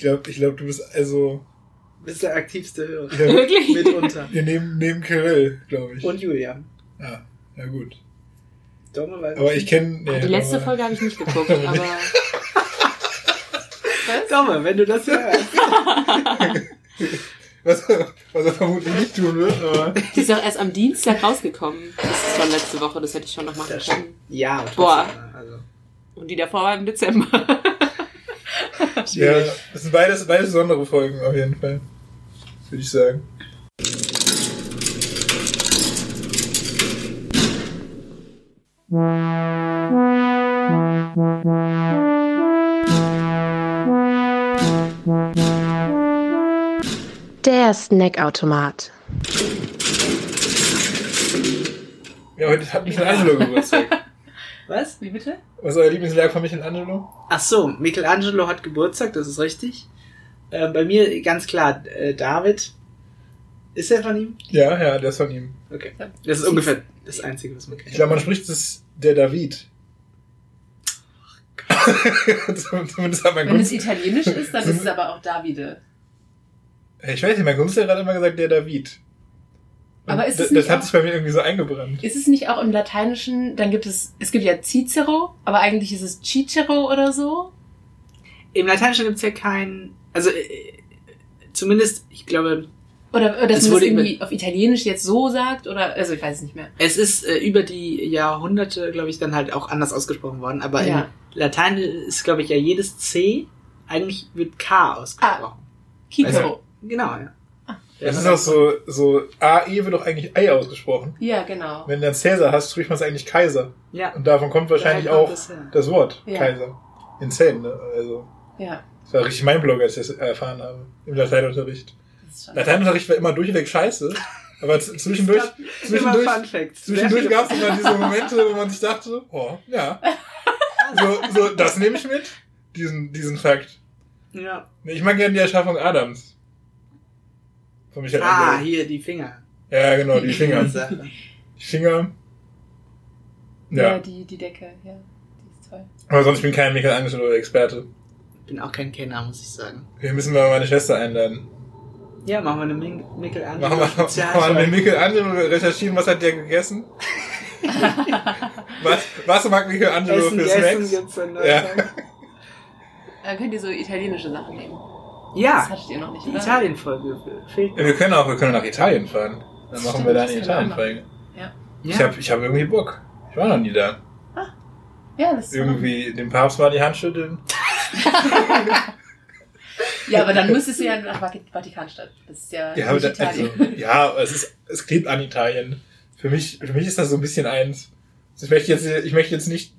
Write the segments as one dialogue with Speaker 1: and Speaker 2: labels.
Speaker 1: glaube, ich glaube, du bist also
Speaker 2: Bist der aktivste Hörer.
Speaker 1: ja,
Speaker 3: Wirklich?
Speaker 2: Mitunter.
Speaker 1: wir nehmen neben Kirill, glaube ich.
Speaker 2: Und Julia.
Speaker 1: Ja, ja gut.
Speaker 2: Domme weiß
Speaker 1: Aber ich kenne
Speaker 3: Ah, die letzte Folge habe ich nicht geguckt, aber.
Speaker 2: Domme, wenn du das hörst.
Speaker 1: Was, was er vermutlich nicht tun wird, aber
Speaker 3: Die ist doch erst am Dienstag rausgekommen. Das ist schon letzte Woche, das hätte ich schon noch machen
Speaker 2: Das
Speaker 3: können.
Speaker 2: Ja, trotzdem,
Speaker 3: Boah.
Speaker 2: Also,
Speaker 3: Und die davor war im Dezember.
Speaker 1: ja,
Speaker 2: schwierig.
Speaker 1: das sind beides, beides besondere Folgen auf jeden Fall. Würde ich sagen.
Speaker 4: Der Snackautomat.
Speaker 1: Ja, heute hat Michelangelo Geburtstag.
Speaker 2: Was?
Speaker 3: Wie bitte?
Speaker 1: Was ist euer Lieblingswerk von Michelangelo?
Speaker 2: Ach so, Michelangelo hat Geburtstag, das ist richtig. Äh, bei mir ganz klar, äh, David. Ist er von ihm?
Speaker 1: Ja, ja, der ist von ihm.
Speaker 2: Okay. Das ist ungefähr das Einzige, was man
Speaker 1: Ich
Speaker 2: kennt.
Speaker 1: glaube, man spricht es der David. Zumindest hat mein
Speaker 5: Wenn es
Speaker 1: Kunst.
Speaker 5: italienisch ist, dann ist es aber auch Davide.
Speaker 1: Ich weiß nicht, mein Kunstlehrer hat immer gesagt, der David. Und
Speaker 5: Aber ist es
Speaker 1: das, das
Speaker 5: nicht
Speaker 1: hat
Speaker 5: auch-
Speaker 1: sich bei mir irgendwie so eingebrannt.
Speaker 5: Ist es nicht auch im Lateinischen, dann gibt es, es gibt ja Cicero, aber eigentlich ist es Cicero oder so?
Speaker 2: Im Lateinischen gibt's ja keinen. Also, äh, zumindest, ich glaube,
Speaker 5: Oder, oder
Speaker 2: Das
Speaker 5: dass man das
Speaker 2: wurde
Speaker 5: irgendwie auf Italienisch jetzt so sagt oder, also ich weiß es nicht mehr.
Speaker 2: es ist äh, über die Jahrhunderte, glaube ich, dann halt auch anders ausgesprochen worden. Aber
Speaker 5: Ja.
Speaker 2: in Latein ist, glaube ich, ja jedes C eigentlich wird K ausgesprochen.
Speaker 5: Cicero.
Speaker 2: Genau, ja.
Speaker 1: Das ist auch so, so AE wird doch eigentlich Ei ausgesprochen.
Speaker 5: Ja, genau.
Speaker 1: Wenn du dann Cäsar hast, spricht man es eigentlich Kaiser.
Speaker 2: Ja.
Speaker 1: Und davon kommt wahrscheinlich
Speaker 2: Daher kommt
Speaker 1: auch
Speaker 2: das her.
Speaker 1: das Wort
Speaker 5: Ja.
Speaker 1: Kaiser. Insane, ne? Also,
Speaker 5: Ja,
Speaker 1: das war richtig mein Blog, als ich das erfahren habe. Im Lateinunterricht.
Speaker 5: das
Speaker 1: Äh,
Speaker 5: ist schon.
Speaker 1: Lateinunterricht war immer durchweg scheiße. Aber z- zwischendurch,
Speaker 2: Immer
Speaker 1: zwischendurch,
Speaker 2: Fun Facts.
Speaker 1: zwischendurch
Speaker 2: Sehr viele
Speaker 1: gab es immer diese Momente, wo man sich dachte, oh, ja. So, so das nehme ich mit, diesen, diesen Fakt.
Speaker 2: Ja.
Speaker 1: Nee, Ich mag gerne die Erschaffung Adams. Von Michael
Speaker 2: Ah,
Speaker 1: Angelo.
Speaker 2: hier die Finger. Also,
Speaker 1: Ja, genau, die Finger.
Speaker 2: Sache.
Speaker 1: Die Finger.
Speaker 5: Ja,
Speaker 1: Ja.
Speaker 5: die, die Decke, ja. Die ist toll.
Speaker 1: Aber sonst, ich bin kein Michelangelo-Experte.
Speaker 2: Bin auch kein Kenner, muss ich sagen.
Speaker 1: Wir müssen mal meine Schwester einladen.
Speaker 2: Ja, machen wir eine Min-
Speaker 1: Machen wir, machen wir
Speaker 2: Michelangelo-Spezialfolge.
Speaker 1: Michelangelo recherchieren, was hat der gegessen? was, was mag Michelangelo
Speaker 2: Essen, genau.
Speaker 1: für
Speaker 2: Essen
Speaker 1: Snacks?
Speaker 2: gibt's in
Speaker 1: Ja.
Speaker 2: Deutschland.
Speaker 5: Dann könnt ihr so italienische Sachen
Speaker 1: Ah.
Speaker 5: nehmen. Das
Speaker 2: Ja,
Speaker 5: hattet ihr noch nicht,
Speaker 2: die
Speaker 5: oder?
Speaker 2: Italien-Folge fehlt.
Speaker 1: Ja, wir können auch, wir können nach Italien fahren. Dann
Speaker 5: Das
Speaker 1: machen
Speaker 5: stimmt,
Speaker 1: wir da eine
Speaker 5: das können wir
Speaker 1: Italien-Folge. Ich
Speaker 2: Ja.
Speaker 1: habe ich hab irgendwie Bock. Ich war noch nie da.
Speaker 5: Ja, das ist
Speaker 1: Irgendwie dem Papst mal die Hand schütteln.
Speaker 5: Ja, aber dann müsstest du ja nach Vati- Vatikanstadt. Das ist ja,
Speaker 1: Ja, aber
Speaker 5: nicht
Speaker 1: da, also,
Speaker 5: Italien.
Speaker 1: ja es, ist, es klebt an Italien. Für mich, für mich ist das so ein bisschen eins. Also Ich möchte jetzt, ich möchte jetzt nicht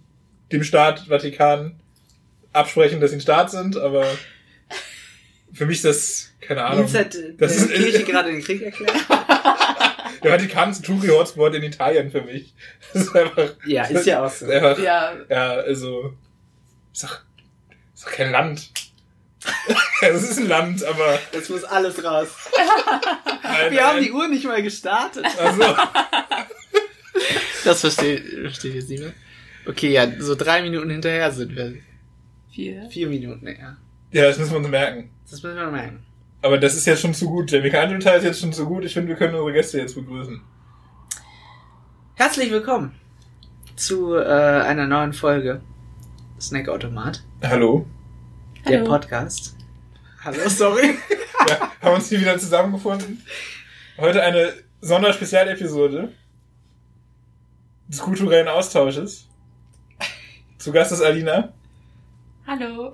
Speaker 1: dem Staat Vatikan absprechen, dass sie ein Staat sind, aber für mich ist das, keine Ahnung.
Speaker 2: Jetzt hat äh,
Speaker 1: Das
Speaker 2: der
Speaker 1: ist-
Speaker 2: Kirche gerade den Krieg erklärt.
Speaker 1: Der Vatikan ist ein Touri-Hotspot in Italien für mich. Das ist einfach,
Speaker 2: Ja, ist ja auch
Speaker 1: das
Speaker 2: so.
Speaker 1: ist einfach, ja.
Speaker 5: Ja,
Speaker 1: also, ist doch, ist doch kein Land. Es ist ein Land, aber.
Speaker 2: Jetzt muss alles raus.
Speaker 1: Nein,
Speaker 2: Wir haben
Speaker 1: nein.
Speaker 2: die Uhr nicht mal gestartet.
Speaker 1: Also,
Speaker 2: Das verstehe versteh ich jetzt nicht mehr. Okay, ja, so drei Minuten hinterher sind wir.
Speaker 5: viel.
Speaker 2: Vier Minuten, ja.
Speaker 1: ja, das müssen wir uns merken.
Speaker 2: Das müssen wir merken.
Speaker 1: Aber das ist jetzt schon zu gut. Der Michelangelo-Teil ist jetzt schon zu gut. Ich finde, wir können unsere Gäste jetzt begrüßen.
Speaker 2: Herzlich willkommen zu äh, einer neuen Folge Snackautomat,
Speaker 1: Hallo.
Speaker 2: der
Speaker 5: Hallo.
Speaker 2: Podcast. Hallo, sorry.
Speaker 1: Ja, haben uns hier wieder zusammengefunden. Heute eine Sonderspezialepisode des kulturellen Austausches. Zu Gast ist Alina.
Speaker 5: Hallo.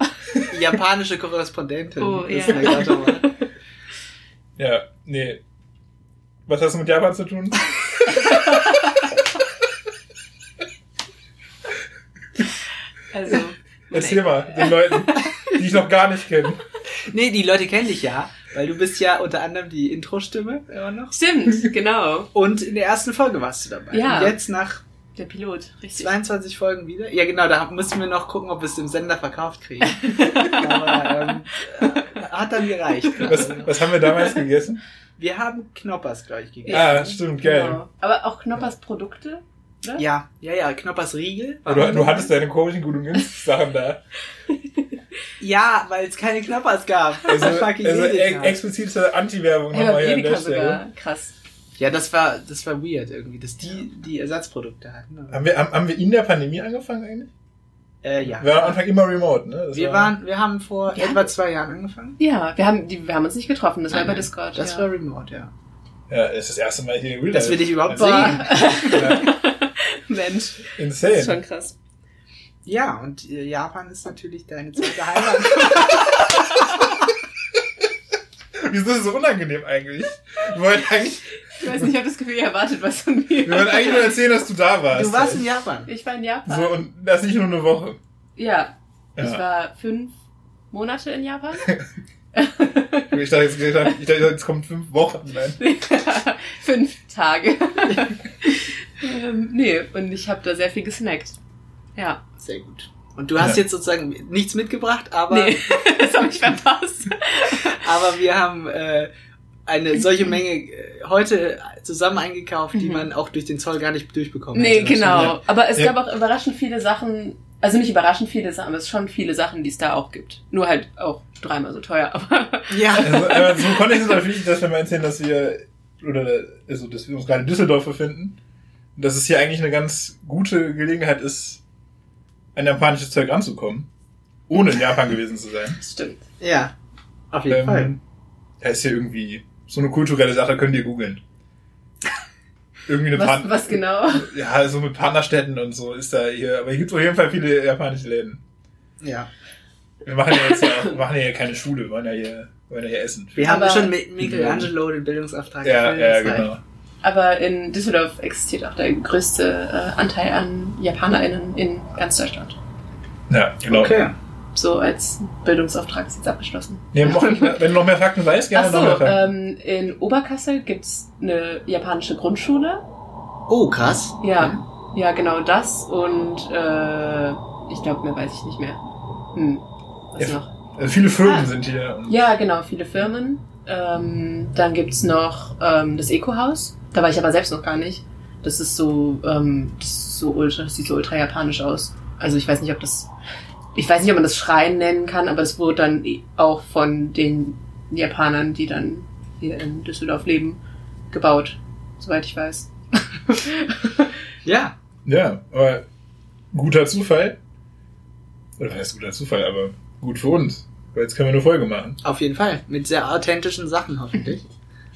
Speaker 2: Die japanische Korrespondentin
Speaker 5: Oh,
Speaker 2: des
Speaker 5: ja.
Speaker 2: Snackautomat.
Speaker 1: Ja, nee. Was hast du mit Japan zu tun?
Speaker 5: Also,
Speaker 1: Erzähl mal den Leuten, die ich noch gar nicht kenne.
Speaker 2: Nee, die Leute kennen dich ja, weil du bist ja unter anderem die Intro-Stimme immer noch.
Speaker 3: Stimmt, genau.
Speaker 2: Und in der ersten Folge warst du dabei.
Speaker 5: Ja.
Speaker 2: Und jetzt nach
Speaker 5: der Pilot, richtig.
Speaker 2: 22 Folgen wieder. Ja, genau, da müssen wir noch gucken, ob wir es dem Sender verkauft kriegen. Aber ähm, äh, hat dann gereicht.
Speaker 1: Was, was haben wir damals gegessen?
Speaker 2: Wir haben Knoppers, glaube ich, gegessen.
Speaker 1: Ah, stimmt, geil.
Speaker 5: Genau. Aber auch Knoppers Produkte?
Speaker 2: Ja, ja, ja, Knoppers Riegel.
Speaker 1: Ah, Du, du hattest deine komischen guten Sachen da.
Speaker 2: Ja, weil es keine Knappers gab.
Speaker 1: Also,
Speaker 2: Fucking
Speaker 1: also
Speaker 2: Edeka.
Speaker 1: e explizite Anti-Werbung nochmal hier an der
Speaker 5: Edeka
Speaker 1: Stelle.
Speaker 5: sogar. Krass.
Speaker 2: Ja, das war, das war weird irgendwie, dass die die Ersatzprodukte hatten. Aber,
Speaker 1: Haben wir, haben, haben wir in der Pandemie angefangen eigentlich?
Speaker 2: äh, ja.
Speaker 1: Wir waren am Anfang immer remote, ne? Das
Speaker 2: wir,
Speaker 1: war-
Speaker 2: waren, wir haben vor
Speaker 5: Ja.
Speaker 2: etwa zwei Jahren angefangen.
Speaker 5: Ja, wir haben, die, wir haben uns nicht getroffen, das war
Speaker 2: Nein,
Speaker 5: über
Speaker 2: nein,
Speaker 5: Discord.
Speaker 2: Das
Speaker 5: ja.
Speaker 2: war remote, ja.
Speaker 1: Ja, es ist das erste Mal hier in Real
Speaker 2: Dass
Speaker 1: Life.
Speaker 2: wir dich überhaupt
Speaker 1: Also, ja,
Speaker 5: Mensch,
Speaker 1: Insane.
Speaker 5: das ist schon krass.
Speaker 2: Ja, und äh, Japan ist natürlich deine zweite Heimat.
Speaker 1: Wieso ist das so unangenehm eigentlich? Wir wollten eigentlich,
Speaker 5: Ich weiß nicht, ich habe das Gefühl, ihr erwartet was von
Speaker 1: wir wollten
Speaker 5: mir.
Speaker 1: eigentlich nur erzählen, dass du da warst.
Speaker 2: du warst in Japan.
Speaker 5: Ich war in Japan.
Speaker 1: So, und das nicht nur eine Woche.
Speaker 5: Ja, ich
Speaker 1: Ja.
Speaker 5: war fünf Monate in Japan.
Speaker 1: Ich, dachte, jetzt, ich dachte, ich dachte, jetzt kommt fünf Wochen. ne? Nein.
Speaker 5: fünf Tage. ähm, nee, und ich habe da sehr viel gesnackt. Ja,
Speaker 2: Sehr gut. Und du hast
Speaker 1: Ja.
Speaker 2: jetzt sozusagen nichts mitgebracht, aber,
Speaker 5: nee, das habe ich verpasst.
Speaker 2: aber wir haben äh, eine solche Menge äh, heute zusammen eingekauft, die
Speaker 5: Mhm.
Speaker 2: man auch durch den Zoll gar nicht
Speaker 1: Oh,
Speaker 2: durchbekommen
Speaker 5: Nee,
Speaker 2: hätte.
Speaker 5: genau. Aber es
Speaker 1: Ja.
Speaker 5: gab auch überraschend viele Sachen, also nicht überraschend viele Sachen, aber es schon viele Sachen, die es da auch gibt. Nur halt auch dreimal so teuer, aber
Speaker 2: Ja,
Speaker 1: Also, aber zum Kontext ist natürlich, dass wenn wir erzählen, dass wir, oder, also, dass wir uns gerade in Düsseldorf befinden, dass es hier eigentlich eine ganz gute Gelegenheit ist, an japanisches Zeug ranzukommen, ohne in Japan gewesen zu sein. Ähm,
Speaker 5: das stimmt.
Speaker 2: ja. Auf jeden Fall.
Speaker 1: Da ist ja irgendwie so eine kulturelle Sache, könnt ihr googeln. Irgendwie eine
Speaker 5: Was,
Speaker 1: Partner.
Speaker 5: was genau?
Speaker 1: Ja, so mit Partnerstädten und so ist da hier. Aber hier gibt auf jeden Fall viele japanische Läden.
Speaker 2: Ja.
Speaker 1: Wir machen ja jetzt ja, wir machen ja hier keine Schule, wir wollen ja hier, wir wollen ja hier essen.
Speaker 2: Wir haben
Speaker 5: Aber-
Speaker 2: schon Mi- Michelangelo den Bildungsauftrag
Speaker 1: Ja,
Speaker 2: erfüllt.
Speaker 1: ja,
Speaker 2: Das war-
Speaker 1: genau.
Speaker 5: Aber in Düsseldorf existiert auch der größte äh, Anteil an JapanerInnen in ganz Deutschland.
Speaker 1: Ja, genau.
Speaker 2: Okay.
Speaker 5: So als Bildungsauftrag ist jetzt abgeschlossen.
Speaker 1: Nee, noch, wenn du noch mehr Fakten weißt, gerne
Speaker 5: Ach so,
Speaker 1: noch mehr Fakten.
Speaker 5: ähm, in Oberkassel gibt's eine japanische Grundschule.
Speaker 2: Oh, krass.
Speaker 5: Ja, ja, genau das. Und äh, ich glaube, mehr weiß ich nicht mehr. Hm, was
Speaker 1: Ja.
Speaker 5: noch?
Speaker 1: also viele Firmen
Speaker 5: ah.
Speaker 1: sind hier. Und
Speaker 5: Ja, genau, viele Firmen. Ähm, dann gibt's noch ähm, das Eco-Haus. Da war ich aber selbst noch gar nicht. Das ist so, ähm, das ist so ultra, das sieht so ultra japanisch aus. Also ich weiß nicht, ob das, ich weiß nicht, ob man das Schrein nennen kann, aber es wurde dann auch von den Japanern, die dann hier in Düsseldorf leben, gebaut, soweit ich weiß.
Speaker 2: Ja.
Speaker 1: ja, aber guter Zufall. Oder was heißt guter Zufall, aber gut für uns. Weil jetzt können wir eine Folge machen.
Speaker 2: Auf jeden Fall. Mit sehr authentischen Sachen hoffentlich.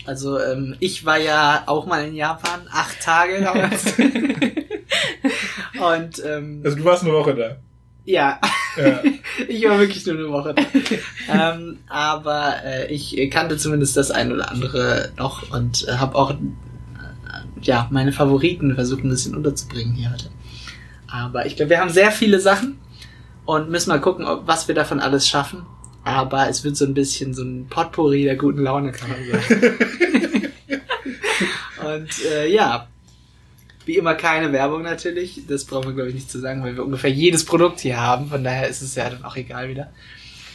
Speaker 2: Also ähm, ich war ja auch mal in Japan, acht Tage damals. Und ähm,
Speaker 1: Also du warst eine Woche da.
Speaker 2: ja,
Speaker 1: Ja.
Speaker 2: ich war wirklich nur eine Woche da. ähm, aber äh, ich kannte zumindest das ein oder andere noch und äh, habe auch äh, ja meine Favoriten versucht ein bisschen unterzubringen hier heute. Aber ich glaube, wir haben sehr viele Sachen und müssen mal gucken, ob, was wir davon alles schaffen. Aber es wird so ein bisschen so ein Potpourri der guten Laune, kann man sagen. und äh, ja, wie immer keine Werbung natürlich. Das brauchen wir, glaube ich, nicht zu sagen, weil wir ungefähr jedes Produkt hier haben. Von daher ist es ja dann auch egal wieder.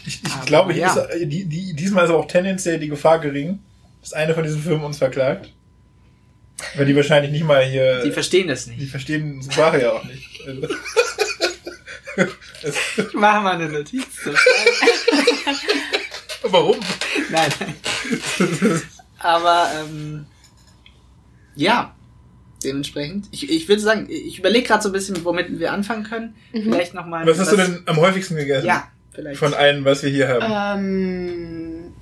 Speaker 1: Ich, ich
Speaker 2: Aber
Speaker 1: glaube, hier
Speaker 2: ja.
Speaker 1: ist, äh, die, die, diesmal ist aber auch tendenziell die Gefahr gering, dass eine von diesen Firmen uns verklagt. Weil die wahrscheinlich nicht mal hier.
Speaker 2: Die verstehen das
Speaker 1: die
Speaker 2: nicht.
Speaker 1: verstehen unsere Sprache ja auch nicht. Also,
Speaker 2: Ich mache mal eine Notiz. zum Schreiben.
Speaker 1: warum?
Speaker 2: nein, nein. Aber ähm, ja, dementsprechend. Ich, ich würde sagen, ich überlege gerade so ein bisschen, womit wir anfangen können.
Speaker 5: Mhm.
Speaker 2: Vielleicht nochmal.
Speaker 1: Was hast du denn am häufigsten gegessen?
Speaker 2: Ja, vielleicht.
Speaker 1: Von allem, was wir hier
Speaker 5: Äh.
Speaker 1: haben.
Speaker 5: Ähm,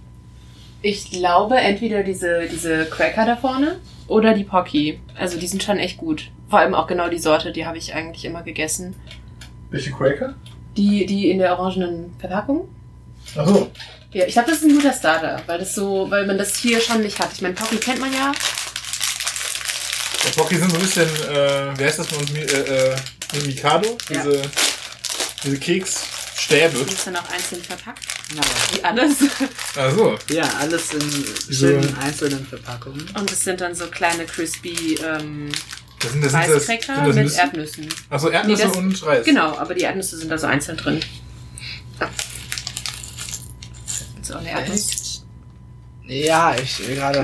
Speaker 5: ich glaube entweder diese, diese Cracker da vorne oder die Pocky. Also die sind schon echt gut. Vor allem auch genau die Sorte, die habe ich eigentlich immer gegessen.
Speaker 1: Welche Quaker?
Speaker 5: Die, die in der orangenen Verpackung.
Speaker 1: Achso.
Speaker 5: Ja, ich glaube, das ist ein guter Starter, weil das so, weil man das hier schon nicht hat. Ich meine, Pocky kennt man ja.
Speaker 1: Ja, Pocky sind so ein bisschen, äh, wie heißt das bei uns? Mi- Äh, äh, Mikado?
Speaker 5: Ja.
Speaker 1: Diese, diese Keksstäbe.
Speaker 5: Die ist dann auch einzeln verpackt.
Speaker 2: Naja.
Speaker 5: Wie alles.
Speaker 1: Achso.
Speaker 2: Ja, alles in schönen einzelnen Verpackungen.
Speaker 5: Und es sind dann so kleine crispy ähm,
Speaker 1: Das sind das, sind das, sind
Speaker 5: Reiskräcker
Speaker 1: das
Speaker 5: mit
Speaker 1: Nüsse?
Speaker 5: Erdnüssen.
Speaker 1: Achso, Erdnüsse
Speaker 5: Nee, das-
Speaker 1: und Reis.
Speaker 5: Genau, aber die Erdnüsse sind da so einzeln drin. So, eine Erdnuss.
Speaker 2: Ja, ich gerade.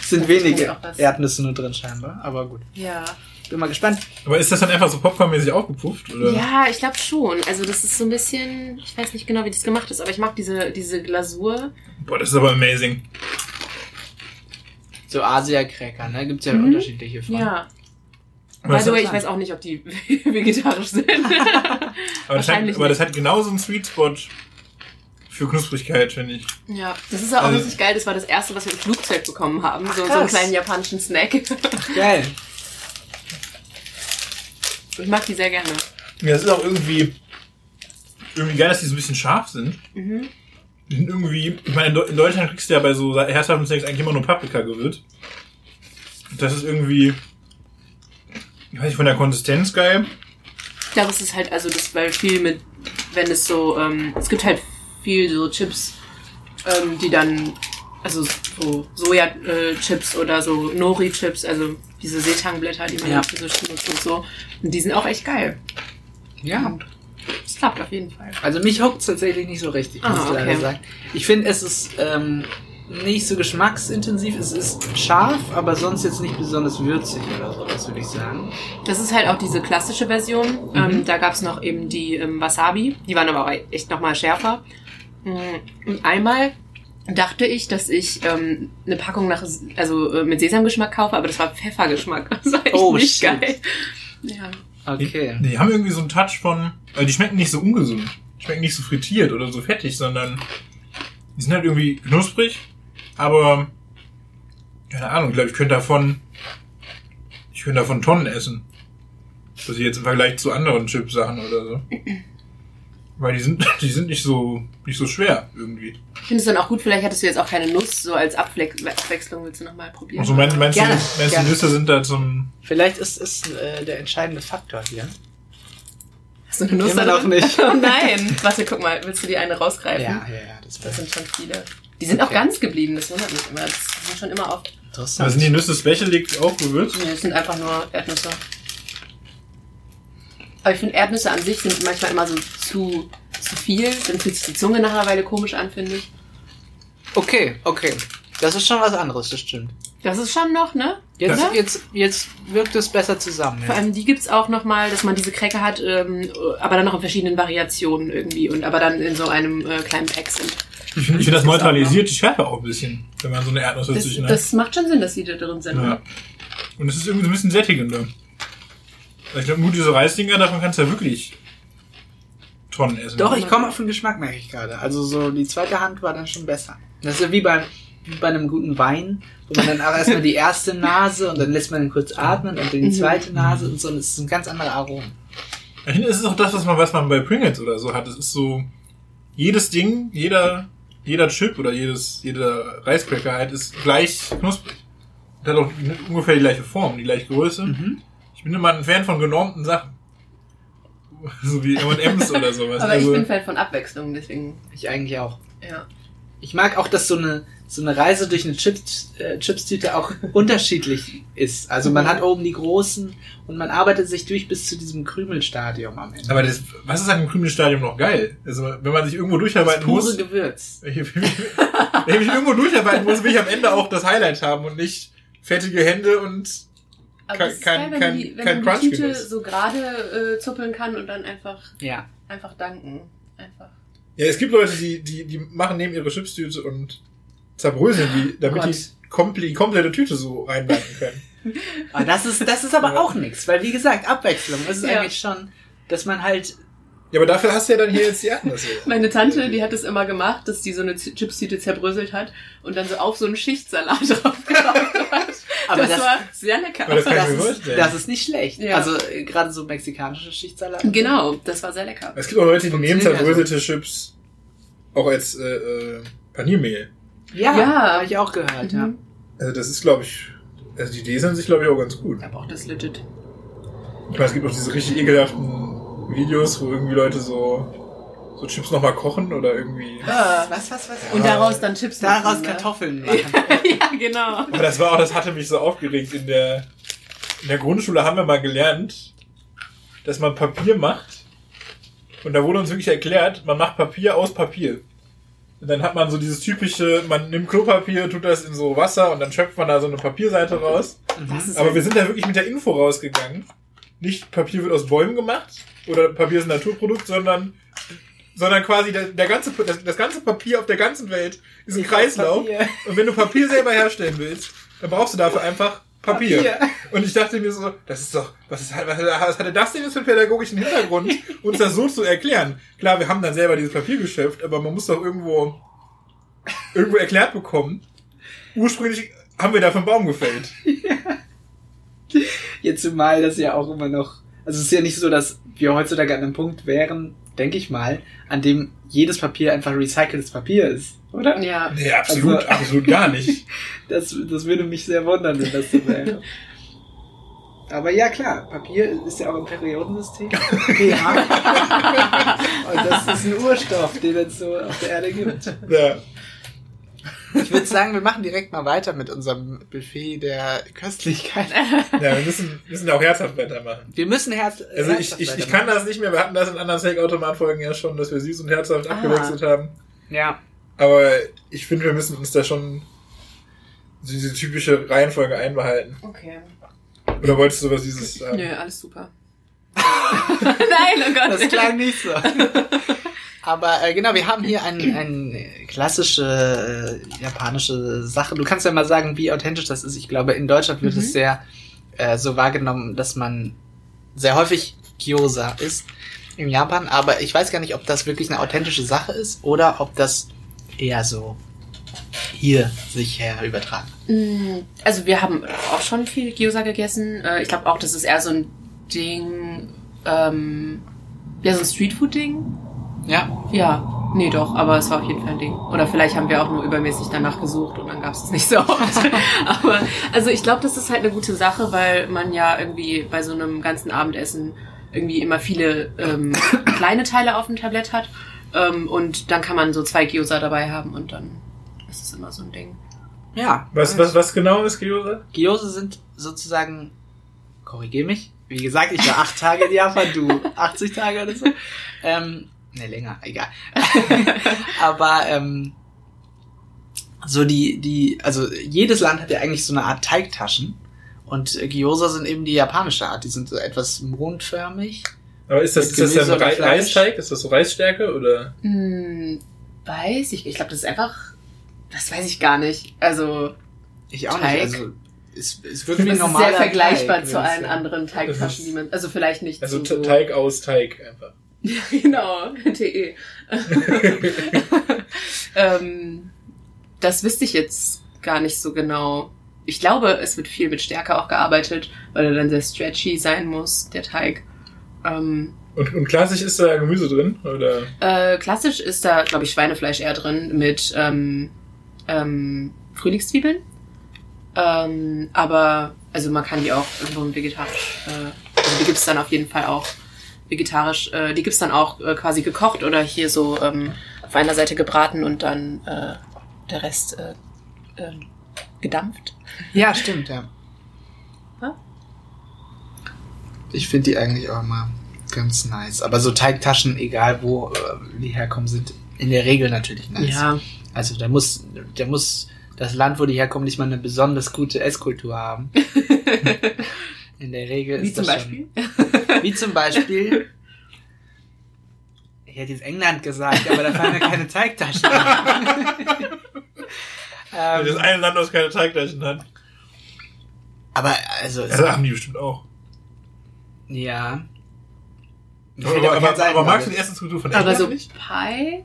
Speaker 2: Es sind wenige
Speaker 5: auch was.
Speaker 2: Erdnüsse nur drin scheinbar, aber gut.
Speaker 5: Ja.
Speaker 2: Ich bin mal gespannt.
Speaker 1: Aber ist das dann einfach so popcornmäßig aufgepufft? Oder?
Speaker 5: Ja, ich glaube schon. Also das ist so ein bisschen, ich weiß nicht genau, wie das gemacht ist, aber ich mag diese, diese Glasur.
Speaker 1: Boah, das ist aber amazing.
Speaker 2: So Asia-Cracker, ne? Gibt's ja
Speaker 5: Mhm.
Speaker 2: unterschiedliche von.
Speaker 5: Ja. By
Speaker 1: Aber
Speaker 5: the
Speaker 1: das,
Speaker 5: way, ich weiß auch nicht, ob die vegetarisch sind.
Speaker 1: aber das, hat,
Speaker 5: wahrscheinlich
Speaker 1: aber das hat genauso einen Sweet Spot für Knusprigkeit, finde ich.
Speaker 5: ja, das ist aber auch
Speaker 1: Also-
Speaker 5: richtig geil. Das war das erste, was wir im Flugzeug bekommen haben. So, so einen
Speaker 2: Krass.
Speaker 5: kleinen japanischen Snack. ich
Speaker 2: Geil.
Speaker 5: mag die sehr gerne.
Speaker 1: Ja, das ist auch irgendwie, irgendwie geil, dass die so ein bisschen scharf sind.
Speaker 5: Mhm.
Speaker 1: Die sind irgendwie, ich meine, in Deu- in Deutschland kriegst du ja bei so herzhaften Snacks eigentlich immer nur Paprika gewürzt. Und Das ist irgendwie, ich weiß nicht, von der Konsistenz geil.
Speaker 5: Ich glaube, es ist halt, also das, weil viel mit, wenn es so, ähm, es gibt halt viel so Chips, ähm, die dann, also so Soja-Chips oder so Nori-Chips, also diese Seetangblätter, die man
Speaker 2: Ja.
Speaker 5: ja. für so benutzt und so. Und die sind auch echt geil.
Speaker 2: Ja.
Speaker 5: Das klappt auf jeden Fall.
Speaker 2: Also mich hockt tatsächlich nicht so richtig, muss
Speaker 5: Ah,
Speaker 2: ich leider
Speaker 5: okay.
Speaker 2: sagen. Ich finde, es ist ähm, nicht so geschmacksintensiv. Es ist scharf, aber sonst jetzt nicht besonders würzig oder so, das würde ich sagen.
Speaker 5: Das ist halt auch diese klassische
Speaker 2: Mhm.
Speaker 5: Version. Ähm, da gab es noch eben die ähm, Wasabi. Die waren aber auch echt nochmal schärfer. Mm, Und einmal dachte ich, dass ich ähm, eine Packung nach, also äh, mit Sesamgeschmack kaufe, aber das war Pfeffergeschmack. Das war echt
Speaker 2: Oh,
Speaker 5: nicht
Speaker 2: shit.
Speaker 5: geil. Ja.
Speaker 1: Die,
Speaker 2: Okay.
Speaker 1: die haben irgendwie so einen Touch von, also die schmecken nicht so ungesund. Die schmecken nicht so frittiert oder so fettig, sondern die sind halt irgendwie knusprig, aber keine Ahnung, ich glaube, ich könnte davon, ich könnte davon Tonnen essen. Also jetzt im Vergleich zu anderen Chipsachen oder so. Weil die sind, die sind nicht so, nicht so schwer irgendwie.
Speaker 5: Ich finde es dann auch gut, vielleicht hattest du jetzt auch keine Nuss, so als Abfle Abwechslung willst du nochmal probieren.
Speaker 1: Also mein, meinst,
Speaker 2: Gerne,
Speaker 1: du, meinst du,
Speaker 2: gerne.
Speaker 1: Nüsse sind da zum,
Speaker 2: Vielleicht ist es äh, der entscheidende Faktor hier.
Speaker 5: Hast du eine Nuss
Speaker 2: Immer
Speaker 5: da
Speaker 2: noch
Speaker 5: drin?
Speaker 2: nicht.
Speaker 5: Oh nein. Warte, guck mal, willst du die eine rausgreifen?
Speaker 2: Ja, ja, ja, das
Speaker 5: Das
Speaker 2: passt.
Speaker 5: sind schon viele. Die sind auch
Speaker 2: Okay.
Speaker 5: ganz geblieben, das wundert mich immer. Das sind schon immer auf.
Speaker 1: also
Speaker 2: Interessant.
Speaker 1: sind die Nüsse schwächelig auch gewürzt?
Speaker 5: Nee, das sind einfach nur Erdnüsse. Aber ich finde, Erdnüsse an sich sind manchmal immer so zu, zu viel. Dann fühlt sich die Zunge nach einer Weile komisch an, finde ich.
Speaker 2: Okay, okay. Das ist schon was anderes, das stimmt.
Speaker 5: Das ist schon noch, ne?
Speaker 2: Jetzt,
Speaker 5: Oder?
Speaker 2: jetzt, jetzt wirkt es besser zusammen.
Speaker 5: Vor
Speaker 2: Ja.
Speaker 5: allem die gibt's auch nochmal, dass man diese Cracker hat, ähm, aber dann noch in verschiedenen Variationen irgendwie und aber dann in so einem äh, kleinen Pack sind.
Speaker 1: Ich finde, ich finde, das neutralisiert die Schärfe auch ein bisschen, wenn man so eine Erdnuss
Speaker 5: Das,
Speaker 1: dazwischen hat.
Speaker 5: das macht schon Sinn, dass die da drin sind. ne?
Speaker 1: Ja.
Speaker 5: oder?
Speaker 1: Und es ist irgendwie so ein bisschen sättigender. Ich glaube, nur diese Reisdinger, davon kannst du ja wirklich Tonnen essen.
Speaker 2: Doch, ich komme auf den Geschmack, merke ich gerade. Also so die zweite Hand war dann schon besser. Das ist ja wie beim wie bei einem guten Wein, wo man dann auch erstmal die erste Nase und dann lässt man ihn kurz atmen und dann die
Speaker 5: Mhm.
Speaker 2: zweite Nase und so. Und es ist ein ganz anderer Aromen.
Speaker 1: Ich finde, es ist auch das, was man, was man bei Pringles oder so hat. Es ist so, jedes Ding, jeder, jeder Chip oder jedes, jeder Reiscracker halt ist gleich knusprig. Und hat auch ungefähr die gleiche Form, die gleiche Größe.
Speaker 5: Mhm.
Speaker 1: Ich bin immer ein Fan von genormten Sachen. So wie M&M's oder sowas.
Speaker 5: Aber ich
Speaker 1: also,
Speaker 5: bin Fan von Abwechslung, deswegen,
Speaker 2: Ich eigentlich auch.
Speaker 5: ja.
Speaker 2: Ich mag auch, dass so eine, so eine Reise durch eine Chips, äh, Chips-Tüte auch unterschiedlich ist. Also man hat oben die großen und man arbeitet sich durch bis zu diesem Krümelstadium am Ende.
Speaker 1: aber das, was ist an dem Krümelstadium noch geil? Also, wenn man sich irgendwo durcharbeiten muss.
Speaker 2: Pure Gewürz.
Speaker 1: Wenn ich, wenn ich mich irgendwo durcharbeiten muss, will ich am Ende auch das Highlight haben und nicht fettige Hände und
Speaker 5: Aber
Speaker 1: Kein-
Speaker 5: das ist
Speaker 1: kein-
Speaker 5: geil, wenn
Speaker 1: kein-
Speaker 5: man die, wenn
Speaker 1: kein
Speaker 5: man die
Speaker 1: Crunch
Speaker 5: Tüte
Speaker 1: gewiss.
Speaker 5: so gerade äh, zuppeln kann und dann einfach,
Speaker 2: Ja.
Speaker 5: einfach danken. Einfach.
Speaker 1: ja, es gibt Leute, die, die, die machen neben ihre Chipstüte und zerbröseln die, damit
Speaker 2: Gott.
Speaker 1: die komple komplette Tüte so reinbacken können.
Speaker 2: Aber das ist, das ist aber
Speaker 1: Ja.
Speaker 2: auch nichts, weil wie gesagt, Abwechslung. Es ist
Speaker 5: Ja.
Speaker 2: eigentlich schon, dass man halt.
Speaker 1: Ja, aber dafür hast du ja dann hier jetzt die Erdnüsse.
Speaker 5: Meine Tante, die hat es immer gemacht, dass die so eine Z- Chips-Tüte zerbröselt hat und dann so auf so einen Schichtsalat drauf gemacht hat.
Speaker 2: Aber
Speaker 5: das,
Speaker 2: das,
Speaker 5: war sehr lecker.
Speaker 1: Aber das kann ich
Speaker 2: das,
Speaker 1: mir
Speaker 2: ist,
Speaker 1: vorstellen.
Speaker 2: das ist nicht schlecht.
Speaker 5: Ja.
Speaker 2: Also äh, gerade so mexikanische Schichtsalat.
Speaker 5: genau, das war sehr lecker.
Speaker 1: Es gibt auch Leute, die nehmen
Speaker 2: Funktioniert
Speaker 1: zerbröselte Chips auch als äh, äh, Paniermehl.
Speaker 2: Ja,
Speaker 5: Ja.
Speaker 2: habe ich auch gehört. Ja.
Speaker 5: Mhm.
Speaker 1: Also das ist, glaube ich, also die Ideen sind sich, glaube ich, auch ganz gut.
Speaker 5: Aber auch das legit.
Speaker 1: Ich meine, es gibt auch diese richtig ekelhaften Videos, wo irgendwie Leute so, so Chips nochmal kochen oder irgendwie...
Speaker 5: Ah.
Speaker 2: Was, was, was?
Speaker 1: Und
Speaker 2: Und
Speaker 1: da-
Speaker 5: daraus dann Chips
Speaker 2: daraus
Speaker 5: machen, ne?
Speaker 2: Kartoffeln machen.
Speaker 5: ja, genau.
Speaker 1: Aber das war auch, das hatte mich so aufgeregt. In der, in der Grundschule haben wir mal gelernt, dass man Papier macht. Und da wurde uns wirklich erklärt, man macht Papier aus Papier. Und dann hat man so dieses typische, man nimmt Klopapier, tut das in so Wasser und dann schöpft man da so eine Papierseite raus.
Speaker 5: Das ist
Speaker 1: Aber wir sind da wirklich mit der Info rausgegangen. Nicht Papier wird aus Bäumen gemacht oder Papier ist ein Naturprodukt, sondern, sondern quasi der, der ganze, das, das ganze Papier auf der ganzen Welt ist ein Kreislauf.
Speaker 2: Papier.
Speaker 1: Und wenn du Papier selber herstellen willst, dann brauchst du dafür einfach Papier.
Speaker 2: Papier.
Speaker 1: Und ich dachte mir so, das ist doch, was, ist, was, was hatte das denn jetzt für einen pädagogischen Hintergrund, uns das so zu erklären? Klar, wir haben dann selber dieses Papier geschöpft, aber man muss doch irgendwo, irgendwo erklärt bekommen. Ursprünglich haben wir da vom Baum gefällt.
Speaker 2: Jetzt zumal das ja auch immer noch. Also es ist ja nicht so, dass wir heutzutage an einem Punkt wären, denke ich mal, an dem jedes Papier einfach recyceltes Papier ist, oder?
Speaker 5: genau.
Speaker 6: Ja,
Speaker 1: Nee, absolut,
Speaker 2: Also-
Speaker 1: absolut gar nicht.
Speaker 2: Das, das würde mich sehr wundern, wenn das so wäre. Aber ja, klar, Papier ist ja auch ein Periodensystem. ja. Und das ist ein Urstoff, den es so auf der Erde gibt.
Speaker 1: Ja.
Speaker 2: Ich würde sagen, wir machen direkt mal weiter mit unserem Buffet der Köstlichkeit.
Speaker 1: ja, wir müssen, müssen da auch herzhaft weitermachen.
Speaker 2: Wir müssen Herz.
Speaker 1: Also ich, ich, ich kann das nicht mehr, wir hatten das in anderen Steak-Automat-Folgen ja schon, dass wir süß und herzhaft
Speaker 2: Ah.
Speaker 1: abgewechselt haben.
Speaker 2: Ja.
Speaker 1: Aber ich finde, wir müssen uns da schon diese typische Reihenfolge einbehalten.
Speaker 6: okay.
Speaker 1: Oder wolltest du was dieses äh, sagen?
Speaker 5: Nö, alles super. Nein, oh Gott.
Speaker 2: Das klang nicht so. Aber äh, genau, wir haben hier eine ein äh, klassische äh, japanische Sache. Du kannst ja mal sagen, wie authentisch das ist. Ich glaube, in Deutschland wird
Speaker 1: Mhm.
Speaker 2: es sehr äh, so wahrgenommen, dass man sehr häufig Gyoza isst in Japan. Aber ich weiß gar nicht, ob das wirklich eine authentische Sache ist oder ob das eher so hier sich her übertragen.
Speaker 5: Mm, Also wir haben auch schon viel Gyoza gegessen. Äh, Ich glaube auch, das ist eher so ein Ding, ähm, ja, so ein Streetfood-Ding.
Speaker 2: Ja,
Speaker 5: Ja, nee, doch, aber es war auf jeden Fall ein Ding. Oder vielleicht haben wir auch nur übermäßig danach gesucht und dann gab es es nicht so oft. aber also ich glaube, das ist halt eine gute Sache, weil man ja irgendwie bei so einem ganzen Abendessen irgendwie immer viele ähm, kleine Teile auf dem Tablett hat. Ähm, und dann kann man so zwei Gyoza dabei haben und dann ist es immer so ein Ding.
Speaker 2: ja.
Speaker 1: Was, was, was genau ist Gyoza?
Speaker 2: Gyose sind sozusagen, korrigier mich, wie gesagt, ich war acht Tage in Japan, du 80 Tage oder so. Ähm, ne, länger, egal. Aber ähm, so die, die, also jedes Land hat ja eigentlich so eine Art Teigtaschen. Und äh, Gyoza sind eben die japanische Art. Die sind so etwas mondförmig.
Speaker 1: Aber ist das,
Speaker 2: Mit
Speaker 1: ist das dann
Speaker 2: Gemüse
Speaker 1: Re
Speaker 2: oder Fleisch?
Speaker 1: Reisteig? Ist das so Reisstärke oder?
Speaker 6: Hm, weiß ich. Ich glaube, das ist einfach. Das weiß ich gar nicht. Also
Speaker 2: Ich auch
Speaker 6: Teig?
Speaker 2: nicht. Also, es, es wirkt wie
Speaker 6: das
Speaker 2: ein
Speaker 6: ist
Speaker 2: normaler
Speaker 6: sehr vergleichbar
Speaker 2: Teig,
Speaker 6: zu
Speaker 2: würde ich
Speaker 6: allen
Speaker 2: sagen.
Speaker 6: anderen
Speaker 1: Das
Speaker 6: Teigtaschen,
Speaker 1: ist-
Speaker 6: die man. Also vielleicht nicht
Speaker 1: Also
Speaker 6: so.
Speaker 1: Te- Teig aus Teig einfach.
Speaker 6: genau, TE.
Speaker 5: Ähm, das wüsste ich jetzt gar nicht so genau. Ich glaube, es wird viel mit Stärke auch gearbeitet, weil er dann sehr stretchy sein muss, der Teig. Ähm,
Speaker 1: Und, und klassisch ist da Gemüse drin? Oder?
Speaker 5: äh, klassisch ist da, glaube ich, Schweinefleisch eher drin mit ähm, ähm, Frühlingszwiebeln. Ähm, aber, also man kann die auch irgendwo vegetarisch, äh, also die gibt's dann auf jeden Fall auch vegetarisch, äh, die gibt's dann auch äh, quasi gekocht oder hier so ähm, auf einer Seite gebraten und dann äh, der Rest äh, äh, gedampft.
Speaker 2: Ja, stimmt, ja.
Speaker 5: Ja.
Speaker 2: Ich finde die eigentlich auch mal ganz nice. Aber so Teigtaschen, egal wo äh, die herkommen, sind in der Regel natürlich nice. Also da muss, da muss das Land, wo die herkommen, nicht mal eine besonders gute Esskultur haben. in der Regel
Speaker 5: wie
Speaker 2: ist
Speaker 5: zum
Speaker 2: das
Speaker 5: Beispiel.
Speaker 2: Schon, wie zum Beispiel. Ich hätte jetzt England gesagt, aber da fallen ja keine Teigtaschen. ein. ähm,
Speaker 1: das eine Land, das keine Teigtaschen hat.
Speaker 2: aber also es-
Speaker 1: Also haben die bestimmt auch.
Speaker 2: Ja. Mir fällt
Speaker 1: Aber,
Speaker 2: aber
Speaker 1: aber,
Speaker 2: keins ein,
Speaker 1: aber magst du
Speaker 2: Leute.
Speaker 1: die Essenskultur von
Speaker 5: Aber
Speaker 1: England
Speaker 5: so
Speaker 1: nicht?
Speaker 5: Pie,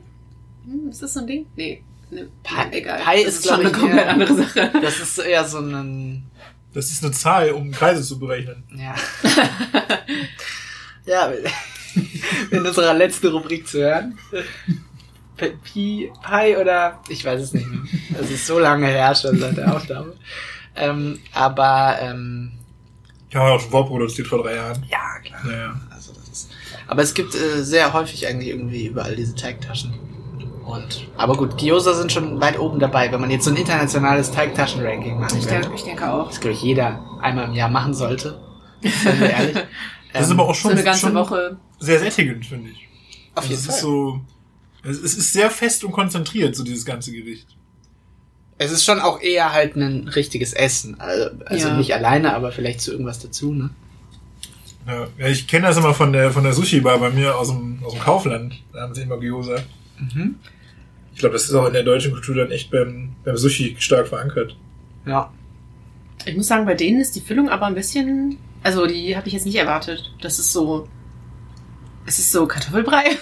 Speaker 5: hm, ist das so ein Ding? Nee. Ne, Pie, egal.
Speaker 2: Pie
Speaker 5: das
Speaker 2: ist, glaub
Speaker 5: schon eine
Speaker 2: ich,
Speaker 5: komplett
Speaker 2: eher-
Speaker 5: andere Sache.
Speaker 2: Das ist eher so ein.
Speaker 1: Das ist eine Zahl, um Kreise zu berechnen.
Speaker 2: Ja. ja, in unserer letzten Rubrik zu hören. Pi, Pi Pi oder. Ich weiß es nicht mehr. Das ist so lange her schon seit der Aufnahme. Ähm, aber. Ähm,
Speaker 1: Ich habe ja auch schon vorproduziert vor drei Jahren.
Speaker 2: ja, klar.
Speaker 1: Naja.
Speaker 2: Also das ist, aber es gibt äh, sehr häufig eigentlich irgendwie überall diese Teigtaschen. Und, aber gut, Gyoza sind schon weit oben dabei, wenn man jetzt so ein internationales Teigtaschen-Ranking machen
Speaker 5: Ich
Speaker 2: will.
Speaker 5: denke, ich denke auch.
Speaker 2: Das, glaube ich, jeder einmal im Jahr machen sollte. Sind wir ehrlich.
Speaker 1: Das ist
Speaker 2: Ähm,
Speaker 1: aber auch
Speaker 5: So
Speaker 1: schon,
Speaker 5: eine ganze
Speaker 1: schon
Speaker 5: Woche.
Speaker 1: sehr sättigend, finde ich.
Speaker 2: auf
Speaker 1: Also
Speaker 2: jeden
Speaker 1: es
Speaker 2: Fall.
Speaker 1: ist so. Es es ist sehr fest und konzentriert, so dieses ganze Gericht.
Speaker 2: Es ist schon auch eher halt ein richtiges Essen. Also, also
Speaker 5: Ja.
Speaker 2: nicht alleine, aber vielleicht zu irgendwas dazu, ne?
Speaker 1: Ja, ja, ich kenne das immer von der, von der Sushi-Bar bei mir aus dem, aus dem Kaufland. Da haben sie immer Gyoza.
Speaker 2: Mhm.
Speaker 1: Ich glaube, das ist auch in der deutschen Kultur dann echt beim, beim Sushi stark verankert.
Speaker 2: Ja.
Speaker 5: Ich muss sagen, bei denen ist die Füllung aber ein bisschen. Also, die habe ich jetzt nicht erwartet. Das ist so. Es ist so Kartoffelbrei.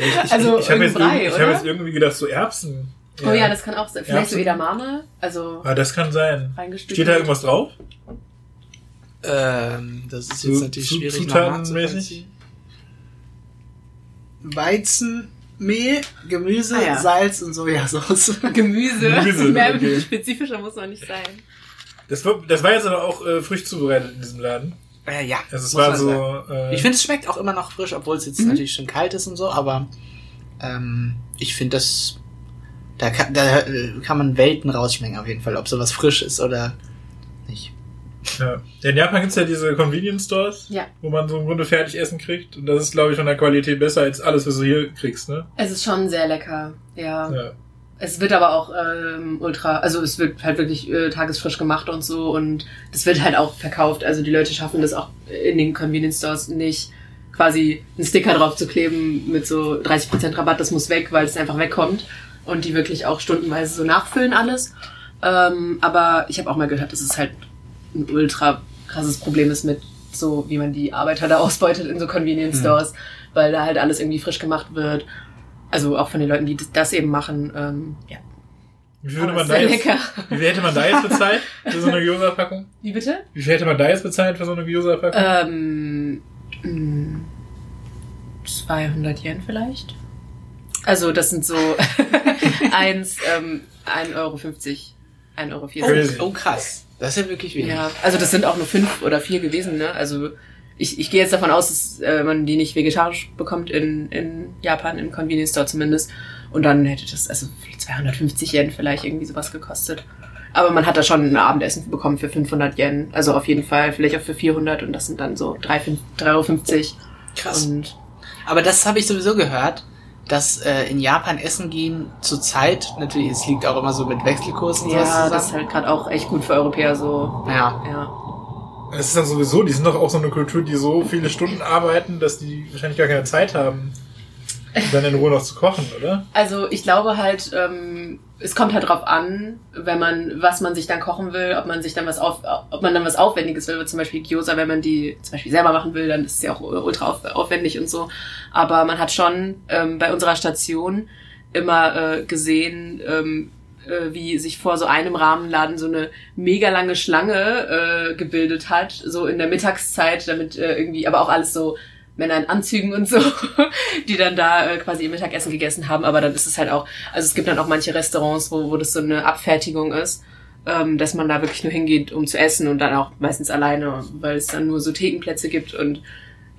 Speaker 1: Ja, ich ich,
Speaker 5: Also
Speaker 1: ich, ich habe jetzt,
Speaker 5: irgendein Brei,
Speaker 1: irgendwie- ich hab
Speaker 5: oder?
Speaker 1: jetzt irgendwie gedacht, so Erbsen.
Speaker 5: Oh ja, das kann auch sein. Vielleicht so
Speaker 1: Erbsen.
Speaker 5: Edamame. Also,
Speaker 1: ah, das kann sein.
Speaker 5: reingestückt.
Speaker 1: Steht da irgendwas drauf?
Speaker 2: Ähm, das ist jetzt
Speaker 1: Zu-
Speaker 2: natürlich
Speaker 1: zu-
Speaker 2: schwierig.
Speaker 1: zutatenmäßig?
Speaker 2: nachzuvollziehen. Weizen, Mehl, Gemüse,
Speaker 5: Ah, ja.
Speaker 2: Salz und Sojasauce.
Speaker 5: Gemüse.
Speaker 1: Gemüse,
Speaker 5: Mehr
Speaker 1: okay.
Speaker 5: spezifischer muss man nicht sein.
Speaker 1: Das war, das war jetzt aber auch äh, frisch zubereitet in diesem Laden.
Speaker 2: Äh, ja.
Speaker 1: Also es
Speaker 2: muss
Speaker 1: war
Speaker 2: man sagen.
Speaker 1: so. Äh,
Speaker 2: Ich finde, es schmeckt auch immer noch frisch, obwohl es jetzt natürlich schon kalt ist und so, aber ähm, ich finde, das. Da kann, da äh, kann man Welten rausschmecken, auf jeden Fall, ob sowas frisch ist oder nicht.
Speaker 1: ja. In Japan gibt's ja diese Convenience Stores,
Speaker 5: Ja.
Speaker 1: wo man so im Grunde fertig Essen kriegt. Und das ist, glaube ich, von der Qualität besser als alles, was du hier kriegst, ne?
Speaker 5: Es ist schon sehr lecker. Ja.
Speaker 1: Ja.
Speaker 5: Es wird aber auch ähm, ultra. Also, es wird halt wirklich äh, tagesfrisch gemacht und so. Und das wird halt auch verkauft. Also, die Leute schaffen das auch in den Convenience Stores nicht. Quasi einen Sticker drauf zu kleben mit so 30% Rabatt, das muss weg, weil es einfach wegkommt. Und die wirklich auch stundenweise so nachfüllen alles. Ähm, aber ich habe auch mal gehört, dass es halt ein ultra krasses Problem ist mit so, wie man die Arbeiter da ausbeutet in so Convenience
Speaker 2: Hm.
Speaker 5: Stores, weil da halt alles irgendwie frisch gemacht wird. Also auch von den Leuten, die das- das eben machen. Ähm, ja.
Speaker 1: Wie viel, würde man
Speaker 5: Aber ist
Speaker 1: da
Speaker 5: sehr
Speaker 1: jetzt,
Speaker 5: lecker.
Speaker 1: wie viel hätte man da jetzt bezahlt für so eine Gyoza-Packung?
Speaker 5: Wie bitte?
Speaker 1: Wie viel hätte man da jetzt bezahlt für so eine Gyoza-Packung?
Speaker 5: Ähm, mh, 200 Yen vielleicht. Also das sind so eins, ähm, 1,50 Euro, 1,40 Euro.
Speaker 1: Crazy.
Speaker 2: Oh, krass. Das ist ja wirklich wenig.
Speaker 5: Ja, also das sind auch nur fünf oder vier gewesen, ne? Also ich, ich gehe jetzt davon aus, dass äh, man die nicht vegetarisch bekommt in, in Japan, im Convenience Store zumindest. Und dann hätte das, also 250 Yen vielleicht irgendwie sowas gekostet. Aber man hat da schon ein Abendessen bekommen für 500 Yen. Also auf jeden Fall, vielleicht auch für 400 und das sind dann so 3,50 3,50 Euro.
Speaker 2: Krass.
Speaker 5: Und
Speaker 2: Aber das habe ich sowieso gehört, dass äh, in Japan Essen gehen zurzeit, natürlich, es liegt auch immer so mit Wechselkursen und sowas
Speaker 5: ja, das ist
Speaker 2: zusammen.
Speaker 5: halt gerade auch echt gut für Europäer so.
Speaker 2: ja.
Speaker 5: Ja.
Speaker 1: Es ist dann sowieso, die sind doch auch so eine Kultur, die so viele Stunden arbeiten, dass die wahrscheinlich gar keine Zeit haben, um dann in Ruhe noch zu kochen, oder?
Speaker 5: Also ich glaube halt, ähm, es kommt halt drauf an, wenn man, was man sich dann kochen will, ob man sich dann was auf, ob man dann was Aufwendiges will, zum Beispiel Gyoza, wenn man die zum Beispiel selber machen will, dann ist es ja auch ultra auf, aufwendig und so. Aber man hat schon ähm, bei unserer Station immer äh, gesehen, ähm, äh, wie sich vor so einem Rahmenladen so eine mega lange Schlange äh, gebildet hat, so in der Mittagszeit, damit äh, irgendwie, aber auch alles so Männer in Anzügen und so, die dann da äh, quasi ihr Mittagessen gegessen haben. Aber dann ist es halt auch, also es gibt dann auch manche Restaurants, wo, wo das so eine Abfertigung ist, ähm, dass man da wirklich nur hingeht, um zu essen und dann auch meistens alleine, weil es dann nur so Thekenplätze gibt und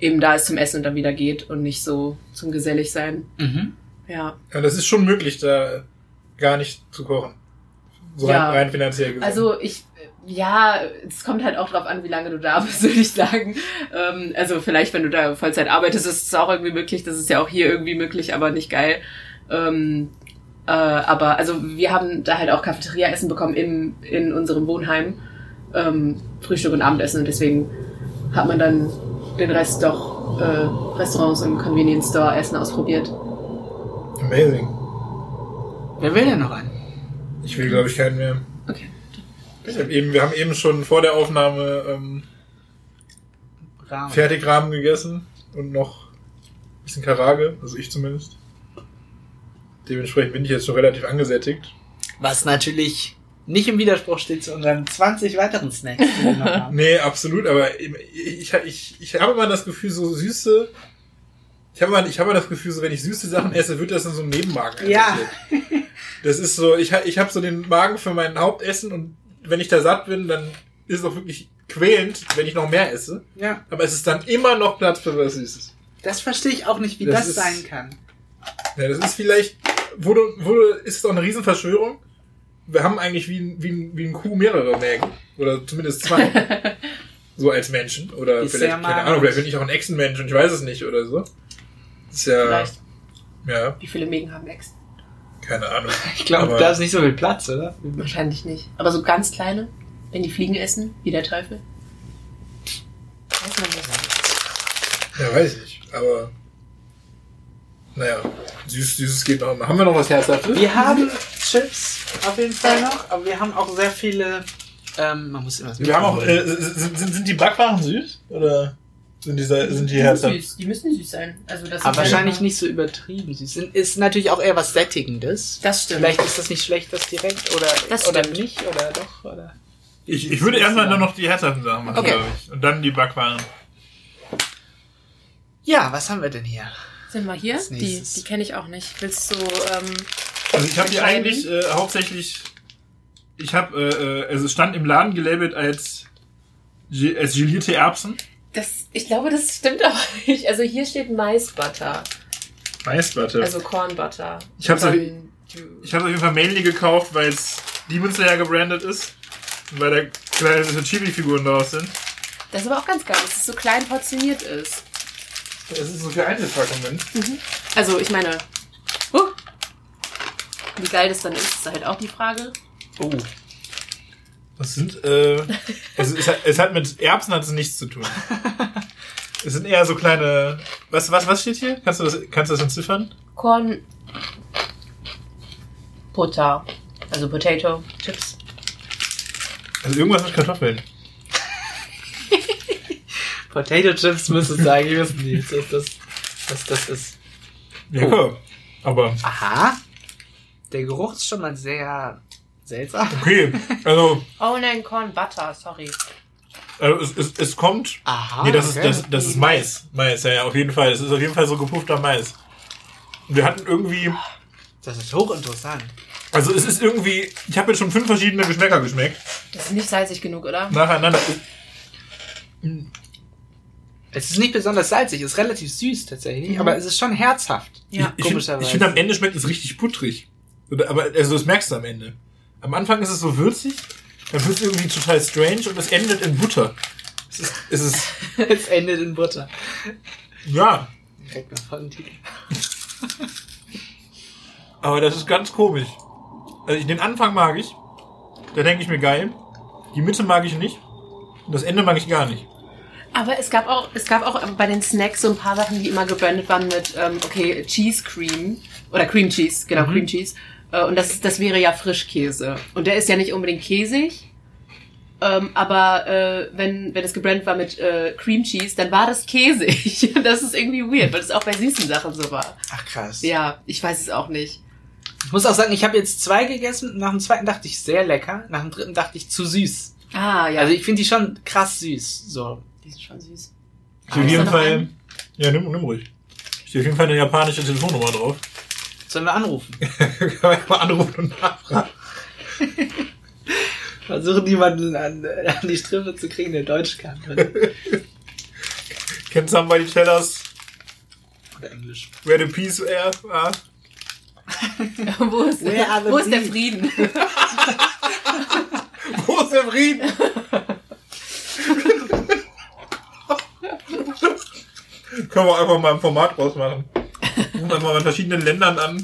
Speaker 5: eben da ist zum Essen und dann wieder geht und nicht so zum gesellig sein.
Speaker 2: Mhm.
Speaker 5: Ja.
Speaker 1: Ja, das ist schon möglich, da gar nicht zu kochen. So
Speaker 5: Ja.
Speaker 1: rein, rein finanziell gesehen.
Speaker 5: Also ich, ja, es kommt halt auch drauf an, wie lange du da bist, würde ich sagen. Ähm, also vielleicht, wenn du da Vollzeit arbeitest, ist es auch irgendwie möglich. Das ist ja auch hier irgendwie möglich, aber nicht geil. Ähm, äh, aber also wir haben da halt auch Cafeteria-Essen bekommen im, in unserem Wohnheim. Ähm, Frühstück und Abendessen und deswegen hat man dann den Rest doch äh, Restaurants und Convenience Store Essen ausprobiert.
Speaker 1: Amazing.
Speaker 2: Wer will denn noch einen?
Speaker 1: Ich will, glaube ich, keinen mehr.
Speaker 5: Okay.
Speaker 1: Ich hab eben, wir haben eben schon vor der Aufnahme ähm,
Speaker 2: Rahmen.
Speaker 1: Fertigrahmen gegessen und noch ein bisschen Karage, also ich zumindest. Dementsprechend bin ich jetzt schon relativ angesättigt.
Speaker 2: Was natürlich nicht im Widerspruch steht zu unseren 20 weiteren Snacks, die wir noch haben.
Speaker 1: Nee, absolut, aber ich, ich, ich, ich habe immer das Gefühl, so süße. Ich habe immer, ich habe immer das Gefühl, so wenn ich süße Sachen esse, wird das in so einem Nebenmagen.
Speaker 2: Ja.
Speaker 1: adressiert. Das ist so, ich, ha- ich habe so den Magen für mein Hauptessen und wenn ich da satt bin, dann ist es auch wirklich quälend, wenn ich noch mehr esse.
Speaker 2: Ja,
Speaker 1: Aber es ist dann immer noch Platz für was Süßes.
Speaker 2: das verstehe ich auch nicht, wie
Speaker 1: Das
Speaker 2: das,
Speaker 1: ist-
Speaker 2: sein kann.
Speaker 1: Ja, das ist vielleicht, wurde, wurde, ist es auch eine Riesenverschwörung. Wir haben eigentlich wie ein, wie ein, wie ein Kuh mehrere Mägen. Oder zumindest zwei. so als Menschen. Oder
Speaker 2: Ist
Speaker 1: vielleicht,
Speaker 2: ja mal-
Speaker 1: keine Ahnung, vielleicht bin ich auch ein Echsenmensch und ich weiß es nicht oder so. Ist ja,
Speaker 5: Vielleicht.
Speaker 1: ja.
Speaker 5: Wie viele Mägen haben Ex?
Speaker 1: Keine Ahnung.
Speaker 2: Ich glaube,
Speaker 1: Aber-
Speaker 2: da ist nicht so viel Platz, oder?
Speaker 5: Wahrscheinlich nicht. Aber so ganz kleine, wenn die Fliegen essen, wie der Teufel. Weiß man nicht.
Speaker 1: Ja, weiß ich. Aber naja, süß, süßes geht noch immer. Haben wir noch was Herzhaftes?
Speaker 2: Wir haben Chips auf jeden Fall noch, aber wir haben auch sehr viele. Ähm, man muss immer das
Speaker 1: Wir haben auch,
Speaker 2: Mikrofon-
Speaker 1: äh, sind, sind, sind die Backwaren süß? Oder sind, diese, sind die herzhaft?
Speaker 5: Süß. Die müssen süß sein. Also
Speaker 1: äh,
Speaker 5: das
Speaker 2: aber
Speaker 5: sind ja
Speaker 2: wahrscheinlich
Speaker 5: immer-
Speaker 2: nicht so übertrieben. Sie sind, ist natürlich auch eher was Sättigendes.
Speaker 5: Das stimmt.
Speaker 2: Vielleicht ist das nicht schlecht, das direkt oder,
Speaker 3: Das
Speaker 2: oder
Speaker 3: stimmt.
Speaker 2: nicht oder doch oder.
Speaker 1: Ich, ich würde erstmal nur noch die herzhaften Sachen machen,
Speaker 2: Okay.
Speaker 1: glaube ich. Und dann die Backwaren.
Speaker 2: Ja, was haben wir denn hier?
Speaker 3: Sind wir hier?
Speaker 2: Als
Speaker 3: Die,
Speaker 2: nächstes.
Speaker 3: die kenne ich auch nicht. Willst du, ähm,
Speaker 1: Also ich habe die
Speaker 3: Kleinen?
Speaker 1: eigentlich äh, hauptsächlich, ich habe, äh, äh, also es stand im Laden gelabelt als, ge- als gelierte Erbsen.
Speaker 3: das, ich glaube, das stimmt aber nicht. Also hier steht Maisbutter,
Speaker 1: Maisbatte.
Speaker 3: also Kornbutter.
Speaker 1: ich habe auf,
Speaker 3: Dann du-
Speaker 1: ich hab's auf jeden Fall mainly gekauft, weil es Demon Slayer gebrandet ist. Und weil da kleine so Chibi-Figuren drauf sind.
Speaker 3: Das ist aber auch ganz geil, dass es so klein portioniert ist.
Speaker 1: Es ist so für Einzelpackungen.
Speaker 3: Also ich meine, huh, wie geil das dann ist, ist halt auch die Frage.
Speaker 2: Oh,
Speaker 1: Das sind, äh, also es, hat, es hat mit Erbsen hat es nichts zu tun. Es sind eher so kleine, was, was, was steht hier? Kannst du das, kannst du das entziffern?
Speaker 5: Korn. Butter. Also Potato Chips.
Speaker 1: Also irgendwas mit Kartoffeln.
Speaker 2: Potato Chips müsste es sagen, wir wissen nicht, was das, was das ist.
Speaker 1: Ja, komm. aber
Speaker 2: Aha. Der Geruch ist schon mal sehr seltsam.
Speaker 1: okay. Also,
Speaker 5: Oh nein, Corn Butter, sorry.
Speaker 1: also es, es, es kommt.
Speaker 2: Aha.
Speaker 1: nee, das ist
Speaker 2: okay.
Speaker 1: das, das ist Mais. Mais, ja, ja, auf jeden Fall. Es ist auf jeden Fall so gepuffter Mais. Wir hatten irgendwie,
Speaker 2: das ist hochinteressant.
Speaker 1: also es ist irgendwie, ich habe jetzt schon fünf verschiedene Geschmäcker geschmeckt
Speaker 5: Das ist nicht salzig genug, oder?
Speaker 1: nacheinander.
Speaker 2: Es ist nicht besonders salzig, ist relativ süß tatsächlich,
Speaker 3: Mhm.
Speaker 2: aber es ist schon herzhaft.
Speaker 1: Ja, ich, ich finde,
Speaker 2: komischerweise.
Speaker 1: find, am Ende schmeckt es richtig putrig. Oder, aber also das merkst du am Ende. Am Anfang ist es so würzig, dann wird es irgendwie total strange und es endet in Butter. Es ist, es ist
Speaker 2: es endet in Butter.
Speaker 1: ja,
Speaker 2: Direkt nach vorne Titel.
Speaker 1: aber das ist ganz komisch. Also ich, den Anfang mag ich, da denke ich mir geil. Die Mitte mag ich nicht und das Ende mag ich gar nicht.
Speaker 3: Aber es gab auch, es gab auch ähm, bei den Snacks so ein paar Sachen, die immer gebrandet waren mit, ähm, okay, Cheese Cream oder Cream Cheese, genau, Cream Cheese. Äh, und das, das wäre ja Frischkäse. Und der ist ja nicht unbedingt käsig. Ähm, aber äh, wenn, wenn es gebrandet war mit äh, Cream Cheese, dann war das käsig. Und das ist irgendwie weird, weil das auch bei süßen Sachen so war.
Speaker 2: Ach krass.
Speaker 3: Ja, ich weiß es auch nicht.
Speaker 2: Ich muss auch sagen, ich habe jetzt zwei gegessen. Nach dem zweiten dachte ich sehr lecker. Nach dem dritten dachte ich zu süß.
Speaker 3: Ah, ja,
Speaker 2: Also ich finde die schon krass süß. So.
Speaker 3: die sind schon süß.
Speaker 1: Ich auf jeden
Speaker 3: noch
Speaker 1: Fall,
Speaker 3: einen?
Speaker 1: ja, nimm, nimm ruhig. Ich stehe auf jeden Fall eine japanische Telefonnummer drauf.
Speaker 2: Sollen wir anrufen?
Speaker 1: Kann man ja mal anrufen und nachfragen.
Speaker 2: Versuchen jemanden an, an die Strippe zu kriegen, der Deutsch kann. Oder,
Speaker 1: Can somebody tell us
Speaker 2: oder Englisch.
Speaker 1: where the peace are?
Speaker 3: Wo ist,
Speaker 2: Where are the
Speaker 3: wo ist der
Speaker 2: bees?
Speaker 3: Frieden?
Speaker 1: Wo ist der Frieden? Können wir einfach mal ein Format draus machen. Rufen wir mal in verschiedenen Ländern an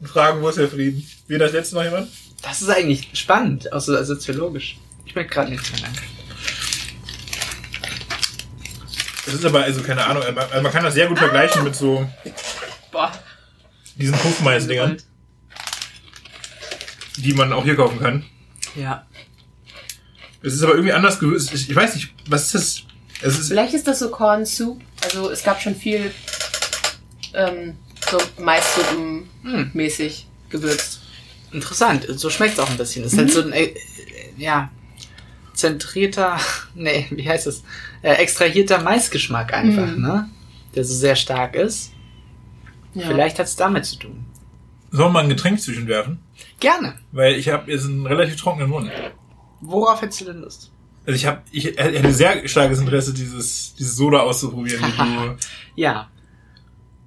Speaker 1: und fragen, wo ist der Frieden? Wie das letzte noch jemand?
Speaker 2: Das ist eigentlich spannend, außer also soziologisch. Ich merke gerade nichts mehr. Danke.
Speaker 1: Das ist aber, also keine Ahnung, man, also man kann das sehr gut vergleichen mit so
Speaker 3: Boah,
Speaker 1: diesen Puffmais-Dingern, die man auch hier kaufen kann.
Speaker 2: Ja.
Speaker 1: Es ist aber irgendwie anders gewürzt. Ich, ich weiß nicht, was ist das? Es ist,
Speaker 5: Vielleicht ist das so Corn Soup. Also es gab schon viel ähm, so
Speaker 2: Hm.
Speaker 5: Maissuppenmäßig gewürzt.
Speaker 2: Interessant. So schmeckt es auch ein bisschen. Das ist halt so ein, äh, äh, ja, zentrierter, nee, wie heißt es? Äh, extrahierter Maisgeschmack einfach,
Speaker 5: Mhm.
Speaker 2: ne? Der so sehr stark ist.
Speaker 5: Ja.
Speaker 2: Vielleicht hat es damit zu tun.
Speaker 1: soll man mal ein Getränk zwischenwerfen?
Speaker 2: Gerne.
Speaker 1: Weil ich habe jetzt einen relativ trockenen Mund.
Speaker 2: Worauf hättest du denn Lust?
Speaker 1: Also ich habe, ich hätte sehr starkes Interesse, dieses, dieses Soda auszuprobieren,
Speaker 2: Ja,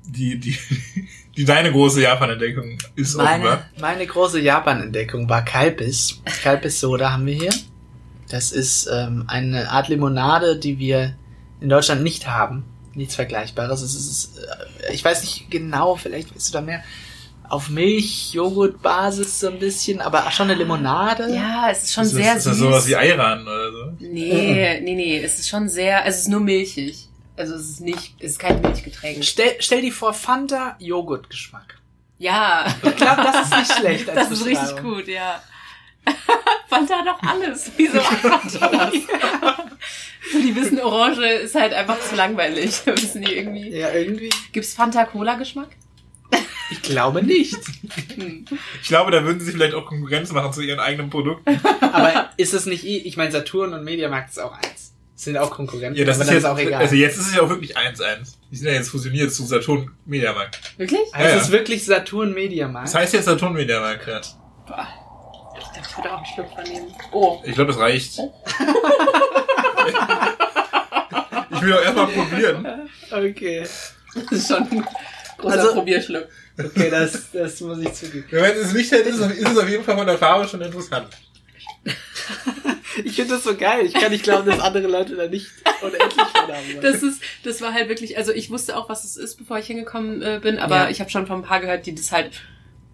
Speaker 1: die, du- die, die, die deine große Japan-Entdeckung ist
Speaker 2: meine,
Speaker 1: offenbar.
Speaker 2: meine große Japan-Entdeckung war Kalpis. Kalpis-Soda haben wir hier. Das ist ähm, eine Art Limonade, die wir in Deutschland nicht haben. Nichts Vergleichbares. Es ist, äh, ich weiß nicht genau, vielleicht weißt du da mehr. auf Milch, Joghurtbasis so ein bisschen, aber schon eine Limonade.
Speaker 5: Ja, es ist schon
Speaker 1: Ist das,
Speaker 5: sehr
Speaker 1: ist
Speaker 5: süß.
Speaker 1: das sowas wie Ayran oder so?
Speaker 5: nee, nee, nee, es ist schon sehr, also es ist nur milchig. Also es ist nicht, es ist kein Milchgetränk.
Speaker 2: Stell, stell dir vor, Fanta Joghurtgeschmack.
Speaker 5: Ja,
Speaker 2: Ich glaube, das ist nicht schlecht. als
Speaker 5: das ist richtig
Speaker 2: Beschreibung.
Speaker 5: gut, ja. Fanta doch alles. Wieso Fanta das? Die wissen, Orange ist halt einfach zu langweilig. Da wissen die irgendwie.
Speaker 2: Ja, irgendwie.
Speaker 5: Gibt's Fanta Cola Geschmack?
Speaker 2: Ich glaube nicht.
Speaker 5: Hm.
Speaker 1: Ich glaube, da würden sie vielleicht auch Konkurrenz machen zu ihren eigenen Produkten.
Speaker 2: Aber ist es nicht, i- ich meine, Saturn und Mediamarkt ist auch eins. Sind auch Konkurrenten,
Speaker 1: Ja, das
Speaker 2: aber
Speaker 1: ist
Speaker 2: dann
Speaker 1: jetzt
Speaker 2: ist auch egal.
Speaker 1: Also jetzt ist es ja auch wirklich 1-1. Die sind ja jetzt fusioniert zu Saturn Mediamarkt.
Speaker 5: Wirklich?
Speaker 2: Also
Speaker 1: Ja,
Speaker 2: es ist wirklich Saturn Mediamarkt.
Speaker 1: Das heißt jetzt Saturn Mediamarkt. Ja.
Speaker 5: Ich würde auch einen Schluck von nehmen. Oh.
Speaker 1: Ich glaube, das reicht. ich will doch erstmal probieren.
Speaker 2: okay.
Speaker 5: Das ist schon ein großer
Speaker 2: Also-
Speaker 5: Probierschluck.
Speaker 2: Okay, das, das muss ich zugeben.
Speaker 1: Wenn man es nicht hält, ist es ist es auf jeden Fall von der Farbe schon interessant.
Speaker 2: Ich finde das so geil. Ich kann nicht glauben, dass andere Leute da nicht unendlich von haben. wollen.
Speaker 5: Das ist, das war halt wirklich, also ich wusste auch, was es ist, bevor ich hingekommen äh, bin, aber
Speaker 2: Ja.
Speaker 5: ich habe schon von ein paar gehört, die das halt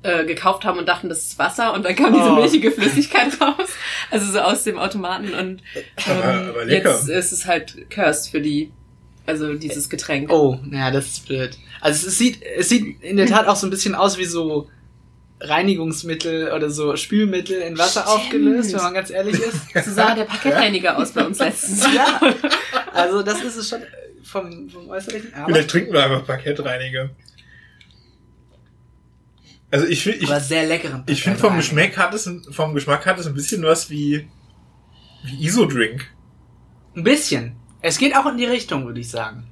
Speaker 5: äh, gekauft haben und dachten, das ist Wasser und dann kam diese
Speaker 2: Oh.
Speaker 5: milchige Flüssigkeit raus. Also so aus dem Automaten und ähm,
Speaker 1: Aber- aber lecker.
Speaker 5: jetzt ist es halt cursed für die, also dieses Getränk.
Speaker 2: Oh, naja, das ist blöd. Also es sieht, es sieht in der Tat auch so ein bisschen aus wie so Reinigungsmittel oder so Spülmittel in Wasser
Speaker 5: Stimmt.
Speaker 2: aufgelöst, wenn man ganz ehrlich ist.
Speaker 5: So sah Ah, der Parkettreiniger aus bei uns letztens.
Speaker 2: ja. Also das ist es schon äh, vom, vom äußerlichen aber,
Speaker 1: Vielleicht trinken wir einfach Parkettreiniger. Also ich, fi- ich,
Speaker 2: aber sehr leckeren.
Speaker 1: ich finde vom Geschmack hat es ein- vom Geschmack hat es ein bisschen was wie wie Isodrink.
Speaker 2: Ein bisschen. Es geht auch in die Richtung, würde ich sagen.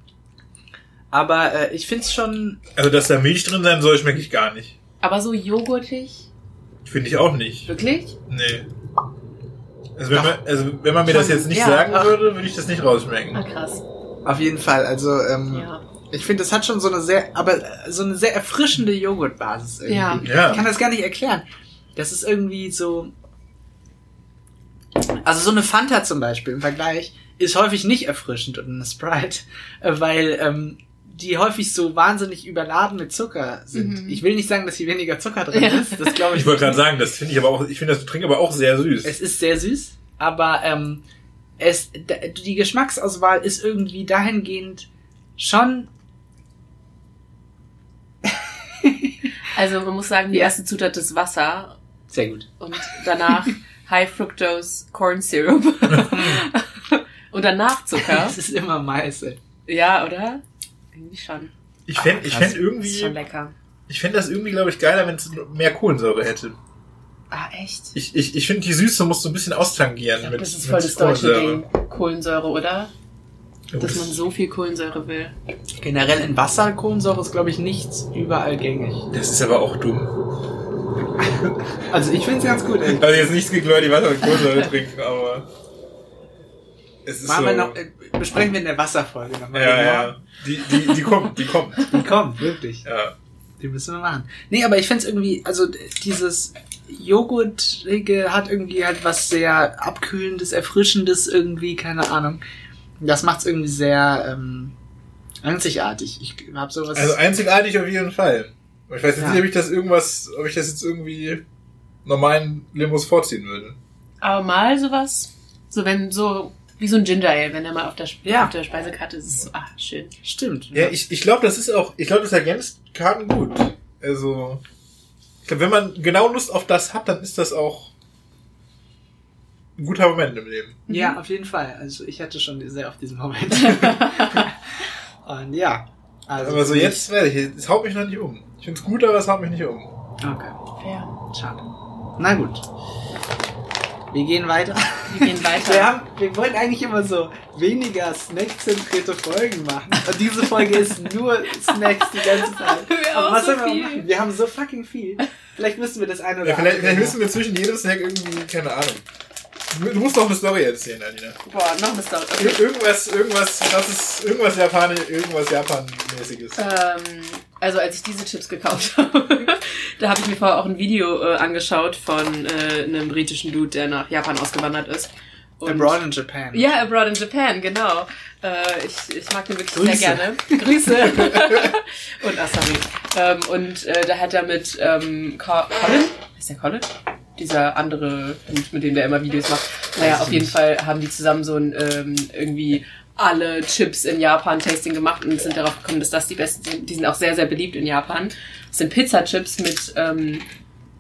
Speaker 2: Aber äh, ich finde es schon.
Speaker 1: Also dass da Milch drin sein soll, schmecke ich gar nicht.
Speaker 5: Aber so joghurtig,
Speaker 1: Finde ich auch nicht.
Speaker 5: wirklich?
Speaker 1: Nee. Also wenn, man, also wenn man mir das jetzt nicht
Speaker 2: Ja,
Speaker 1: sagen
Speaker 2: ach.
Speaker 1: würde, würde ich das nicht rausschmecken.
Speaker 5: Ah, krass.
Speaker 2: Auf jeden Fall. Also ähm,
Speaker 5: Ja.
Speaker 2: ich finde, es hat schon so eine sehr, aber äh, so eine sehr erfrischende Joghurtbasis irgendwie.
Speaker 5: Ja.
Speaker 1: Ja.
Speaker 2: Ich kann das gar nicht erklären. Das ist irgendwie so. Also so eine Fanta zum Beispiel im Vergleich ist häufig nicht erfrischend und eine Sprite, äh, weil ähm, die häufig so wahnsinnig überladen mit Zucker sind.
Speaker 5: Mhm.
Speaker 2: Ich will nicht sagen, dass hier weniger Zucker drin
Speaker 5: Ja.
Speaker 2: ist. Das glaube ich.
Speaker 1: Ich wollte gerade
Speaker 2: nicht.
Speaker 1: sagen, das finde ich aber auch, ich finde das Getränk aber auch sehr süß.
Speaker 2: Es ist sehr süß, aber ähm, es, d- die Geschmacksauswahl ist irgendwie dahingehend schon.
Speaker 5: Also man muss sagen, die
Speaker 2: Ja.
Speaker 5: erste Zutat ist Wasser
Speaker 2: Sehr gut.
Speaker 5: und danach High Fructose Corn Syrup und danach Zucker.
Speaker 2: Das ist immer Meißel.
Speaker 5: Ja, oder? Irgendwie schon.
Speaker 1: ich fände ich
Speaker 2: krass.
Speaker 1: fänd
Speaker 5: Ist schon
Speaker 1: irgendwie,
Speaker 5: lecker.
Speaker 1: ich fänd das irgendwie, glaube ich, geiler, wenn es mehr Kohlensäure hätte.
Speaker 5: Ah, echt?
Speaker 1: Ich, ich, ich finde, die Süße musst du ein bisschen austangieren
Speaker 5: Ja,
Speaker 1: mit,
Speaker 5: das ist
Speaker 1: mit
Speaker 5: voll das deutsche
Speaker 1: Kohlensäure.
Speaker 5: Ding. Kohlensäure, oder? Dass man so viel Kohlensäure will.
Speaker 2: Generell in Wasser Kohlensäure ist, glaube ich, nichts überall gängig.
Speaker 1: Das ist aber auch dumm.
Speaker 2: Also ich finde es ganz gut. ey.
Speaker 1: Also jetzt nichts gegen Leute, die Wasser mit Kohlensäure trinken, aber es ist
Speaker 2: Machen
Speaker 1: so.
Speaker 2: wir noch, äh, besprechen wir in der Wasserfolge nochmal.
Speaker 1: ja, ja, ja. Die, die, die kommt, die kommt.
Speaker 2: Die kommen, wirklich.
Speaker 1: Ja.
Speaker 2: Die müssen wir machen. Nee, aber ich find's irgendwie, also d- dieses Joghurtige hat irgendwie halt was sehr Abkühlendes, Erfrischendes irgendwie, keine Ahnung. Das macht's irgendwie sehr ähm, einzigartig. Ich hab sowas.
Speaker 1: Also einzigartig auf jeden Fall. Aber Ich weiß jetzt
Speaker 2: Ja.
Speaker 1: nicht, ob ich das irgendwas, ob ich das jetzt irgendwie normalen Limos vorziehen würde.
Speaker 5: Aber mal sowas, so wenn so, wie so ein Ginger Ale, wenn der mal auf der, Sp-
Speaker 2: Ja.
Speaker 5: auf der Speisekarte ist, ist so, ah, schön.
Speaker 2: stimmt. ne?
Speaker 1: Ja, ich, ich glaube, das ist auch, ich glaube, das ergänzt Karten gut. Also, ich glaube, wenn man genau Lust auf das hat, dann ist das auch ein guter Moment im Leben.
Speaker 2: ja, auf jeden Fall. Also ich hatte schon sehr auf diesen Moment. Und ja. Also
Speaker 1: aber so jetzt, weiß ich, es haut mich noch nicht um. Ich find's gut, aber es haut mich nicht um.
Speaker 2: Okay,
Speaker 5: Fair.
Speaker 2: schade. Na gut. Wir gehen weiter.
Speaker 5: Wir gehen weiter.
Speaker 2: Wir, haben, wir wollen eigentlich immer so weniger snackzentrierte Folgen machen. Und diese Folge ist nur Snacks die ganze Zeit.
Speaker 5: Wir
Speaker 2: Aber
Speaker 5: auch
Speaker 2: was
Speaker 5: so
Speaker 2: sollen wir
Speaker 5: viel.
Speaker 2: machen? Wir haben so fucking viel. Vielleicht müssen wir das eine oder
Speaker 1: Ja, vielleicht,
Speaker 2: andere.
Speaker 1: vielleicht müssen wir zwischen jedem Snack irgendwie, keine Ahnung. Du du musst noch eine Story erzählen, Alina.
Speaker 5: Boah, noch eine Story. Okay.
Speaker 1: Ir irgendwas, irgendwas, das ist irgendwas Japanisch, irgendwas Japan-mäßiges.
Speaker 5: Ähm, also als ich diese Chips gekauft habe, da habe ich mir vorher auch ein Video äh, angeschaut von äh, einem britischen Dude, der nach Japan ausgewandert ist. Und-
Speaker 2: Abroad in Japan.
Speaker 5: Ja, Abroad in Japan, genau. Äh, ich, ich mag den wirklich
Speaker 2: Grüße.
Speaker 5: sehr gerne. Grüße. und Asami. Ähm, und äh, da hat er mit ähm, Co Colin, ist der Colin? Dieser andere Dude, mit dem der immer Videos macht. Naja, auf jeden Fall haben die zusammen so ein ähm, irgendwie alle Chips in Japan Tasting gemacht und sind darauf gekommen, dass das die besten sind. Die sind auch sehr, sehr beliebt in Japan. Das sind Pizza-Chips mit, ähm,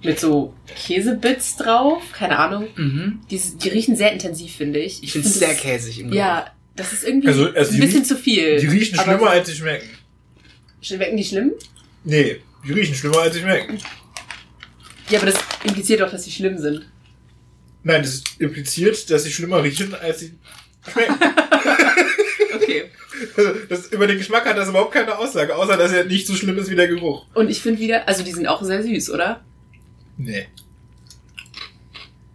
Speaker 5: mit so Käsebits drauf. Keine Ahnung.
Speaker 2: Mhm.
Speaker 5: Die, die riechen sehr intensiv, finde ich.
Speaker 2: Ich finde
Speaker 5: find
Speaker 2: es sehr
Speaker 5: das-
Speaker 2: käsig im
Speaker 5: ja, das ist irgendwie
Speaker 1: Also, also
Speaker 5: ein
Speaker 1: die
Speaker 5: bisschen
Speaker 1: rie-
Speaker 5: zu viel.
Speaker 1: Die riechen
Speaker 5: Aber
Speaker 1: schlimmer, als sie schmecken.
Speaker 5: Schmecken die schlimm?
Speaker 1: Nee, die riechen schlimmer, als sie schmecken.
Speaker 5: Ja, aber das impliziert doch, dass sie schlimm sind.
Speaker 1: Nein, das impliziert, dass sie schlimmer riechen, als sie schmecken.
Speaker 5: Okay.
Speaker 1: Also, das, über den Geschmack hat das überhaupt keine Aussage, außer dass er nicht so schlimm ist wie der Geruch.
Speaker 5: Und ich finde wieder, also die sind auch sehr süß, oder?
Speaker 1: Nee.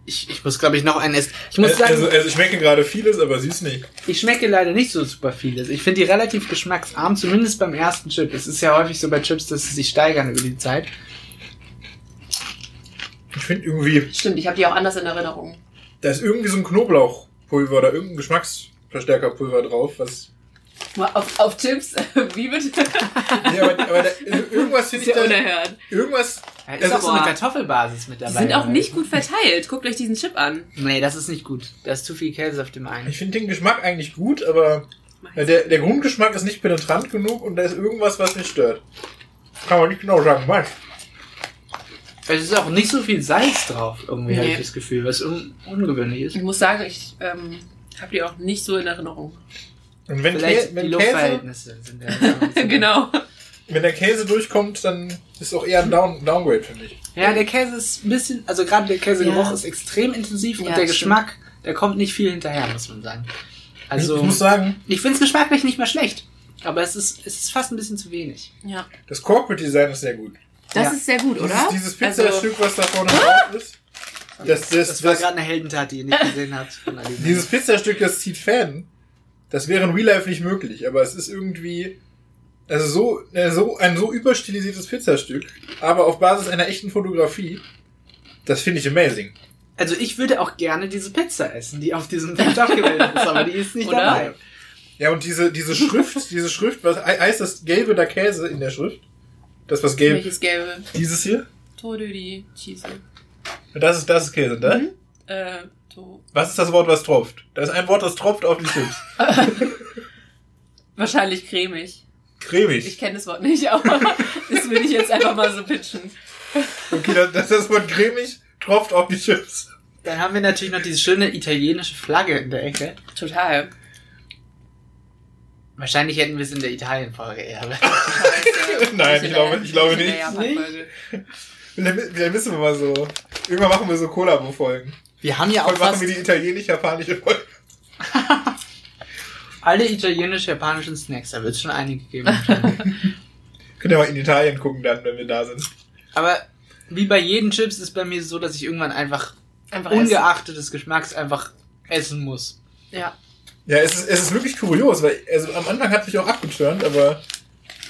Speaker 2: Ich, ich muss, glaube ich, noch einen essen. Ich muss sagen,
Speaker 1: Also, also ich schmecke gerade vieles, aber süß nicht.
Speaker 2: ich schmecke leider nicht so super vieles. Ich finde die relativ geschmacksarm, zumindest beim ersten Chip. Es ist ja häufig so bei Chips, dass sie sich steigern über die Zeit.
Speaker 1: Ich finde irgendwie,
Speaker 5: Stimmt, ich habe die auch anders in Erinnerung.
Speaker 1: da ist irgendwie so ein Knoblauchpulver oder irgendein Geschmacksverstärkerpulver drauf, was.
Speaker 5: Mal Auf, auf Chips, wie bitte?
Speaker 1: Nee, aber, aber da, also, irgendwas finde ich
Speaker 5: Sehr
Speaker 1: da.
Speaker 5: unerhört.
Speaker 1: Irgendwas.
Speaker 2: Da ist
Speaker 1: Das
Speaker 2: auch
Speaker 1: ist
Speaker 2: so eine
Speaker 5: boah.
Speaker 2: Kartoffelbasis mit dabei.
Speaker 5: Die sind auch
Speaker 2: oder?
Speaker 5: nicht gut verteilt. Guckt euch diesen Chip an.
Speaker 2: Nee, das ist nicht gut. Da ist zu viel Käse auf dem einen.
Speaker 1: Ich finde den Geschmack eigentlich gut, aber der, der Grundgeschmack ist nicht penetrant genug und da ist irgendwas, was mich stört. Kann man nicht genau sagen, was.
Speaker 2: Also Es ist auch nicht so viel Salz drauf, irgendwie habe ich
Speaker 5: Nee.
Speaker 2: das Gefühl, was un ungewöhnlich ist.
Speaker 5: Ich muss sagen, ich ähm, habe die auch nicht so in Erinnerung.
Speaker 1: Und wenn, Kä
Speaker 2: Vielleicht die
Speaker 1: wenn, Käse,
Speaker 2: Luftverhältnisse sind ja
Speaker 5: genau.
Speaker 1: wenn der Käse durchkommt, dann ist auch eher ein Down Downgrade für mich.
Speaker 2: Ja, der Käse ist ein bisschen, also gerade der Käsegeruch
Speaker 5: Ja.
Speaker 2: ist extrem intensiv
Speaker 5: Ja,
Speaker 2: und der
Speaker 5: das
Speaker 2: Geschmack, der kommt nicht viel hinterher, muss man sagen. Also,
Speaker 1: ich, ich muss sagen,
Speaker 2: ich finde es geschmacklich nicht mehr schlecht, aber es ist, es ist fast ein bisschen zu wenig.
Speaker 5: Ja.
Speaker 1: das Corporate Design ist sehr gut.
Speaker 3: Das
Speaker 2: Ja.
Speaker 3: ist sehr gut, oder?
Speaker 1: Dieses, dieses
Speaker 2: Also-
Speaker 1: Pizzastück, was da vorne drauf ist, das, das,
Speaker 2: Das
Speaker 1: das,
Speaker 2: war gerade eine Heldentat, die ihr nicht gesehen habt. Von Ali.
Speaker 1: dieses Pizzastück, das zieht Fan. Das wäre in Real Life nicht möglich, aber es ist irgendwie also so, äh, so ein so überstilisiertes Pizzastück, aber auf Basis einer echten Fotografie. Das finde ich amazing.
Speaker 2: also ich würde auch gerne diese Pizza essen, die auf diesem Tisch abgebildet ist, aber die ist nicht
Speaker 5: Oder?
Speaker 2: dabei.
Speaker 1: Ja, und diese, diese Schrift, diese Schrift, was he- heißt das gelbe da Käse in der Schrift? Das was gelb.
Speaker 5: Welches gelbe?
Speaker 1: Dieses hier?
Speaker 5: Todödi, Cheese.
Speaker 1: Das ist das ist Käse, ne?
Speaker 2: Mhm.
Speaker 5: Äh, to.
Speaker 1: Was ist das Wort, was tropft? Da ist ein Wort, das tropft auf die Chips.
Speaker 5: Wahrscheinlich cremig. Ich
Speaker 1: Cremig.
Speaker 5: kenne das Wort nicht, aber das will ich jetzt einfach mal so pitchen.
Speaker 1: Okay, das, das, das Wort cremig tropft auf die Chips.
Speaker 2: Dann haben wir natürlich noch diese schöne italienische Flagge in der Ecke.
Speaker 5: Total.
Speaker 2: Wahrscheinlich hätten wir es in der Italien-Folge eher.
Speaker 1: Nein, ich glaube, ich glaube
Speaker 5: In der
Speaker 1: nicht.
Speaker 5: Japan-Folge.
Speaker 1: Vielleicht vielleicht müssen wir mal so. Irgendwann machen wir so Kollabo-Folgen.
Speaker 2: Wir haben ja auch
Speaker 1: Heute machen
Speaker 2: fast
Speaker 1: wir die italienisch-japanische Folge.
Speaker 2: alle italienisch-japanischen Snacks. Da wird es schon einige geben.
Speaker 1: Könnt ihr mal in Italien gucken dann, wenn wir da sind.
Speaker 2: Aber wie bei jedem Chips ist bei mir so, dass ich irgendwann einfach
Speaker 5: Einfach essen.
Speaker 2: ungeachtet des Geschmacks einfach essen muss.
Speaker 5: Ja.
Speaker 1: Ja, es ist, es ist wirklich kurios, weil also am Anfang hat mich auch abgeturnt, aber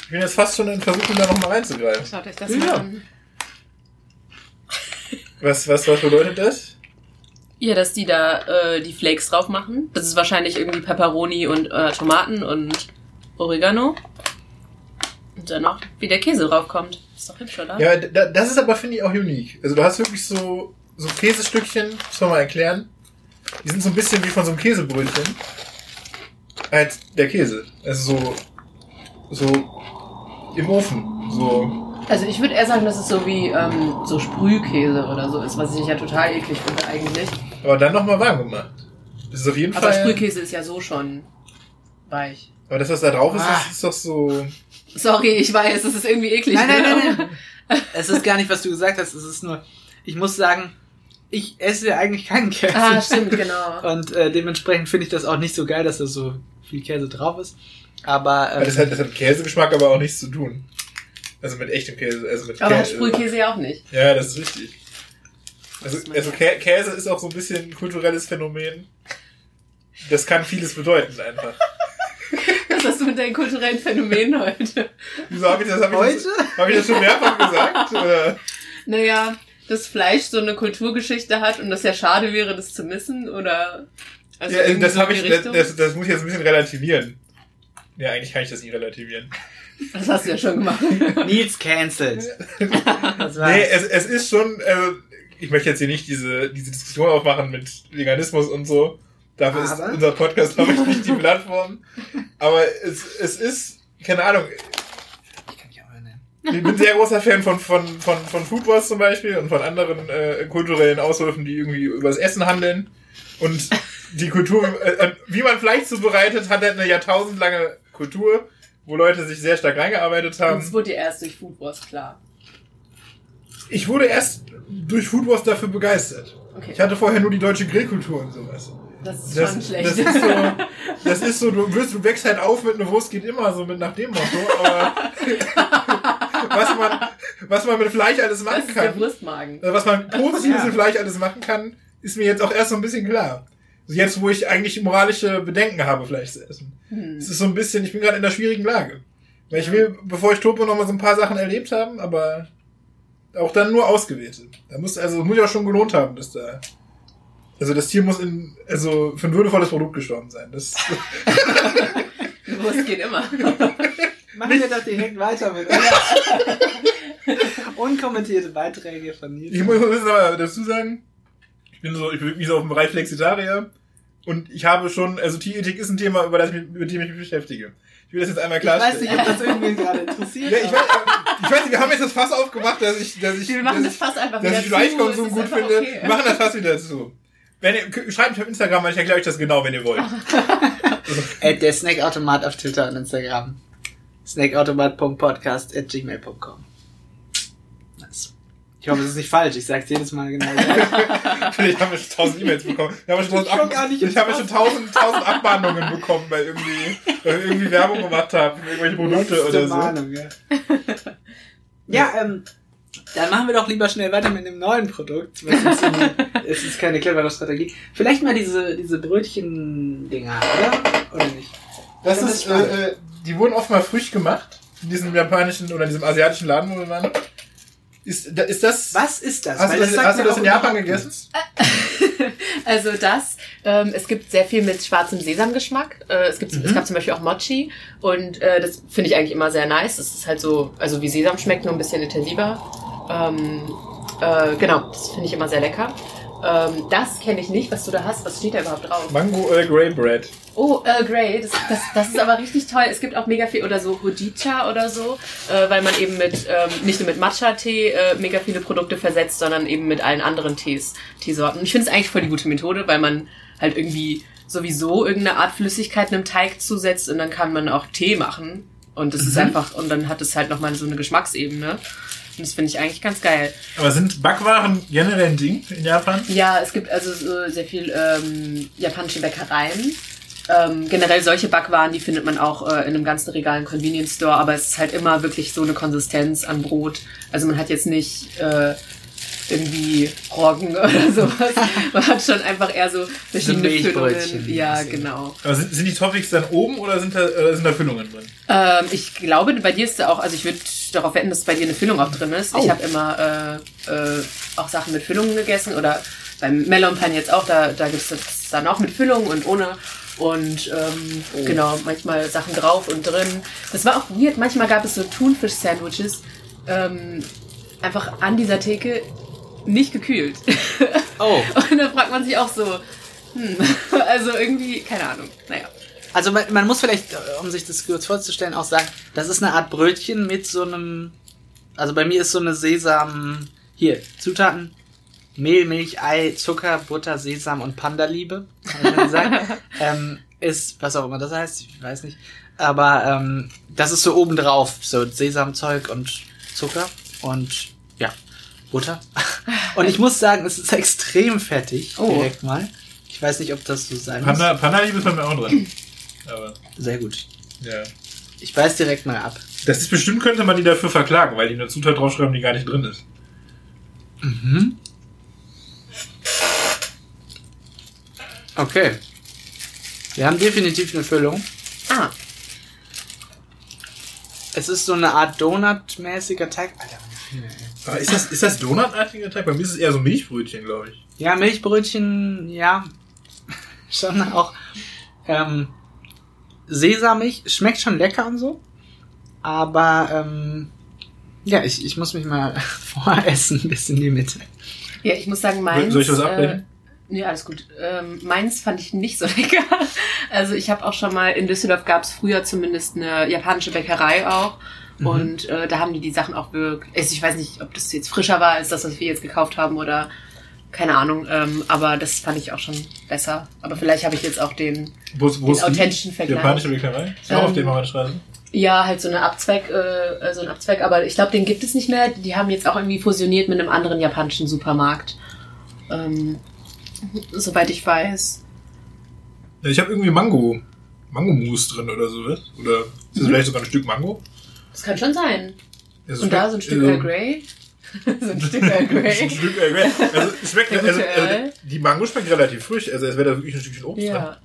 Speaker 1: ich bin jetzt fast schon in Versuchung, da nochmal reinzugreifen.
Speaker 5: Schaut euch das
Speaker 1: Ja.
Speaker 5: mal an.
Speaker 1: Was, was, was bedeutet das?
Speaker 5: Ja, dass die da äh, die Flakes drauf machen. Das ist wahrscheinlich irgendwie Pepperoni und äh, Tomaten und Oregano. Und dann noch, wie der Käse draufkommt. Ist doch hübsch, oder?
Speaker 1: Ja, da, das ist aber, finde ich, auch unique. Also du hast wirklich so, so Käsestückchen, muss man mal erklären. Die sind so ein bisschen wie von so einem Käsebrötchen. Als der Käse. Also so, so im Ofen. So.
Speaker 5: Also ich würde eher sagen, dass es so wie ähm, so Sprühkäse oder so ist, was ich ja total eklig finde eigentlich.
Speaker 1: Aber dann nochmal warm gemacht. Das ist auf jeden
Speaker 5: Aber
Speaker 1: Fall.
Speaker 5: Sprühkäse ist ja so schon weich.
Speaker 1: Aber das, was da drauf ist,
Speaker 2: Ah.
Speaker 1: das ist doch
Speaker 5: Also-
Speaker 1: so.
Speaker 5: Sorry, ich weiß, das ist irgendwie eklig.
Speaker 2: Nein,
Speaker 5: ne?
Speaker 2: nein, nein, nein. es ist gar nicht, was du gesagt hast. Es ist nur, ich muss sagen, ich esse ja eigentlich keinen Käse.
Speaker 5: Ah, stimmt, genau.
Speaker 2: Und äh, dementsprechend finde ich das auch nicht so geil, dass da so viel Käse drauf ist. Aber ähm,
Speaker 1: Aber das, hat, das hat mit Käsegeschmack aber auch nichts zu tun. Also mit echtem Käse. Also mit
Speaker 5: Aber hat
Speaker 1: Käse.
Speaker 5: Sprühkäse ja auch nicht.
Speaker 1: Ja, das ist richtig. Also, also Kä Käse ist auch so ein bisschen ein kulturelles Phänomen. Das kann vieles bedeuten einfach.
Speaker 5: Was hast du mit deinen kulturellen Phänomenen heute?
Speaker 1: Wieso habe ich das? Hab ich
Speaker 2: heute?
Speaker 1: das, hab ich das schon mehrfach gesagt? Oder?
Speaker 5: Naja, dass Fleisch so eine Kulturgeschichte hat und das ja schade wäre, das zu missen? Oder
Speaker 1: ja, also das,
Speaker 5: irgendwie
Speaker 1: hab
Speaker 5: in die
Speaker 1: ich, das,
Speaker 5: Richtung?
Speaker 1: das, das muss ich jetzt ein bisschen relativieren. Ja, eigentlich kann ich das nicht relativieren.
Speaker 5: Das hast du ja schon gemacht.
Speaker 1: Ähm,
Speaker 2: Nils cancelled. Das war's.
Speaker 1: Nee, es, es ist schon, also, ich möchte jetzt hier nicht diese, diese Diskussion aufmachen mit Veganismus und so. Dafür ist
Speaker 2: Aber?
Speaker 1: unser Podcast, glaube ich, nicht die Plattform. Aber es, es ist, keine Ahnung,
Speaker 2: ich kann ne? mich auch erinnern.
Speaker 1: ich bin sehr großer Fan von, von, von, von Food Wars zum Beispiel und von anderen äh, kulturellen Aushilfen, die irgendwie übers Essen handeln. Und die Kultur, äh, äh, wie man Fleisch zubereitet, hat halt eine jahrtausendlange Kultur, wo Leute sich sehr stark reingearbeitet haben.
Speaker 5: Das wurde dir erst durch Food Wars klar.
Speaker 1: Ich wurde erst durch Food Wars dafür begeistert.
Speaker 5: Okay.
Speaker 1: Ich hatte vorher nur die deutsche Grillkultur und sowas.
Speaker 5: Das ist
Speaker 1: Das,
Speaker 5: schon
Speaker 1: das
Speaker 5: schlecht.
Speaker 1: ist so, das ist so du, wirst, du wächst halt auf mit einer Wurst geht immer so mit nach dem Motto, aber was man, was man mit Fleisch alles machen
Speaker 5: das ist der
Speaker 1: kann,
Speaker 5: Wurstmagen.
Speaker 1: also was man positives
Speaker 2: Ja.
Speaker 1: mit Fleisch alles machen kann, ist mir jetzt auch erst so ein bisschen klar. Also jetzt, wo ich eigentlich moralische Bedenken habe, Fleisch zu essen.
Speaker 5: Hm.
Speaker 1: Es ist so ein bisschen, ich bin gerade in einer schwierigen Lage. Weil ich will, bevor ich tot bin, noch mal so ein paar Sachen erlebt haben, aber auch dann nur ausgewählte. Da muss, also muss ja schon gelohnt haben, dass da. Also das Tier muss in, also für ein würdevolles Produkt gestorben sein. Das,
Speaker 5: Wurst geht immer.
Speaker 2: Machen wir doch direkt weiter mit. Unkommentierte Beiträge von Nils.
Speaker 1: ich muss ein bisschen aber dazu sagen, ich bin so, ich bewege mich so auf dem Bereich Flexitarier und ich habe schon, also Tierethik ist ein Thema, über das ich mich, mit dem ich mich beschäftige. Ich will das jetzt einmal
Speaker 2: Ich weiß
Speaker 1: klarstellen.
Speaker 2: nicht, ob das irgendwie gerade interessiert.
Speaker 1: ja, ich,
Speaker 2: aber-
Speaker 1: weiß, ich weiß nicht, wir haben jetzt das Fass aufgemacht, dass ich, dass ich,
Speaker 5: Wir machen
Speaker 1: dass
Speaker 5: das
Speaker 1: ich
Speaker 5: fast einfach wieder
Speaker 1: dass ich
Speaker 5: zu.
Speaker 1: Fleischkonsum
Speaker 5: Es ist
Speaker 1: gut
Speaker 5: einfach
Speaker 1: finde.
Speaker 5: okay.
Speaker 1: Wir machen das fast wieder zu. Wenn ihr, k- schreibt mich auf Instagram an, ich erkläre euch das genau, wenn ihr wollt.
Speaker 2: At Äh, der Snackautomat auf Twitter und Instagram. Snackautomat.podcast at gmail.com. Nice. Ich hoffe, es ist nicht falsch. Ich sag's jedes Mal genau. gleich.
Speaker 1: Vielleicht haben wir schon tausend E-Mails bekommen. Wir haben schon
Speaker 2: Ich komm
Speaker 1: tausend,
Speaker 2: gar
Speaker 1: Ab
Speaker 2: nicht
Speaker 1: ich
Speaker 2: ins
Speaker 1: habe
Speaker 2: Fass.
Speaker 1: schon tausend, tausend Abmahnungen bekommen, weil irgendwie, weil wir irgendwie Werbung gemacht haben, für irgendwelche Produkte
Speaker 2: Letzte
Speaker 1: oder so.
Speaker 2: Mahnung, ja. ja, ähm, dann machen wir doch lieber schnell weiter mit einem neuen Produkt. weil Es ist, irgendwie- es ist keine clevere Strategie. Vielleicht mal diese, diese Brötchen-Dinger, oder? Oder nicht?
Speaker 1: Das
Speaker 2: Das
Speaker 1: ist,
Speaker 2: ist spannend.
Speaker 1: äh, äh, die wurden oft mal frisch gemacht. In diesem japanischen oder in diesem asiatischen Laden, wo wir waren. Ist, da- ist das,
Speaker 2: Was ist das?
Speaker 1: hast du
Speaker 2: Weil
Speaker 1: das,
Speaker 2: sagt
Speaker 1: hast du
Speaker 2: mir
Speaker 1: das
Speaker 2: auch
Speaker 1: in Japan
Speaker 2: überhaupt
Speaker 1: gegessen?
Speaker 5: Also das, ähm, es gibt sehr viel mit schwarzem Sesamgeschmack. Äh, es, gibt, es gab zum Beispiel auch Mochi und äh, das finde ich eigentlich immer sehr nice. Es ist halt so, also wie Sesam schmeckt, nur ein bisschen intensiver. Ähm, äh, genau, das finde ich immer sehr lecker. Ähm, das kenne ich nicht, was du da hast. Was steht da überhaupt drauf?
Speaker 1: Mango Earl Grey Bread.
Speaker 5: Oh, Earl Grey, das, das, das ist aber richtig toll. Es gibt auch mega viel oder so Hojicha oder so, äh, weil man eben mit ähm, nicht nur mit Matcha-Tee äh, mega viele Produkte versetzt, sondern eben mit allen anderen Tees, Teesorten. Ich finde es eigentlich voll die gute Methode, weil man halt irgendwie sowieso irgendeine Art Flüssigkeit einem Teig zusetzt und dann kann man auch Tee machen. Und das ist einfach, und dann hat es halt nochmal so eine Geschmacksebene. Und das finde ich eigentlich ganz geil.
Speaker 1: Aber sind Backwaren generell ein Ding in Japan?
Speaker 5: Ja, es gibt also so sehr viel ähm, japanische Bäckereien. Ähm, generell solche Backwaren, die findet man auch äh, in einem ganzen Regal im Convenience Store, aber es ist halt immer wirklich so eine Konsistenz an Brot. Also man hat jetzt nicht äh, irgendwie Roggen oder sowas. Man hat schon einfach eher so verschiedene
Speaker 2: Milchbrötchen,
Speaker 5: Füllungen. Ja,
Speaker 2: so.
Speaker 5: genau.
Speaker 1: Aber sind, sind die Toppings dann oben oder sind da, oder sind da Füllungen drin?
Speaker 5: Ähm, ich glaube, bei dir ist da auch, also ich würde darauf wetten, dass bei dir eine Füllung auch drin ist. Ich
Speaker 2: Oh.
Speaker 5: habe immer äh, äh, auch Sachen mit Füllungen gegessen oder beim Melon Pan jetzt auch, da, da gibt's das dann auch mit Füllung und ohne. Und ähm, genau, manchmal Sachen drauf und drin. Das war auch weird. Manchmal gab es so Thunfisch-Sandwiches, ähm, einfach an dieser Theke nicht gekühlt.
Speaker 2: Oh.
Speaker 5: und da fragt man sich auch so, hm, also irgendwie, keine Ahnung, naja.
Speaker 2: Also man, man muss vielleicht, äh, um sich das kurz vorzustellen, auch sagen, das ist eine Art Brötchen mit so einem, also bei mir ist so eine Sesam, hier, Zutaten, Mehl, Milch, Ei, Zucker, Butter, Sesam und Pandaliebe, kann ich mal sagen. ähm, ist, was auch immer das heißt, ich weiß nicht. Aber ähm, das ist so obendrauf, so Sesamzeug und Zucker und ja, Butter. und ich muss sagen, es ist extrem fettig,
Speaker 5: Oh.
Speaker 2: direkt mal. Ich weiß nicht, ob das so sein muss.
Speaker 1: Panda, Panda Liebe ist bei mir auch drin. Aber,
Speaker 2: Sehr gut.
Speaker 1: ja.
Speaker 2: Ich weiß direkt mal ab.
Speaker 1: Das ist bestimmt, könnte man die dafür verklagen, weil die eine Zutat draufschreiben, die gar nicht drin ist.
Speaker 2: Okay. Wir haben definitiv eine Füllung.
Speaker 5: Ah,
Speaker 2: Es ist so eine Art Donut-mäßiger Teig. Alter, meine Finger, ey.
Speaker 1: Aber ist das, ist das donutartiger Teig? Bei mir ist es eher so Milchbrötchen, glaube ich.
Speaker 2: Ja, Milchbrötchen, ja, schon auch. Ähm, Sesamig schmeckt schon lecker und so, aber ähm, ja, ich, ich muss mich mal voressen bis in die Mitte.
Speaker 5: Ja, ich muss sagen,
Speaker 1: Soll-
Speaker 5: meins.
Speaker 1: Soll ich was
Speaker 5: äh,
Speaker 1: abwenden?
Speaker 5: Nee, alles gut. Ähm, meins fand ich nicht so lecker. Also ich habe auch schon mal, in Düsseldorf gab es früher zumindest eine japanische Bäckerei auch.
Speaker 2: Mhm.
Speaker 5: Und äh, da haben die die Sachen auch wirklich, also ich weiß nicht, ob das jetzt frischer war als das, was wir jetzt gekauft haben oder keine Ahnung. Ähm, aber das fand ich auch schon besser. Aber vielleicht habe ich jetzt auch den,
Speaker 1: wo, ist- wo
Speaker 5: den
Speaker 1: ist die
Speaker 5: authentischen Vergleich.
Speaker 1: japanische Bäckerei? Ist auch auf
Speaker 5: Ähm,
Speaker 1: der Marmorstraße.
Speaker 5: Ja, halt so eine Abzweig, äh, so ein Abzweig, aber ich glaube, den gibt es nicht mehr. Die haben jetzt auch irgendwie fusioniert mit einem anderen japanischen Supermarkt. Ähm, soweit ich weiß.
Speaker 1: Ja, ich habe irgendwie Mango. Mango-Mousse drin oder sowas. Oder ist
Speaker 5: Mhm.
Speaker 1: das vielleicht sogar ein Stück Mango?
Speaker 5: Das kann schon sein.
Speaker 1: Es
Speaker 5: Und da so ein
Speaker 1: schmeckt-
Speaker 5: Stück
Speaker 1: also-
Speaker 2: äh,
Speaker 5: Earl Grey. so ein Stück Earl
Speaker 1: Ein
Speaker 5: Grey.
Speaker 1: Stück Earl Grey. Also, es schmeckt,
Speaker 5: Der
Speaker 1: also,
Speaker 5: gute
Speaker 1: also,
Speaker 5: Earl.
Speaker 1: die Mango schmeckt relativ frisch. Also, es wäre da wirklich ein Stückchen Obst dran.
Speaker 5: Ja.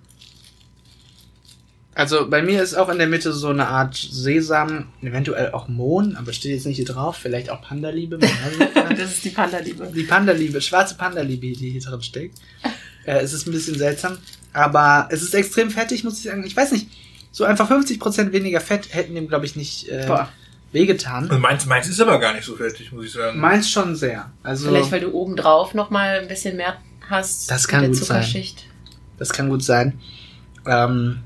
Speaker 2: Also bei mir ist auch in der Mitte so eine Art Sesam, eventuell auch Mohn, aber steht jetzt nicht hier drauf, vielleicht auch Pandaliebe. man weiß nicht.
Speaker 5: Das ist die Panda-Liebe.
Speaker 2: Die Panda-Liebe, schwarze Panda-Liebe, die hier drin steckt. Äh, es ist ein bisschen seltsam, aber es ist extrem fettig, muss ich sagen. Ich weiß nicht, so einfach 50% weniger Fett hätten dem, glaube ich, nicht äh,
Speaker 5: Boah.
Speaker 1: Also,
Speaker 2: wehgetan.
Speaker 1: meins, meins ist aber gar nicht so fertig, muss ich sagen.
Speaker 2: Meins schon sehr. Also,
Speaker 5: Vielleicht, weil du oben drauf nochmal ein bisschen mehr hast.
Speaker 2: Das kann
Speaker 5: mit
Speaker 2: gut
Speaker 5: der
Speaker 2: sein.
Speaker 5: Zuckerschicht.
Speaker 2: das kann gut sein. Ähm,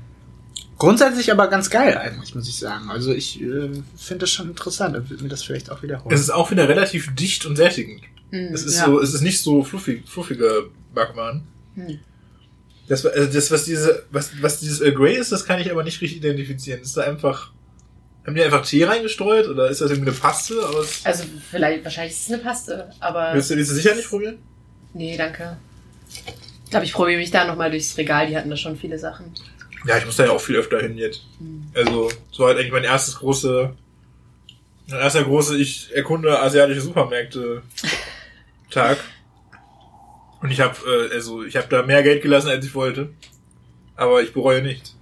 Speaker 2: grundsätzlich aber ganz geil eigentlich, muss ich sagen. Also ich äh, finde das schon interessant und würde mir das vielleicht auch wiederholen.
Speaker 1: es ist auch wieder relativ dicht und sättigend.
Speaker 5: Hm.
Speaker 1: Es ist
Speaker 2: Ja.
Speaker 1: so, es ist nicht so fluffig, fluffiger Backman.
Speaker 5: Hm.
Speaker 1: Das, war- also das, was diese, was, was dieses Earl Grey ist, das kann ich aber nicht richtig identifizieren. Ist da einfach, haben die einfach Tee reingestreut oder ist das irgendwie eine Paste aus?
Speaker 5: Also vielleicht, wahrscheinlich ist es eine Paste, aber.
Speaker 1: Willst du diese sicher nicht probieren?
Speaker 5: Nee, danke. Ich glaube, ich probiere mich da nochmal durchs Regal. Die hatten da schon viele Sachen.
Speaker 1: Ja, ich muss da ja auch viel öfter hin jetzt.
Speaker 5: Hm.
Speaker 1: Also, so halt eigentlich mein erstes große, mein erster große, ich erkunde asiatische Supermärkte Tag. Und ich habe äh, also ich habe da mehr Geld gelassen, als ich wollte. Aber ich bereue nicht.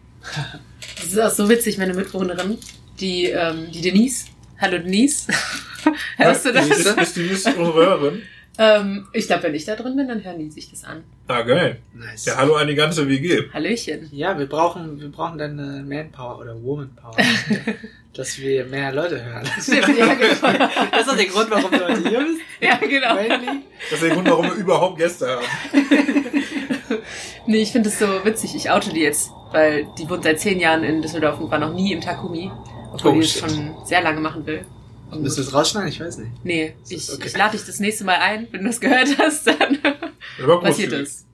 Speaker 5: Das ist auch so witzig, meine Mitbewohnerin, die, ähm, die Denise. Hallo Denise. Hörst du
Speaker 1: Ist,
Speaker 5: das?
Speaker 1: ist die ist unsere Hörerin?
Speaker 5: ähm, ich glaube, wenn ich da drin bin, dann hören die sich das an.
Speaker 1: Ah, geil.
Speaker 2: nice.
Speaker 1: Ja,
Speaker 2: Ja.
Speaker 1: hallo an die ganze WG.
Speaker 5: Hallöchen.
Speaker 2: wir brauchen, wir brauchen deine Manpower oder Womanpower, dass wir mehr Leute hören.
Speaker 5: Stimmt, ja, genau.
Speaker 2: Das ist auch der Grund, warum Leute hier bist.
Speaker 5: ja, genau.
Speaker 2: Mainly.
Speaker 1: Das ist der Grund, warum wir überhaupt Gäste haben.
Speaker 5: Nee, ich finde es so witzig. Ich oute die jetzt, weil die wohnt seit zehn Jahren in Düsseldorf und war noch nie im Takumi. Obwohl
Speaker 2: Oh,
Speaker 5: die es
Speaker 2: shit.
Speaker 5: schon sehr lange machen will. Und
Speaker 2: Müssen wir es rausschneiden? Ich weiß nicht.
Speaker 5: nee, ich,
Speaker 2: Okay.
Speaker 5: ich lade dich das nächste Mal ein. Wenn du das gehört hast, dann
Speaker 1: Aber gut,
Speaker 5: passiert es.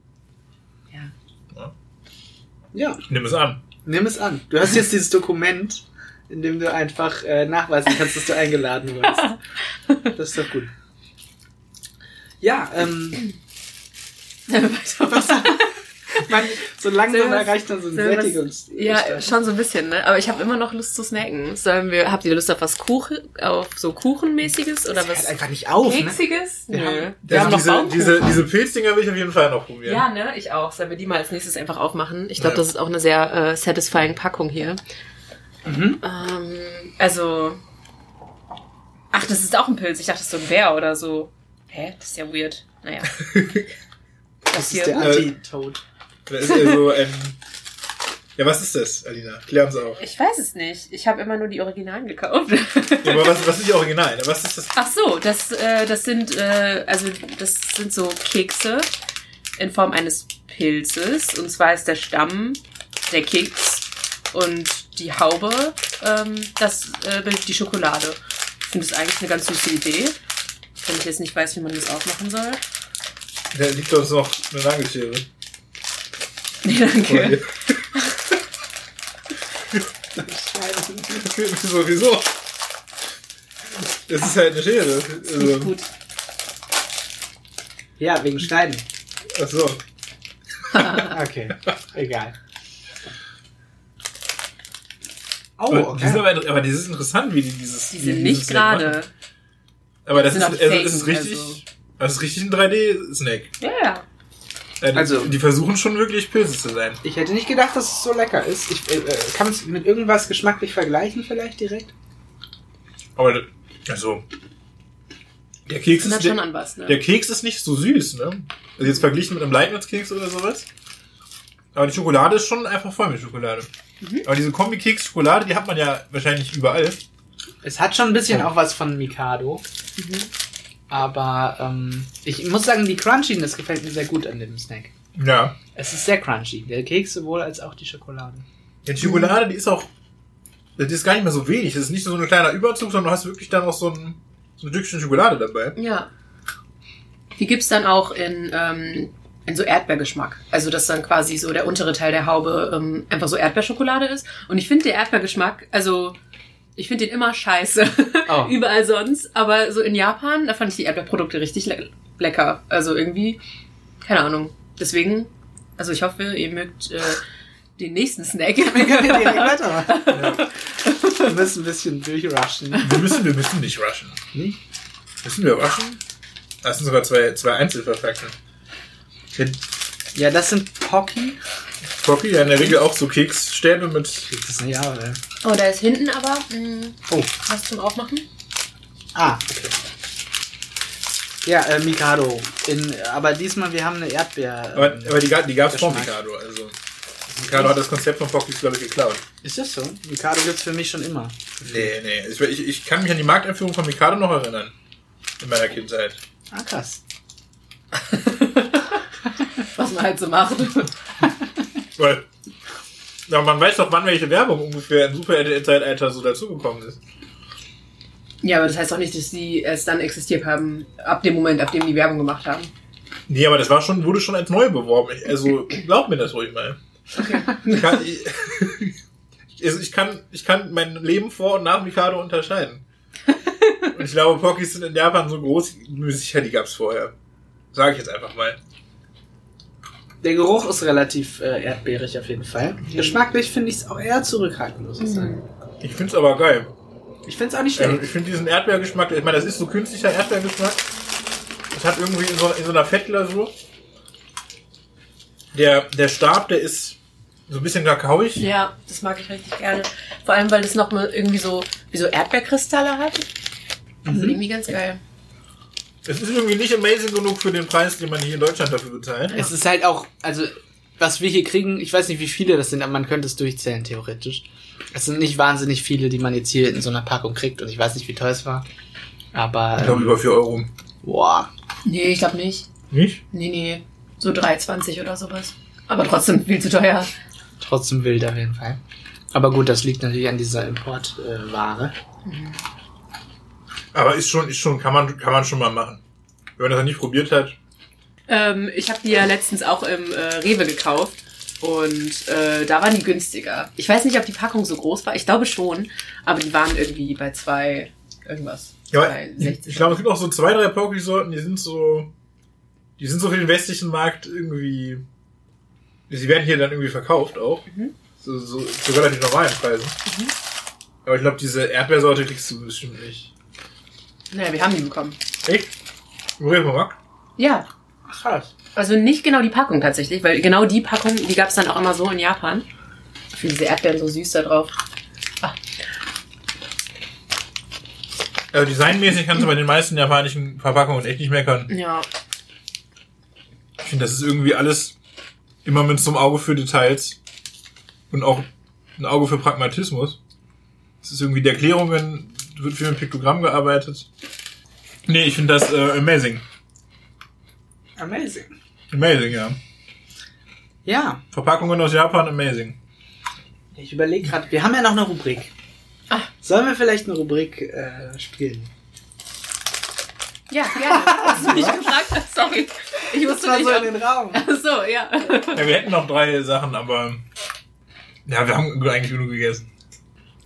Speaker 2: Ja,
Speaker 1: Ich nehme es an.
Speaker 2: nimm es an. Du hast jetzt dieses Dokument, in dem du einfach äh, nachweisen kannst, dass du eingeladen wurdest. Das ist doch gut. Ja, ähm, was, man, so langsam
Speaker 5: Sollen wir-
Speaker 2: erreicht man so ein
Speaker 5: sollen wir das-
Speaker 2: Sättigungs...
Speaker 5: Ja, schon so ein bisschen, ne? Aber ich habe immer noch Lust zu snacken. Sollen wir, habt ihr Lust auf was Kuchen, auf so Kuchenmäßiges oder
Speaker 2: Hört
Speaker 5: was
Speaker 2: einfach nicht auf, ne?
Speaker 5: Keksiges?
Speaker 2: Wir
Speaker 5: Nö.
Speaker 2: haben-
Speaker 5: wir haben noch
Speaker 1: Also diese,
Speaker 5: Baumkuchen.
Speaker 1: diese, diese Pilzdinger will ich auf jeden Fall noch probieren.
Speaker 5: ja, ne? Ich auch. Sollen wir die mal als nächstes einfach aufmachen? Ich glaube,
Speaker 1: Ja.
Speaker 5: das ist auch eine sehr äh, satisfying Packung hier.
Speaker 2: Mhm.
Speaker 5: Ähm, also. Ach, das ist auch ein Pilz. Ich dachte, das ist so ein Bär oder so. Hä? Das ist ja weird. Naja.
Speaker 2: Das ist der
Speaker 1: Äh,
Speaker 2: Anti-Toad.
Speaker 1: Das ist ja so ein. Ja, was ist das, Alina? Klär uns auf.
Speaker 5: Ich weiß es nicht. Ich habe immer nur die Originalen gekauft.
Speaker 1: Ja, aber was, was ist die Original? Was ist das?
Speaker 5: Ach so, das, äh, das sind äh, also das sind so Kekse in Form eines Pilzes. Und zwar ist der Stamm der Keks und die Haube ähm, das äh, bildet die Schokolade. Ich finde das eigentlich eine ganz süße Idee. Wenn ich jetzt nicht weiß, wie man das aufmachen soll.
Speaker 1: Da liegt uns noch eine Nagelschere.
Speaker 5: Nee, danke.
Speaker 1: Wieso, wieso? Das ist halt eine Schere.
Speaker 5: Nicht
Speaker 1: Also,
Speaker 5: gut.
Speaker 2: Ja, wegen Schneiden.
Speaker 1: ach so.
Speaker 2: Okay, egal. Oh,
Speaker 1: aber, die sind
Speaker 2: okay.
Speaker 1: aber, inter- aber das ist interessant, wie die dieses.
Speaker 5: Die
Speaker 1: wie
Speaker 5: sind
Speaker 1: dieses
Speaker 5: nicht
Speaker 1: Snack machen.
Speaker 5: gerade.
Speaker 1: Aber das ist,
Speaker 5: Sind
Speaker 1: also,
Speaker 5: auch
Speaker 1: das ist
Speaker 5: Fake,
Speaker 1: richtig.
Speaker 5: also.
Speaker 1: Das ist richtig ein 3D-Snack.
Speaker 5: Ja, ja.
Speaker 1: Äh, also.
Speaker 2: Also-
Speaker 1: Die versuchen schon wirklich Pilze zu sein.
Speaker 2: Ich hätte nicht gedacht, dass es so lecker ist. Ich, äh, äh, kann man es mit irgendwas geschmacklich vergleichen vielleicht direkt?
Speaker 1: Aber, das- also, Der Keks
Speaker 5: Das hat
Speaker 1: ist,
Speaker 5: schon
Speaker 1: der,
Speaker 5: an was, ne?
Speaker 1: der Keks ist nicht so süß, ne? Also jetzt verglichen mit einem Leibniz-Keks oder sowas. Aber die Schokolade ist schon einfach Vollmilchschokolade. Aber diese Kombi-Keks-Schokolade, die hat man ja wahrscheinlich überall.
Speaker 2: Es hat schon ein bisschen
Speaker 1: Ja.
Speaker 2: auch was von Mikado. Mhm. Aber ähm, ich muss sagen, die Crunchiness gefällt mir sehr gut an dem Snack.
Speaker 1: Ja.
Speaker 2: Es ist sehr crunchy. Der Keks sowohl als auch die Schokolade.
Speaker 1: Ja, die Schokolade, die ist auch, die ist gar nicht mehr so wenig. Das ist nicht so ein kleiner Überzug, sondern du hast wirklich dann auch so ein, so ein Stückchen Schokolade dabei.
Speaker 5: Ja. Die gibt's dann auch in, ähm, in so Erdbeergeschmack. Also, dass dann quasi so der untere Teil der Haube ähm, einfach so Erdbeerschokolade ist. Und ich finde den Erdbeergeschmack, also, ich finde den immer scheiße.
Speaker 2: Oh.
Speaker 5: Überall sonst. Aber so in Japan, da fand ich die Erdbeerprodukte richtig le lecker. Also irgendwie, keine Ahnung. Deswegen, also ich hoffe, ihr mögt äh, den nächsten Snack.
Speaker 2: weitermachen. Wir müssen ein bisschen durchrushen.
Speaker 1: Wir müssen, wir müssen nicht rushen.
Speaker 2: Nicht?
Speaker 1: Müssen wir rushen? Das sind sogar zwei, zwei Einzelverpackungen. Der
Speaker 2: Ja, das sind Pocky.
Speaker 1: Pocky, ja in der Regel auch so Keksstäbe mit,
Speaker 2: Das ist eine Jahre.
Speaker 5: oh, da ist hinten aber mh,
Speaker 2: Oh.
Speaker 5: was zum Aufmachen.
Speaker 2: Ah, okay. Ja, äh, Mikado. In, aber diesmal, wir haben eine Erdbeer.
Speaker 1: aber,
Speaker 2: ähm,
Speaker 1: aber die, ga- die gab es vor
Speaker 2: Geschmack.
Speaker 1: Mikado, also. Mikado hat das Konzept von Pocky, glaube ich, geklaut.
Speaker 2: Ist das so? Mikado gibt's für mich schon immer.
Speaker 1: Nee, nee. Ich, ich, ich kann mich an die Markteinführung von Mikado noch erinnern. In meiner Kindheit.
Speaker 2: Ah, krass.
Speaker 5: Was man halt so macht.
Speaker 1: Weil, ja, man weiß doch, wann welche Werbung ungefähr im Super-Zeitalter so dazugekommen ist.
Speaker 5: Ja, aber das heißt auch nicht, dass die es dann existiert haben, ab dem Moment, ab dem die Werbung gemacht haben.
Speaker 1: Nee, aber das war schon, wurde schon als neu beworben. Ich, also, glaub mir das ruhig mal. Ich kann, ich, also ich kann, ich kann mein Leben vor und nach Mikado unterscheiden. Und ich glaube, Pokis sind in Japan so groß, mir sicher, die gab's vorher. Sage ich jetzt einfach mal.
Speaker 2: Der Geruch ist relativ äh, erdbeerig auf jeden Fall. Geschmacklich finde ich es auch eher zurückhaltend, muss ich sagen.
Speaker 1: Ich find's aber geil.
Speaker 2: Ich finde es auch nicht
Speaker 1: Ähm,
Speaker 2: schlecht.
Speaker 1: ich finde diesen Erdbeergeschmack, ich meine, das ist so künstlicher Erdbeergeschmack. Das hat irgendwie in so, in so einer Fettglasur. Der, der Stab, der ist so ein bisschen kakaoig.
Speaker 5: Ja, das mag ich richtig gerne. Vor allem, weil das nochmal irgendwie so, wie so Erdbeerkristalle hat. Das ist irgendwie ganz geil.
Speaker 1: Es ist irgendwie nicht amazing genug für den Preis, den man hier in Deutschland dafür bezahlt.
Speaker 2: Es ist halt auch, also, was wir hier kriegen, ich weiß nicht, wie viele das sind, aber man könnte es durchzählen, theoretisch. Es sind nicht wahnsinnig viele, die man jetzt hier in so einer Packung kriegt und ich weiß nicht, wie teuer es war. Aber,
Speaker 1: Ich glaube,
Speaker 2: ähm,
Speaker 1: über 4 Euro.
Speaker 2: boah.
Speaker 5: Nee, ich glaube nicht.
Speaker 1: Nicht?
Speaker 5: Nee, nee. So 3,20 oder sowas. Aber trotzdem viel zu teuer.
Speaker 2: Trotzdem wild auf jeden Fall. Aber gut, das liegt natürlich an dieser Importware. Äh, Ware.
Speaker 1: Aber ist schon, ist schon, kann man, kann man schon mal machen. Wenn man das noch nicht probiert hat.
Speaker 5: Ähm, ich habe die ja letztens auch im äh, Rewe gekauft. Und äh, da waren die günstiger. Ich weiß nicht, ob die Packung so groß war. Ich glaube schon. Aber die waren irgendwie bei zwei irgendwas.
Speaker 1: Ja, aber
Speaker 5: Bei
Speaker 1: ich
Speaker 5: 60.
Speaker 1: ich glaube, es gibt auch so zwei, drei Pokésorten, die sind so, die sind so für den westlichen Markt irgendwie, sie werden hier dann irgendwie verkauft auch. So, so, zu relativ normalen Preisen. Aber ich glaube, diese Erdbeersorte kriegst du bestimmt nicht.
Speaker 5: Naja, wir haben die bekommen.
Speaker 1: Echt? Probier mal, Marc.
Speaker 5: Ja,
Speaker 2: Ach, krass.
Speaker 5: Also nicht genau die Packung tatsächlich, weil genau die Packung, die gab es dann auch immer so in Japan. Ich finde diese Erdbeeren so süß da drauf.
Speaker 1: Also designmäßig kannst du bei den meisten japanischen Verpackungen echt nicht meckern.
Speaker 5: Ja.
Speaker 1: Ich finde, das ist irgendwie alles immer mit so einem Auge für Details und auch ein Auge für Pragmatismus. Es ist irgendwie die Erklärungen, wird viel mit Piktogramm gearbeitet. Nee, ich finde das äh, amazing.
Speaker 2: Amazing.
Speaker 1: Amazing, ja.
Speaker 2: Ja,
Speaker 1: Verpackungen aus Japan, amazing.
Speaker 2: ich überlege gerade, wir haben ja noch eine Rubrik. Sollen wir vielleicht eine Rubrik äh, spielen?
Speaker 5: Ja, gerne. Hast du mich gefragt? Sorry. Ich wusste nicht. ob-
Speaker 2: Also den Raum.
Speaker 5: Ach so, ja.
Speaker 1: Ja, wir hätten noch drei Sachen, aber ja, wir haben eigentlich genug gegessen.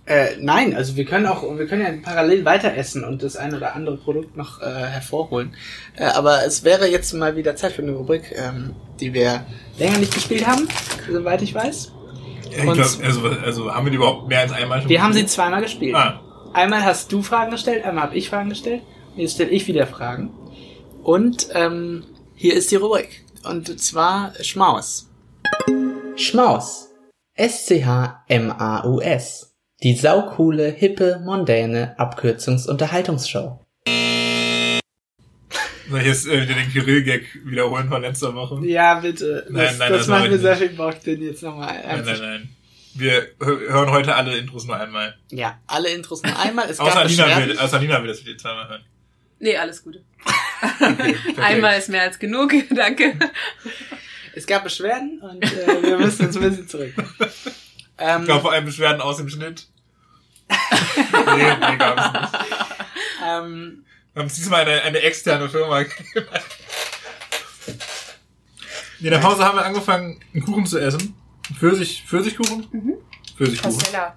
Speaker 2: Äh, nein, also wir können auch, wir können ja parallel weiter essen und das ein oder andere Produkt noch äh, hervorholen. Äh, aber es wäre jetzt mal wieder Zeit für eine Rubrik, ähm, die wir länger nicht gespielt haben, soweit ich weiß.
Speaker 1: Ja, ich
Speaker 2: Und-
Speaker 1: glaub, also, also haben wir die überhaupt mehr als einmal schon
Speaker 2: Wir haben sie zweimal gespielt.
Speaker 1: Ah,
Speaker 2: Einmal hast du Fragen gestellt, einmal habe ich Fragen gestellt. Und jetzt stelle ich wieder Fragen. Und ähm, hier ist die Rubrik. Und zwar Schmaus. Schmaus. S-C-H-M-A-U-S. Die saukoole, hippe, mondäne Abkürzungs- Unterhaltungsshow.
Speaker 1: Soll ich jetzt äh, wieder den Kyrill-Gag wiederholen von letzter Woche?
Speaker 2: Ja, bitte.
Speaker 1: Nein,
Speaker 2: das,
Speaker 1: nein,
Speaker 2: das,
Speaker 1: das
Speaker 2: macht
Speaker 1: mach ich
Speaker 2: mir sehr
Speaker 1: nicht.
Speaker 2: viel Bock, den jetzt nochmal
Speaker 1: Nein, nein,
Speaker 2: ernsthaft.
Speaker 1: nein. Wir hö- hören heute alle Intros nur einmal.
Speaker 2: Ja, alle Intros nur einmal. Es gab
Speaker 1: Außer Nina,
Speaker 2: Beschwerden.
Speaker 1: will, also- außer Nina will das Video zweimal hören.
Speaker 5: Nee, alles gut.
Speaker 1: Perfekt.
Speaker 5: Einmal ist mehr als genug. Danke.
Speaker 2: Es gab Beschwerden und äh, wir müssen uns ein bisschen zurück. Ähm,
Speaker 1: Ich glaube, vor allem Beschwerden aus dem Schnitt. nee, nee, gab's nicht.
Speaker 2: ähm,
Speaker 1: Wir haben diesmal eine, eine externe Firma gemacht. In der Pause haben wir angefangen, einen Kuchen zu essen. Pfirsich, Pfirsichkuchen? Mhm. Pfirsichkuchen.
Speaker 5: Pastella.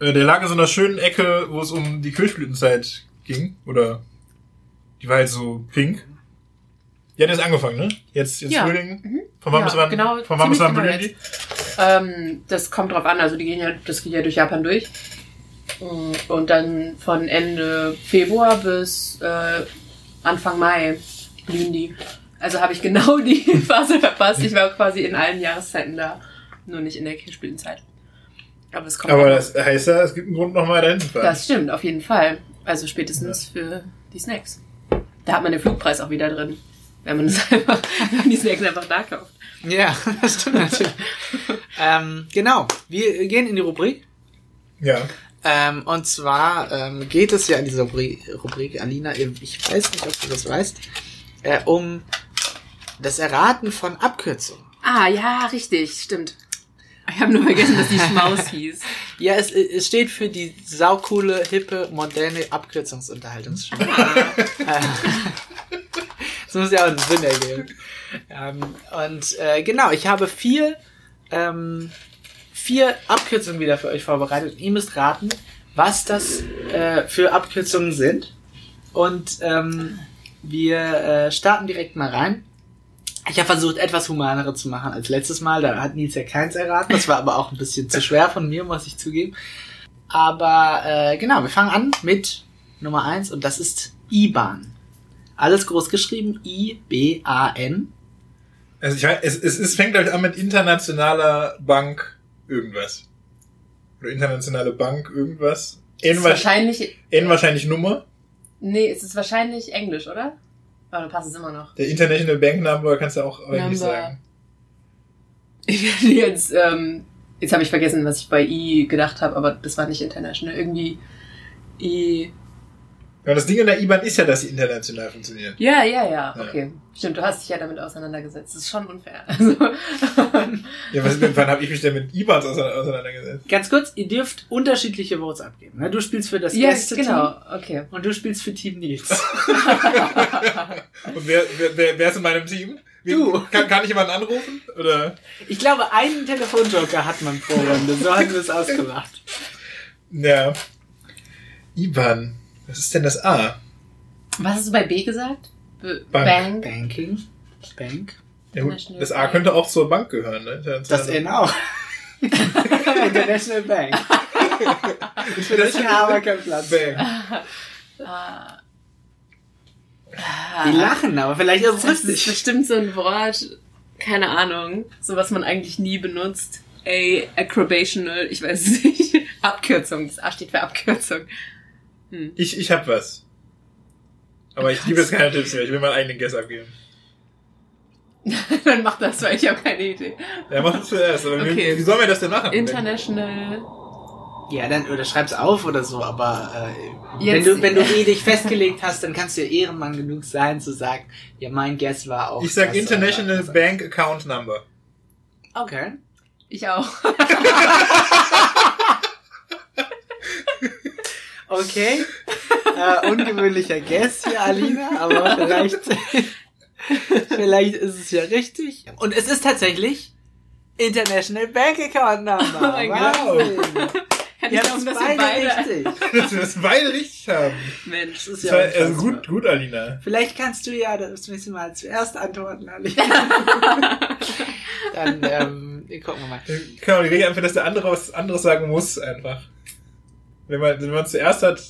Speaker 1: Äh, Der lag in so einer schönen Ecke, wo es um die Kirschblütenzeit ging. Oder die war halt so pink. Die hat jetzt angefangen, ne? Jetzt, jetzt
Speaker 5: Ja. Mhm.
Speaker 1: Frühling. Von wann
Speaker 5: Ja,
Speaker 1: bis wann?
Speaker 5: genau,
Speaker 1: von wann bis wann
Speaker 5: ziemlich
Speaker 1: blühen
Speaker 5: genau
Speaker 1: die?
Speaker 5: Ähm, das kommt drauf an. Also die gehen ja, das geht ja durch Japan durch. Und dann von Ende Februar bis äh, Anfang Mai blühen die. Also habe ich genau die Phase verpasst. Ich war quasi in allen Jahreszeiten da, nur nicht in der Kirschblütenzeit. Aber es kommt.
Speaker 1: Aber
Speaker 5: drauf
Speaker 1: das heißt ja, es gibt einen Grund, nochmal dahin zu fahren.
Speaker 5: an. das stimmt auf jeden Fall. Also spätestens für die Snacks. Da hat man den Flugpreis auch wieder drin, wenn man es einfach, wenn man die Snacks einfach da kauft.
Speaker 2: ja, das stimmt natürlich. ähm, genau, wir gehen in die Rubrik.
Speaker 1: ja.
Speaker 2: Ähm, und zwar ähm, geht es ja in dieser Rubri Rubrik, Alina, ich weiß nicht, ob du das weißt, äh, um das Erraten von Abkürzungen.
Speaker 5: Ah ja, richtig, stimmt. Ich habe nur vergessen, dass die Schmaus hieß.
Speaker 2: Ja, es, es steht für die saukoole, hippe, moderne Abkürzungsunterhaltungsschule. Äh, das muss ja auch einen Sinn ergeben. Ähm, und äh, genau, ich habe vier, ähm, vier Abkürzungen wieder für euch vorbereitet. Und ihr müsst raten, was das äh, für Abkürzungen sind. Und ähm, wir äh, starten direkt mal rein. Ich habe versucht, etwas humanere zu machen als letztes Mal. Da hat Nils ja keins erraten. Das war aber auch ein bisschen zu schwer von mir, muss ich zugeben. Aber äh, genau, wir fangen an mit Nummer eins und das ist IBAN. Alles groß geschrieben, I-B-A-N.
Speaker 1: Also ich weiß, es, es, es fängt halt an mit internationaler Bank irgendwas. Oder internationale Bank irgendwas.
Speaker 5: Ist
Speaker 1: N
Speaker 5: wahrscheinlich,
Speaker 1: wahrscheinlich Nummer.
Speaker 5: nee, es ist wahrscheinlich Englisch, oder? Aber dann passt es immer noch.
Speaker 1: Der International Bank Number kannst du auch aber nicht
Speaker 5: Number.
Speaker 1: sagen.
Speaker 5: Jetzt, ähm, jetzt habe ich vergessen, was ich bei I gedacht habe, aber das war nicht international. Irgendwie I.
Speaker 1: Ja, das Ding in der IBAN ist ja, dass sie international funktionieren.
Speaker 5: Ja, ja,
Speaker 1: Ja.
Speaker 5: ja. Okay. Stimmt, du hast dich ja damit auseinandergesetzt. Das ist schon unfair. Also,
Speaker 1: Ja, was, wann habe ich mich denn mit IBANs ause- auseinandergesetzt?
Speaker 2: Ganz kurz, ihr dürft unterschiedliche Votes abgeben. ne? Du spielst für das
Speaker 5: ja,
Speaker 2: erste Team
Speaker 5: genau. Okay.
Speaker 2: und du spielst für Team Nils.
Speaker 1: Und wer, wer, wer, wer ist in meinem Team? Wie,
Speaker 2: Du.
Speaker 1: Kann, kann ich jemanden anrufen? Oder?
Speaker 2: Ich glaube, einen Telefonjoker hat man pro Runde. So hatten wir es ausgemacht.
Speaker 1: Ja. IBAN. Was ist denn das A?
Speaker 5: Was hast du bei B gesagt? B
Speaker 1: Bank.
Speaker 5: Bank.
Speaker 2: Banking. Bank.
Speaker 1: Ja, gut,
Speaker 5: International
Speaker 1: das A
Speaker 5: Bank.
Speaker 1: könnte auch zur Bank gehören, ne?
Speaker 2: Das
Speaker 1: Internationale-
Speaker 2: N auch. International Bank. Für das ist aber kein Platz.
Speaker 1: Bank.
Speaker 5: Ah.
Speaker 2: Die lachen, aber vielleicht ist es
Speaker 5: Das ist
Speaker 2: richtig.
Speaker 5: bestimmt so ein Wort, keine Ahnung, so was man eigentlich nie benutzt. A, acrobational, ich weiß es nicht. Abkürzung, das A steht für Abkürzung.
Speaker 1: Ich, ich hab was. Aber ich gebe jetzt keine Tipps mehr. Ich will meinen eigenen Guess abgeben.
Speaker 5: Dann mach das, weil ich habe keine Idee.
Speaker 1: Ja, mach das zuerst. Aber
Speaker 5: Okay.
Speaker 1: wie, wie sollen wir das denn machen?
Speaker 5: International.
Speaker 2: Ja, dann oder schreib's auf oder so, aber äh, wenn
Speaker 5: Jetzt-
Speaker 2: du wenn du eh dich festgelegt hast, dann kannst du ja Ehrenmann genug sein zu sagen, ja mein Guess war auch.
Speaker 1: Ich sag
Speaker 2: das,
Speaker 1: International
Speaker 2: aber-
Speaker 1: Bank Account Number.
Speaker 2: Okay.
Speaker 5: Ich auch.
Speaker 2: Okay. äh, ungewöhnlicher Guess hier, Alina, aber vielleicht vielleicht ist es ja richtig. Und es ist tatsächlich International Bank Account Number.
Speaker 5: Oh mein Gott.
Speaker 2: Wahnsinn.
Speaker 5: Hätte
Speaker 2: Ihr
Speaker 5: ich
Speaker 2: habt
Speaker 5: auch,
Speaker 2: es
Speaker 5: dass
Speaker 2: beide
Speaker 5: wir beide.
Speaker 2: richtig.
Speaker 1: Dass wir das beide richtig haben.
Speaker 5: Mensch,
Speaker 2: Das ist
Speaker 1: Das
Speaker 2: ja
Speaker 1: war, also
Speaker 2: unfassbar.
Speaker 1: gut, gut, Alina.
Speaker 2: Vielleicht kannst du ja das nächste Mal zuerst antworten, Ali. Dann ähm, gucken wir mal.
Speaker 1: Wir können auch Genau, die Regel einfach, dass der andere was anderes sagen muss, einfach. Wenn man, wenn man es zuerst hat,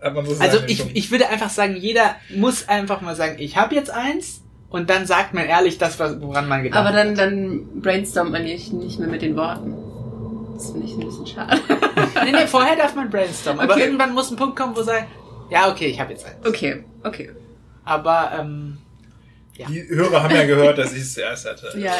Speaker 1: hat man sozusagen.
Speaker 2: Also
Speaker 1: den
Speaker 2: ich,
Speaker 1: Punkt.
Speaker 2: ich würde einfach sagen, jeder muss einfach mal sagen, ich habe jetzt eins und dann sagt man ehrlich das, was- woran man gedacht
Speaker 5: Aber
Speaker 2: hat.
Speaker 5: dann, dann brainstormt man nicht, nicht mehr mit den Worten. Das finde ich ein bisschen schade.
Speaker 2: Nee, nee, vorher darf man brainstormen, aber
Speaker 5: Okay.
Speaker 2: irgendwann muss ein Punkt kommen, wo sagt, ja, okay, ich habe jetzt eins.
Speaker 5: Okay, okay.
Speaker 2: Aber ähm, Ja.
Speaker 1: Die Hörer haben ja gehört, dass ich es zuerst hatte.
Speaker 3: Ja.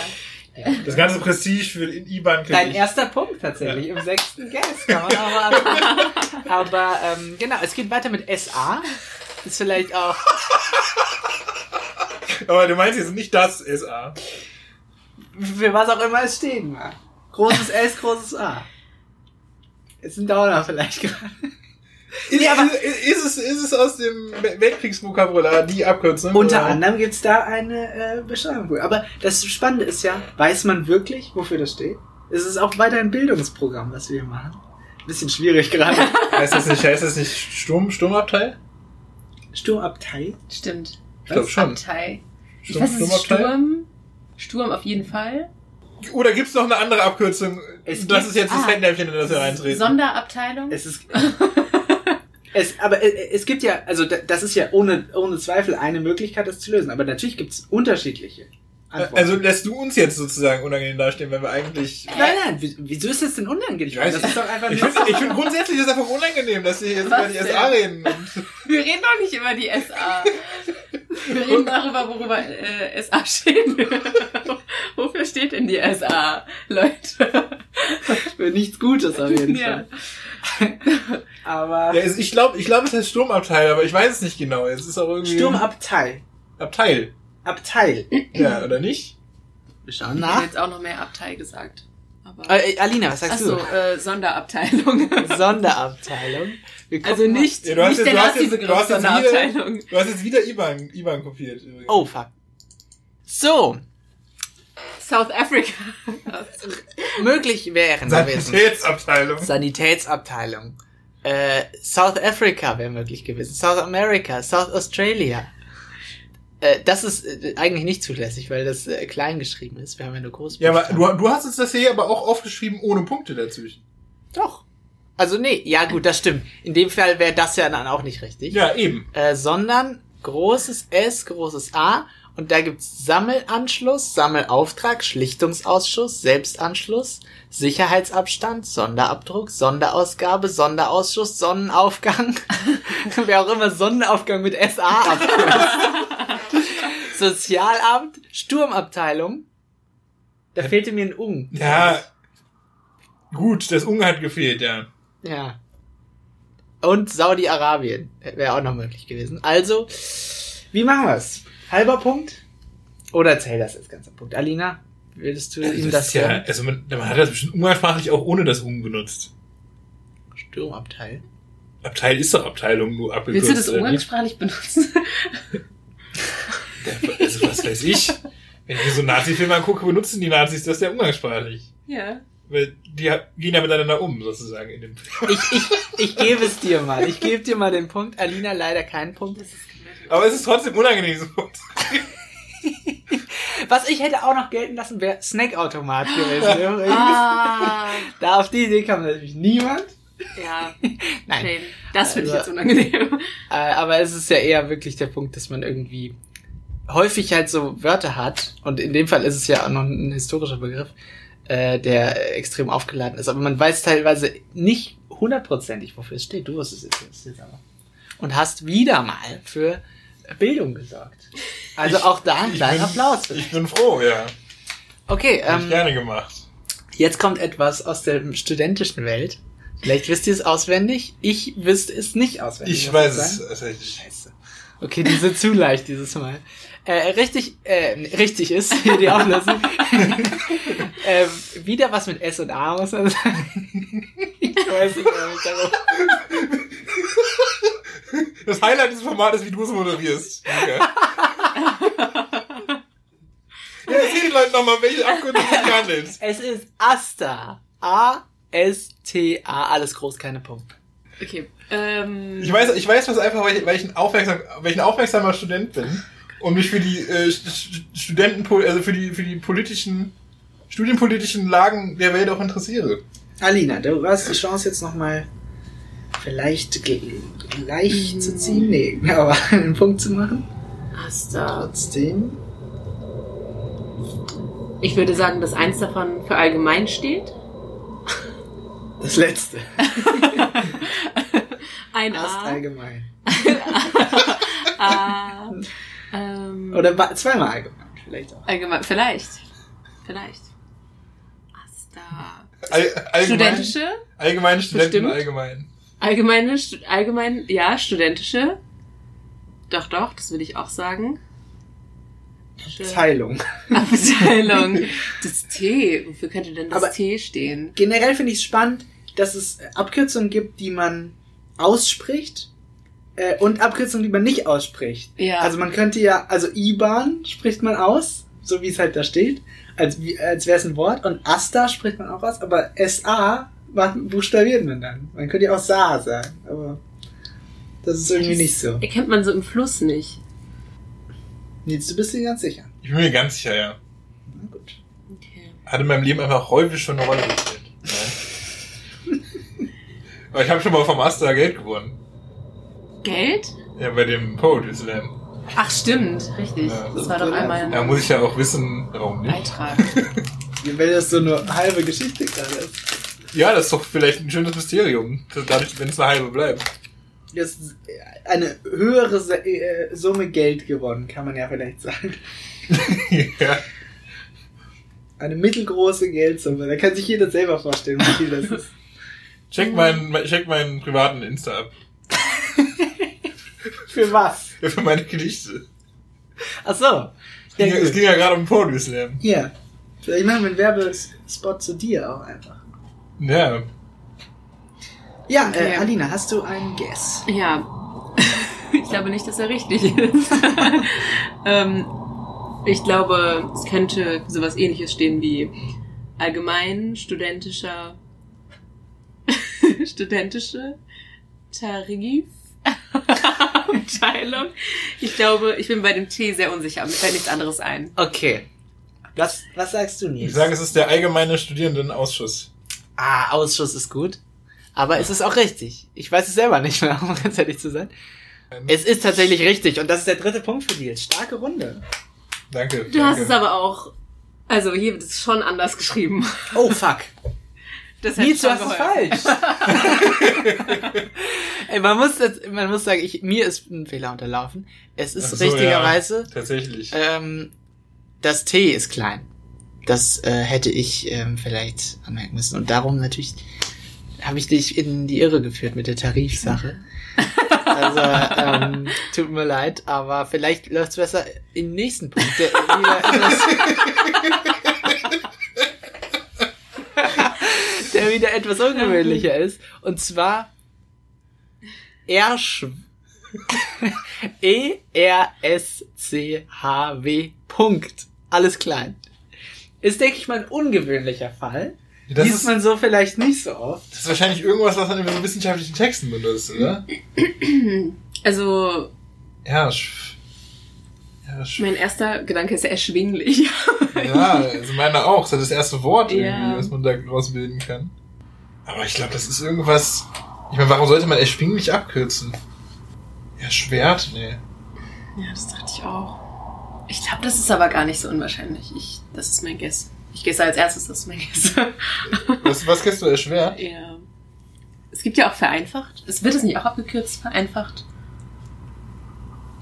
Speaker 1: Das ganze Prestige für den IBAN krieg
Speaker 2: Dein
Speaker 1: ich.
Speaker 2: erster Punkt tatsächlich, im sechsten Guess, kann man auch mal anfangen. Aber ähm, genau, es geht weiter mit SA. Ist vielleicht auch.
Speaker 1: Aber du meinst jetzt nicht das SA.
Speaker 2: für was auch immer es stehen mag. Großes S, großes A. Ist ein Downer vielleicht gerade.
Speaker 1: Ist,
Speaker 2: Ja, aber-
Speaker 1: ist, ist, es, ist es aus dem Weltkriegsvokabular die Abkürzung?
Speaker 2: Unter
Speaker 1: oder?
Speaker 2: anderem gibt's da eine äh, Beschreibung. für. Aber das Spannende ist ja, weiß man wirklich, wofür das steht? Es ist auch weiter ein Bildungsprogramm, was wir hier machen. Ein bisschen schwierig gerade.
Speaker 1: Heißt das nicht, heißt das nicht Sturm, Sturmabteil?
Speaker 2: Sturmabtei?
Speaker 5: Stimmt.
Speaker 1: Ich glaube schon.
Speaker 5: Abtei. Ich
Speaker 1: Sturm,
Speaker 5: weiß, es ist Sturm. Sturm auf jeden Fall.
Speaker 1: Oder gibt es noch eine andere Abkürzung?
Speaker 2: Es
Speaker 1: das
Speaker 2: gibt-
Speaker 1: ist jetzt das
Speaker 5: ah,
Speaker 1: Fettnäpfchen, in das wir eintreten.
Speaker 5: Sonderabteilung.
Speaker 2: Es ist. Es, aber äh, es gibt ja, also da- das ist ja ohne, ohne Zweifel eine Möglichkeit, das zu lösen. Aber natürlich gibt's unterschiedliche Antworten.
Speaker 1: also lässt du uns jetzt sozusagen unangenehm dastehen, wenn wir eigentlich...
Speaker 2: nein, nein, w- wieso ist das denn unangenehm?
Speaker 1: Ich weiß
Speaker 2: das
Speaker 1: nicht.
Speaker 2: ist doch einfach
Speaker 1: Ich
Speaker 2: nur-
Speaker 1: finde ich find grundsätzlich ist es einfach unangenehm, dass wir jetzt
Speaker 5: Was
Speaker 1: über die SA reden.
Speaker 5: Wir reden doch nicht über die SA. Wir reden darüber, worüber äh, SA steht. Wofür steht denn die SA, Leute?
Speaker 2: Für nichts Gutes auf jeden
Speaker 5: Ja.
Speaker 2: Fall. Aber
Speaker 1: Ja, es- ich glaube, ich glaub, es heißt Sturmabteil, aber ich weiß es nicht genau. Es ist auch irgendwie...
Speaker 2: Sturmabteil.
Speaker 1: Abteil.
Speaker 2: Abteil.
Speaker 1: Ja, oder nicht?
Speaker 2: Wir schauen
Speaker 5: Ich hätte jetzt auch noch mehr Abtei gesagt. Aber
Speaker 2: Äh, äh, Alina, was Ah. sagst
Speaker 5: Achso, äh, Sonderabteilung.
Speaker 2: du? Sonderabteilung. Wir gucken
Speaker 5: Also
Speaker 2: mal-
Speaker 5: nicht,
Speaker 1: Ja, du hast
Speaker 5: nicht
Speaker 1: jetzt-
Speaker 5: der
Speaker 1: du hast jetzt- du
Speaker 5: Nazi-Begriff
Speaker 1: hast jetzt
Speaker 5: Sonderabteilung.
Speaker 1: Du hast jetzt wieder IBAN, IBAN kopiert. übrigens.
Speaker 2: Oh, fuck. So,
Speaker 5: South Africa.
Speaker 2: möglich wären gewesen.
Speaker 1: Sanitätsabteilung.
Speaker 2: Sanitätsabteilung. Äh, South Africa wäre möglich gewesen. South America, South Australia. Äh, das ist äh, eigentlich nicht zulässig, weil das äh, klein geschrieben ist. Wir haben ja nur
Speaker 1: Ja,
Speaker 2: Großbuchstaben.
Speaker 1: aber du, du hast uns das hier aber auch aufgeschrieben ohne Punkte dazwischen.
Speaker 2: Doch. Also nee, ja gut, das stimmt. In dem Fall wäre das ja dann auch nicht richtig.
Speaker 1: Ja, eben.
Speaker 2: Äh, sondern großes S, großes A und da gibt's Sammelanschluss, Sammelauftrag, Schlichtungsausschuss, Selbstanschluss, Sicherheitsabstand, Sonderabdruck, Sonderausgabe, Sonderausschuss, Sonnenaufgang. Wer auch immer Sonnenaufgang mit SA abkürzt. Sozialamt, Sturmabteilung. Da fehlte mir ein Ung.
Speaker 1: Ja. Gut, das Unge hat gefehlt, ja.
Speaker 2: Ja. Und Saudi-Arabien wäre auch noch möglich gewesen. Also, wie machen wir's? Halber Punkt? Oder zählt das als ganzer Punkt? Alina, würdest du ihm das
Speaker 1: ist ja,
Speaker 2: ja
Speaker 1: also man, man hat das bestimmt umgangssprachlich auch ohne das Ung benutzt.
Speaker 2: Sturmabteil?
Speaker 1: Abteil ist doch Abteilung, nur abgekürzt.
Speaker 5: Willst du das
Speaker 1: oder nicht?
Speaker 5: umgangssprachlich benutzen?
Speaker 1: Also was weiß ich. Wenn ich mir so einen Nazi-Film angucke, benutzen die Nazis das ja umgangssprachlich.
Speaker 5: ja.
Speaker 1: Weil die ha- gehen ja miteinander um, sozusagen, in dem Film.
Speaker 2: Ich, ich, ich gebe es dir mal. Ich gebe dir mal den Punkt. Alina leider keinen Punkt.
Speaker 1: Aber es ist trotzdem unangenehm, so Punkt.
Speaker 2: Was ich hätte auch noch gelten lassen, wäre Snackautomat gewesen. übrigens.
Speaker 5: Ah,
Speaker 2: da auf die Idee kam natürlich niemand.
Speaker 5: ja.
Speaker 2: Nein.
Speaker 5: Shame. Das finde ich jetzt
Speaker 2: Also-
Speaker 5: unangenehm.
Speaker 2: Äh, aber es ist ja eher wirklich der Punkt, dass man irgendwie häufig halt so Wörter hat, und in dem Fall ist es ja auch noch ein historischer Begriff, äh, der äh, extrem aufgeladen ist. Aber man weiß teilweise nicht hundertprozentig, wofür es steht. Du wusstest es jetzt, jetzt aber. Und hast wieder mal für Bildung gesorgt. Also
Speaker 1: Ich-
Speaker 2: auch da ein
Speaker 1: Ich
Speaker 2: kleiner
Speaker 1: bin-
Speaker 2: Applaus. Für.
Speaker 1: Ich bin froh, ja.
Speaker 2: Okay,
Speaker 1: Hab ich
Speaker 2: ähm,
Speaker 1: gerne gemacht.
Speaker 2: jetzt kommt etwas aus der studentischen Welt. Vielleicht wisst ihr es auswendig. Ich wüsste es nicht auswendig.
Speaker 1: Ich
Speaker 2: muss
Speaker 1: weiß
Speaker 2: sagen.
Speaker 1: es tatsächlich.
Speaker 2: Scheiße. Okay, die sind zu leicht dieses Mal. Äh, richtig, äh, richtig ist, hier die Auflösung. äh, wieder was mit S und A, muss man sagen. Ich weiß nicht, warum ich darauf...
Speaker 1: Das Highlight dieses Formats ist, wie du es moderierst. Danke. ja, erzähl den Leuten nochmal, welche Abkürzung es sich handelt.
Speaker 2: Es ist Asta. A-S-T-A, alles groß, keine Punkt.
Speaker 5: Okay. Ähm,
Speaker 1: Ich weiß, ich weiß was einfach, weil ich, weil ich, ein, aufmerksam, weil ich ein aufmerksamer Student bin und mich für die äh, St- St- Studenten, also für die, für die politischen, studienpolitischen Lagen der Welt auch interessiere.
Speaker 2: Alina, du hast die Chance jetzt nochmal vielleicht ge- leicht zu ziehen, nee, aber einen Punkt zu machen.
Speaker 5: Asta.
Speaker 2: Trotzdem.
Speaker 5: Ich würde sagen, dass eins davon für allgemein steht.
Speaker 2: Das letzte.
Speaker 5: Ein
Speaker 2: Ast
Speaker 5: A.
Speaker 2: allgemein.
Speaker 3: Ah, ähm,
Speaker 2: Oder ba- zweimal allgemein vielleicht auch.
Speaker 3: allgemein, vielleicht. Vielleicht. Asta.
Speaker 1: All, allgemein,
Speaker 3: Studentische?
Speaker 1: allgemein Studenten
Speaker 3: Bestimmt.
Speaker 1: allgemein.
Speaker 3: Allgemeine, Stu- allgemein, ja, studentische. Doch, doch, das will ich auch sagen. Schön.
Speaker 2: Teilung.
Speaker 3: Abteilung. Das T. Wofür könnte denn das
Speaker 2: Aber-
Speaker 3: T stehen?
Speaker 2: Generell finde ich es spannend, dass es äh, Abkürzungen gibt, die man ausspricht äh, und Abkürzungen, die man nicht ausspricht.
Speaker 3: Ja.
Speaker 2: Also man könnte ja, also IBAN spricht man aus, so wie es halt da steht, als, wie- als wäre es ein Wort. Und ASTA spricht man auch aus, aber SA macht- buchstabiert man dann. Man könnte ja auch SA sagen, aber das ist irgendwie nicht so.
Speaker 3: Erkennt man so im Fluss nicht.
Speaker 2: Nils, du bist dir ganz sicher.
Speaker 1: Ich bin mir ganz sicher, ja.
Speaker 2: Na gut.
Speaker 3: Okay.
Speaker 1: Hat in meinem Leben einfach häufig schon eine Rolle gespielt. Nein. Aber ich habe schon mal vom Master Geld gewonnen.
Speaker 3: Geld?
Speaker 1: Ja, bei dem Poetry Slam.
Speaker 3: Ach, stimmt. Richtig.
Speaker 1: Ja.
Speaker 3: Das war doch einmal ein
Speaker 1: Da muss ich ja auch wissen, warum nicht.
Speaker 3: Beitrag.
Speaker 2: Weil das so eine halbe Geschichte gerade ist.
Speaker 1: Ja, das ist doch vielleicht ein schönes Mysterium. Dadurch, wenn es eine halbe bleibt.
Speaker 2: Das ist eine höhere Se- äh, Summe Geld gewonnen, kann man ja vielleicht sagen.
Speaker 1: ja.
Speaker 2: Eine mittelgroße Geldsumme. Da kann sich jeder selber vorstellen, wie viel das ist.
Speaker 3: Mhm.
Speaker 1: Check meinen, check meinen privaten Insta ab.
Speaker 2: Für was?
Speaker 1: Ja, Für meine Gedichte.
Speaker 2: Ach so.
Speaker 1: Ja,
Speaker 2: Ja,
Speaker 1: es
Speaker 2: gut.
Speaker 1: ging ja gerade um Poetry Slam.
Speaker 2: Hier. Vielleicht machen wir einen Werbespot zu dir auch einfach.
Speaker 1: Ja.
Speaker 2: Ja, äh,
Speaker 3: Okay.
Speaker 2: Alina, hast du einen Guess?
Speaker 3: Ja. Ich glaube nicht, dass er richtig ist. ähm, ich glaube, es könnte sowas ähnliches stehen wie allgemein studentischer studentische Tarif. Abteilung. Ich glaube, ich bin bei dem T sehr unsicher. Mir fällt nichts anderes ein.
Speaker 2: Okay. Was, was sagst du, Nils?
Speaker 1: Ich sage, es ist der allgemeine Studierendenausschuss.
Speaker 2: Ah, Ausschuss ist gut. Aber es ist auch richtig. Ich weiß es selber nicht mehr, um ganz ehrlich zu sein.
Speaker 1: Ähm,
Speaker 2: Es ist tatsächlich richtig. Und das ist der dritte Punkt für Nils. Starke Runde.
Speaker 1: Danke.
Speaker 3: Du
Speaker 1: danke.
Speaker 3: hast es aber auch. Also hier wird es schon anders geschrieben.
Speaker 2: Oh, fuck.
Speaker 3: Das hat
Speaker 2: Nils, du
Speaker 3: schon
Speaker 2: hast es
Speaker 3: geholfen.
Speaker 2: falsch. Ey, man, muss das, man muss sagen, ich, mir ist ein Fehler unterlaufen. Es ist
Speaker 1: Ach so,
Speaker 2: richtigerweise,
Speaker 1: Ja, tatsächlich.
Speaker 2: ähm, das T ist klein. Das äh, hätte ich ähm, vielleicht anmerken müssen. Und darum natürlich habe ich dich in die Irre geführt mit der Tarifsache. Also, ähm, tut mir leid, aber vielleicht läuft's besser im nächsten Punkt. Der, wieder etwas, der wieder etwas ungewöhnlicher ist. Und zwar Erschw. E E-R-S-C-H-W. Punkt. Alles klein. Ist, denke ich mal, ein ungewöhnlicher Fall.
Speaker 1: das,
Speaker 2: Liest
Speaker 1: ist,
Speaker 2: man so vielleicht nicht so oft.
Speaker 1: das ist wahrscheinlich irgendwas, was man in so wissenschaftlichen Texten benutzt, oder?
Speaker 3: Mhm. Also
Speaker 1: Ja, sch- ja, sch-
Speaker 3: Mein erster Gedanke ist erschwinglich.
Speaker 1: ja also meiner auch. Das ist das erste Wort, irgendwie,
Speaker 3: Ja.
Speaker 1: was man da rausbilden kann. Aber ich glaube, das ist irgendwas. Ich meine, warum sollte man erschwinglich abkürzen? Erschwert? Nee.
Speaker 3: Ja, das dachte ich auch.
Speaker 5: Ich glaube, das ist aber gar nicht so unwahrscheinlich. Ich, das ist mein Guess. Ich gesse als erstes, das ist mein Guess.
Speaker 1: Was, was kennst du erschwert?
Speaker 3: Ja.
Speaker 5: es gibt ja auch vereinfacht. Es wird es nicht auch abgekürzt, vereinfacht.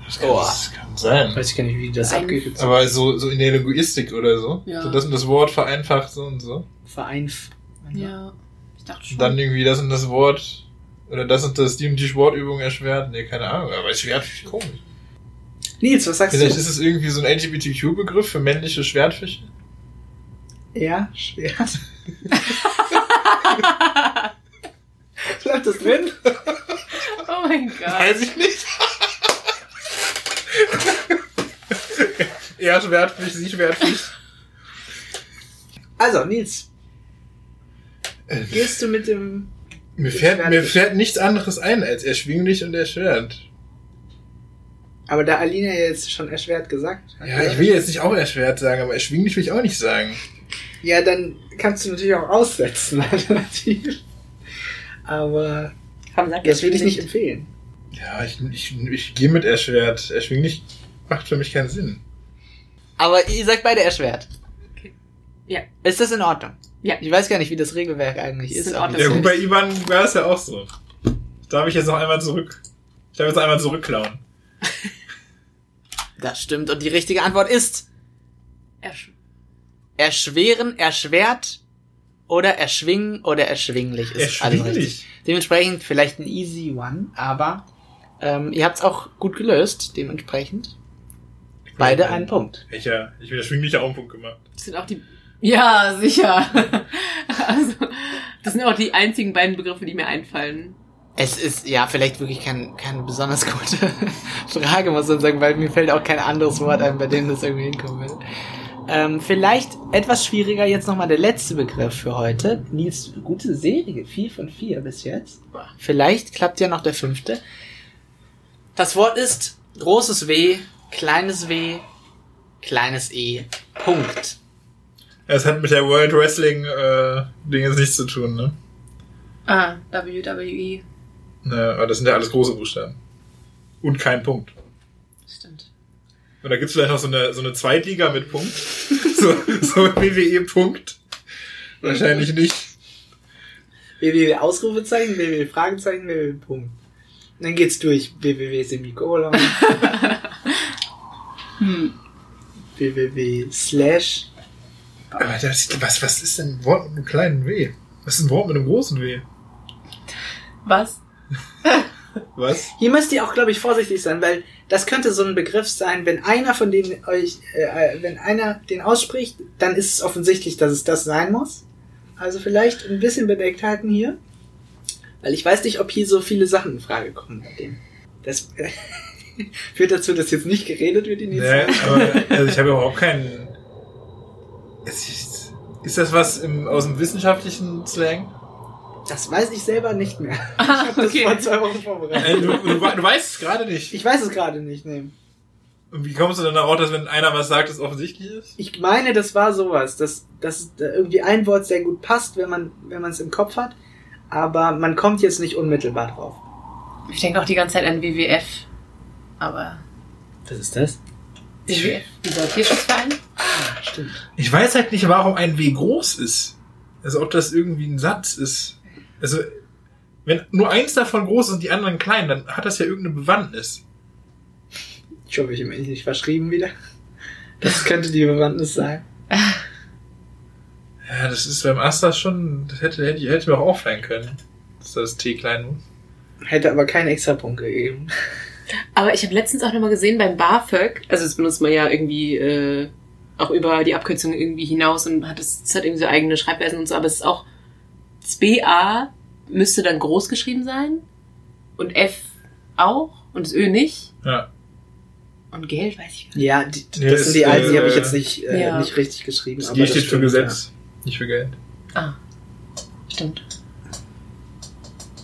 Speaker 1: Das kann,
Speaker 2: Oh.
Speaker 1: das kann sein.
Speaker 2: Weiß ich gar nicht, wie das
Speaker 5: Ein-
Speaker 2: abgekürzt wird.
Speaker 1: Aber so, so in der Linguistik oder so.
Speaker 5: Ja.
Speaker 1: So das und das Wort vereinfacht so und so.
Speaker 2: Vereinf.
Speaker 5: Ja. Ich dachte schon.
Speaker 1: Und dann irgendwie das und das Wort oder das und das, die und die Sportübung erschwert. Nee, keine Ahnung, aber erschwert finde ich komisch.
Speaker 2: Nils, was sagst
Speaker 1: Vielleicht
Speaker 2: du?
Speaker 1: ist es irgendwie so ein LGBTQ-Begriff für männliche Schwertfische.
Speaker 2: Ja, schwer. Bleibt das drin?
Speaker 3: Oh mein Gott.
Speaker 1: Weiß ich nicht. er Schwertfisch, sie Schwertfisch.
Speaker 2: Also, Nils,
Speaker 1: Äh,
Speaker 2: gehst du mit dem.
Speaker 1: Mir fährt, mir fährt nichts anderes ein als erschwinglich und erschwert.
Speaker 2: Aber da Alina ja jetzt schon erschwert gesagt hat.
Speaker 1: Ja, ich will jetzt nicht auch erschwert sagen, aber erschwinglich will ich auch nicht sagen.
Speaker 2: ja, dann kannst du natürlich auch aussetzen, alternativ. Aber
Speaker 3: Komm, sag
Speaker 2: das würde ich nicht empfehlen.
Speaker 1: Ja, ich, ich, ich gehe mit erschwert. Erschwinglich macht für mich keinen Sinn.
Speaker 2: Aber ihr sagt beide erschwert.
Speaker 3: Okay. Ja.
Speaker 2: Ist das in Ordnung?
Speaker 3: Ja.
Speaker 2: Ich weiß gar nicht, wie das Regelwerk eigentlich ist.
Speaker 3: Ist in
Speaker 2: aber-
Speaker 3: Ordnung.
Speaker 1: Ja, gut, bei Ivan war es ja auch so. Darf ich jetzt noch einmal zurück? Ich darf jetzt einmal zurückklauen.
Speaker 2: Das stimmt. Und die richtige Antwort ist
Speaker 3: Ersch
Speaker 2: erschweren, erschwert oder erschwingen oder erschwinglich. Ist alles richtig.
Speaker 1: Erschwinglich.
Speaker 2: Dementsprechend vielleicht ein easy one, aber ähm, ihr habt es auch gut gelöst, dementsprechend. Beide einen Punkt.
Speaker 1: Welcher? Ich bin erschwinglich auch einen Punkt gemacht.
Speaker 3: Das sind auch die. Ja, sicher. also, das sind auch die einzigen beiden Begriffe, die mir einfallen.
Speaker 2: Es ist ja vielleicht wirklich kein, keine besonders gute Frage, muss man sagen, weil mir fällt auch kein anderes Wort ein, bei dem das irgendwie hinkommen will. Ähm, vielleicht etwas schwieriger jetzt nochmal der letzte Begriff für heute. Nils, gute Serie, 4 von 4 bis jetzt. Vielleicht klappt ja noch der fünfte. Das Wort ist großes W, kleines W, kleines E. Punkt.
Speaker 1: Es hat mit der World Wrestling äh, Ding jetzt nichts zu tun, ne?
Speaker 5: Ah, E. WWE.
Speaker 1: ne? Aber das sind ja alles große Buchstaben. Und kein Punkt.
Speaker 5: Stimmt.
Speaker 1: Und da gibt's vielleicht noch so eine, so eine Zweitliga mit Punkt. so, so WWE-Punkt. Wahrscheinlich nicht.
Speaker 2: www Ausrufezeichen, www Fragezeichen, www Punkt. Und Dann geht's durch www Semikolon,
Speaker 5: Hm.
Speaker 2: www slash.
Speaker 1: Aber das, was, was ist denn ein Wort mit einem kleinen W? Was ist ein Wort mit einem großen W?
Speaker 5: Was?
Speaker 1: Was?
Speaker 2: Hier müsst ihr auch, glaube ich, vorsichtig sein, weil das könnte so ein Begriff sein, wenn einer von denen euch, äh, äh, wenn einer den ausspricht, dann ist es offensichtlich, dass es das sein muss. Also vielleicht ein bisschen bedeckt halten hier, weil ich weiß nicht, ob hier so viele Sachen in Frage kommen bei dem. Das führt dazu, dass jetzt nicht geredet wird in
Speaker 1: Nee,
Speaker 2: dieser.
Speaker 1: aber also ich habe überhaupt keinen. Es Ist, ist das was im, aus dem wissenschaftlichen Slang?
Speaker 2: Das weiß ich selber nicht mehr.
Speaker 3: Ah,
Speaker 2: Das war zwei Wochen vorbereitet.
Speaker 1: Äh, du, du, du weißt es gerade nicht.
Speaker 2: Ich weiß es gerade nicht, ne.
Speaker 1: Und wie kommst du dann darauf, dass wenn einer was sagt, es offensichtlich ist?
Speaker 2: Ich meine, das war sowas, dass, dass da irgendwie ein Wort sehr gut passt, wenn man wenn man es im Kopf hat, aber man kommt jetzt nicht unmittelbar drauf.
Speaker 5: Ich denke auch die ganze Zeit an WWF. Aber.
Speaker 2: Was ist das?
Speaker 5: WWF? Dieser Tierschutzverein?
Speaker 2: Ah, Stimmt.
Speaker 1: Ich weiß halt nicht, warum ein W groß ist. Also ob das irgendwie ein Satz ist. Also wenn nur eins davon groß ist und die anderen klein, dann hat das ja irgendeine Bewandtnis.
Speaker 2: Ich hoffe, ich habe mich nicht verschrieben wieder. Das könnte die Bewandtnis sein.
Speaker 1: Ja, das ist beim Asta schon, das hätte, hätte, ich- hätte ich mir auch auffallen können, dass das T klein muss.
Speaker 2: Hätte aber keinen extra Punkt gegeben.
Speaker 3: Aber ich habe letztens auch nochmal gesehen beim BAföG, also das benutzt man ja irgendwie äh, auch über die Abkürzung irgendwie hinaus und hat es hat irgendwie so eigene Schreibweisen und so, aber es ist auch das BA müsste dann groß geschrieben sein und F auch und das Ö nicht
Speaker 1: Ja.
Speaker 3: und Geld weiß ich gar nicht.
Speaker 2: Ja, die, das
Speaker 1: Ja,
Speaker 2: sind die
Speaker 1: ist,
Speaker 2: alten, die
Speaker 1: äh,
Speaker 2: habe ich jetzt nicht, äh,
Speaker 3: ja.
Speaker 2: nicht richtig geschrieben.
Speaker 1: Das
Speaker 2: aber
Speaker 1: G
Speaker 2: das
Speaker 1: steht für
Speaker 2: stimmt,
Speaker 1: Gesetz, nicht für Geld.
Speaker 5: Ah. Stimmt.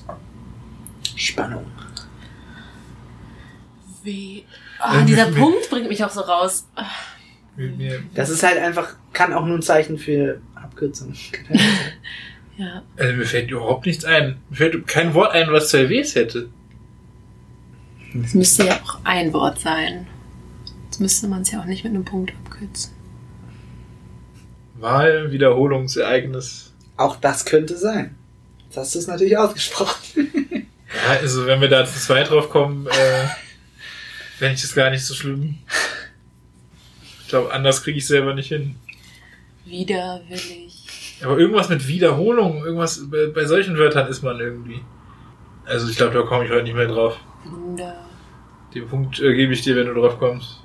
Speaker 2: Ja. Spannung.
Speaker 3: W.
Speaker 1: Ja,
Speaker 3: Ah, dieser
Speaker 1: wir-
Speaker 3: Punkt bringt mich auch so raus. Ah,
Speaker 1: Mit mir.
Speaker 2: Das ist halt einfach, kann auch nur ein Zeichen für Abkürzung.
Speaker 3: Ja.
Speaker 1: Also mir fällt überhaupt nichts ein. Mir fällt kein Wort ein, was zwei Ws hätte.
Speaker 3: Es müsste ja auch ein Wort sein. Jetzt müsste man es ja auch nicht mit einem Punkt abkürzen.
Speaker 1: Wahl, Wiederholungsereignis.
Speaker 2: Auch das könnte sein. Jetzt hast du es natürlich ausgesprochen.
Speaker 1: Ja, also wenn wir da zu zweit drauf kommen, äh, fände ich das gar nicht so schlimm. Ich glaube, anders kriege ich selber nicht hin.
Speaker 3: Widerwillig.
Speaker 1: Aber irgendwas mit Wiederholung, irgendwas bei, bei solchen Wörtern ist man irgendwie. Also ich glaube, da komme ich heute nicht mehr drauf.
Speaker 3: Wunder.
Speaker 1: Den Punkt äh, gebe ich dir, wenn du drauf kommst.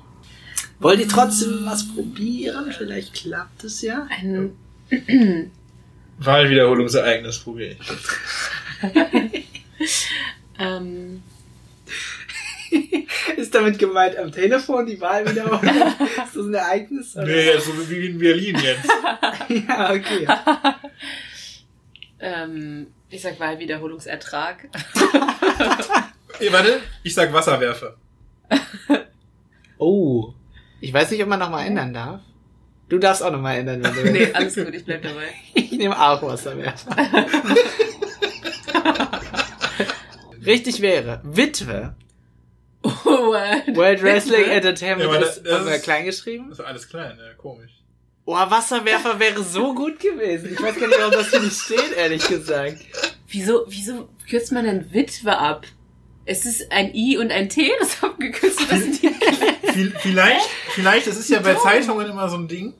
Speaker 2: Wollt ihr trotzdem was probieren? Vielleicht klappt es ja.
Speaker 3: Ein
Speaker 1: Wahlwiederholungsereignis probiere ich.
Speaker 3: ähm,
Speaker 2: Ist damit gemeint am Telefon die Wahl wieder? ist das ein Ereignis? oder?
Speaker 1: Nee, jetzt so wie in Berlin jetzt.
Speaker 2: Ja, okay.
Speaker 3: ähm, ich sag mal Wiederholungsertrag.
Speaker 1: Ey, warte, ich sag Wasserwerfer.
Speaker 2: Oh. Ich weiß nicht, ob man nochmal ändern darf. Du darfst auch nochmal ändern, wenn du
Speaker 3: Nee, alles gut, ich bleib dabei.
Speaker 2: Ich nehme auch Wasserwerfer. Richtig wäre Witwe.
Speaker 3: Word.
Speaker 2: World Wrestling
Speaker 3: Witwe?
Speaker 2: Entertainment
Speaker 1: Ja, aber
Speaker 2: ist
Speaker 1: das-
Speaker 2: aber
Speaker 1: das-
Speaker 2: klein geschrieben.
Speaker 1: Das ist alles klein, ja, komisch.
Speaker 2: Oh, Wasserwerfer wäre so gut gewesen. Ich weiß gar nicht, warum das hier nicht steht, ehrlich gesagt.
Speaker 3: Wieso, wieso kürzt man denn Witwe ab? Es ist ein I und ein T, das abgekürzt wird. Das sind die kleinen.
Speaker 1: Viel- Vielleicht, vielleicht, es ist ja bei Zeitungen immer so ein Ding,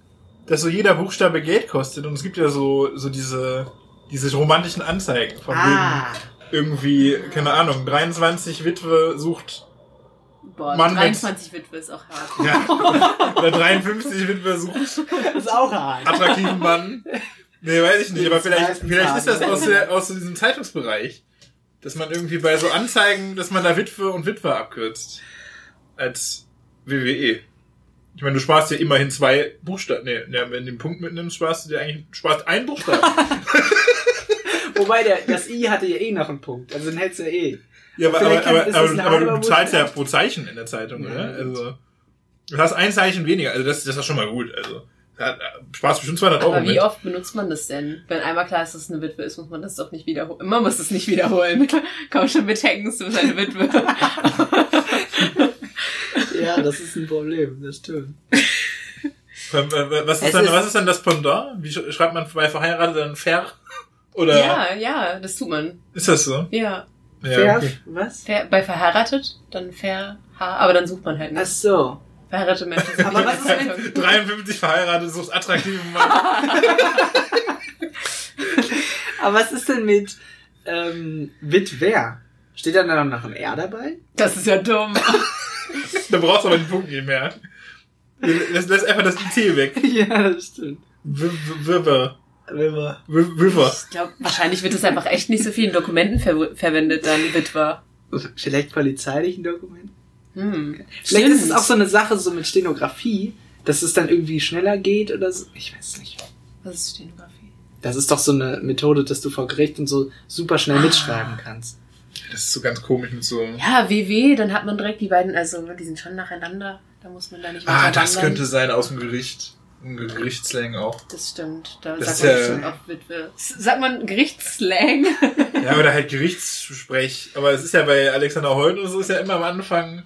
Speaker 1: dass so jeder Buchstabe Geld kostet und es gibt ja so, so diese, diese romantischen Anzeigen von
Speaker 3: Ah.
Speaker 1: wegen irgendwie, keine Ahnung, 23 Witwe sucht,
Speaker 5: Boah,
Speaker 1: Mann,
Speaker 5: 23 Witwe ist auch hart.
Speaker 1: ja, oder 53 Witwe sucht
Speaker 2: Das ist auch hart.
Speaker 1: attraktiven Mann. Nee, weiß ich nicht, aber vielleicht, vielleicht ist das aus, der, aus diesem Zeitungsbereich, dass man irgendwie bei so Anzeigen, dass man da Witwe und Witwer abkürzt. Als WWE. Ich meine, du sparst dir immerhin zwei Buchstaben. Nee, nee, wenn du den Punkt mitnimmst, sparst du dir eigentlich sparst einen Buchstaben.
Speaker 2: Wobei der, das I hatte ja eh noch einen Punkt. Also den hältst du ja eh.
Speaker 1: Ja, aber, aber,
Speaker 2: Vielleicht
Speaker 1: aber,
Speaker 2: ist es
Speaker 1: aber,
Speaker 2: eine
Speaker 1: aber du
Speaker 2: halbe
Speaker 1: bezahlst ja
Speaker 2: Buchstabe.
Speaker 1: pro Zeichen in der Zeitung, oder?
Speaker 2: Ja.
Speaker 1: Also, du hast ein Zeichen weniger, also das, das ist schon mal gut. Also, da sparst bestimmt
Speaker 3: Oh,
Speaker 1: 200 Euro
Speaker 5: Aber
Speaker 1: mit.
Speaker 5: wie oft benutzt man das denn? Wenn einmal klar ist, dass es eine Witwe ist, muss man das doch nicht wiederholen. Man muss es nicht wiederholen. Komm schon mit Hackens, du bist eine Witwe.
Speaker 2: Ja, das ist ein Problem, das stimmt.
Speaker 1: Was
Speaker 2: Es
Speaker 1: ist, dann,
Speaker 2: ist-
Speaker 1: was ist dann das Pendant? Wie sch- schreibt man bei verheiratet dann Ver? Oder
Speaker 5: Ja, ja, das tut man.
Speaker 1: ist das so?
Speaker 5: Ja.
Speaker 2: Fair?
Speaker 1: okay.
Speaker 2: Was?
Speaker 5: Ver bei verheiratet, dann ver aber dann sucht man halt
Speaker 2: Ach
Speaker 3: Also-
Speaker 5: nicht.
Speaker 2: so.
Speaker 5: Verheiratete Menschen sind
Speaker 2: Aber
Speaker 5: nicht
Speaker 2: was
Speaker 5: in
Speaker 2: ist
Speaker 5: der
Speaker 2: mit-
Speaker 5: Zeitung.
Speaker 1: 53 verheiratet, suchst attraktiven Mann.
Speaker 2: Aber was ist denn mit ähm, Witwer? Steht da dann noch ein R dabei?
Speaker 5: Das ist ja dumm.
Speaker 1: da brauchst du aber den Punkt nicht mehr. Lass, lass einfach das IT weg.
Speaker 2: ja, das stimmt.
Speaker 1: W- w- Wirber.
Speaker 2: Wenn wir-
Speaker 1: W- Wirber.
Speaker 5: Ich glaube, wahrscheinlich wird das einfach echt nicht so viel in Dokumenten ver verwendet, dann Witwer.
Speaker 2: Vielleicht polizeilichen Dokument?
Speaker 5: Hm.
Speaker 2: Vielleicht
Speaker 5: Stimmt.
Speaker 2: ist es auch so eine Sache so mit Stenografie, dass es dann irgendwie schneller geht oder so. Ich weiß nicht.
Speaker 5: Was ist Stenografie?
Speaker 2: Das ist doch so eine Methode, dass du vor Gericht und so super schnell mitschreiben kannst.
Speaker 1: Das ist so ganz komisch mit so.
Speaker 5: Ja, WW, dann hat man direkt die beiden, also die sind schon nacheinander. Da muss man da nicht
Speaker 1: ah, das
Speaker 5: untereinander.
Speaker 1: könnte sein aus dem Gericht. Im Ge- Gerichtsslang auch.
Speaker 5: Das stimmt. Da
Speaker 1: Das
Speaker 5: sagt man
Speaker 1: ist ja-
Speaker 5: bestimmt auch Witwe. Sagt man Gerichtsslang?
Speaker 1: Ja, oder halt Gerichtssprech. Aber es ist ja bei Alexander Holt und so, ist ja immer am Anfang,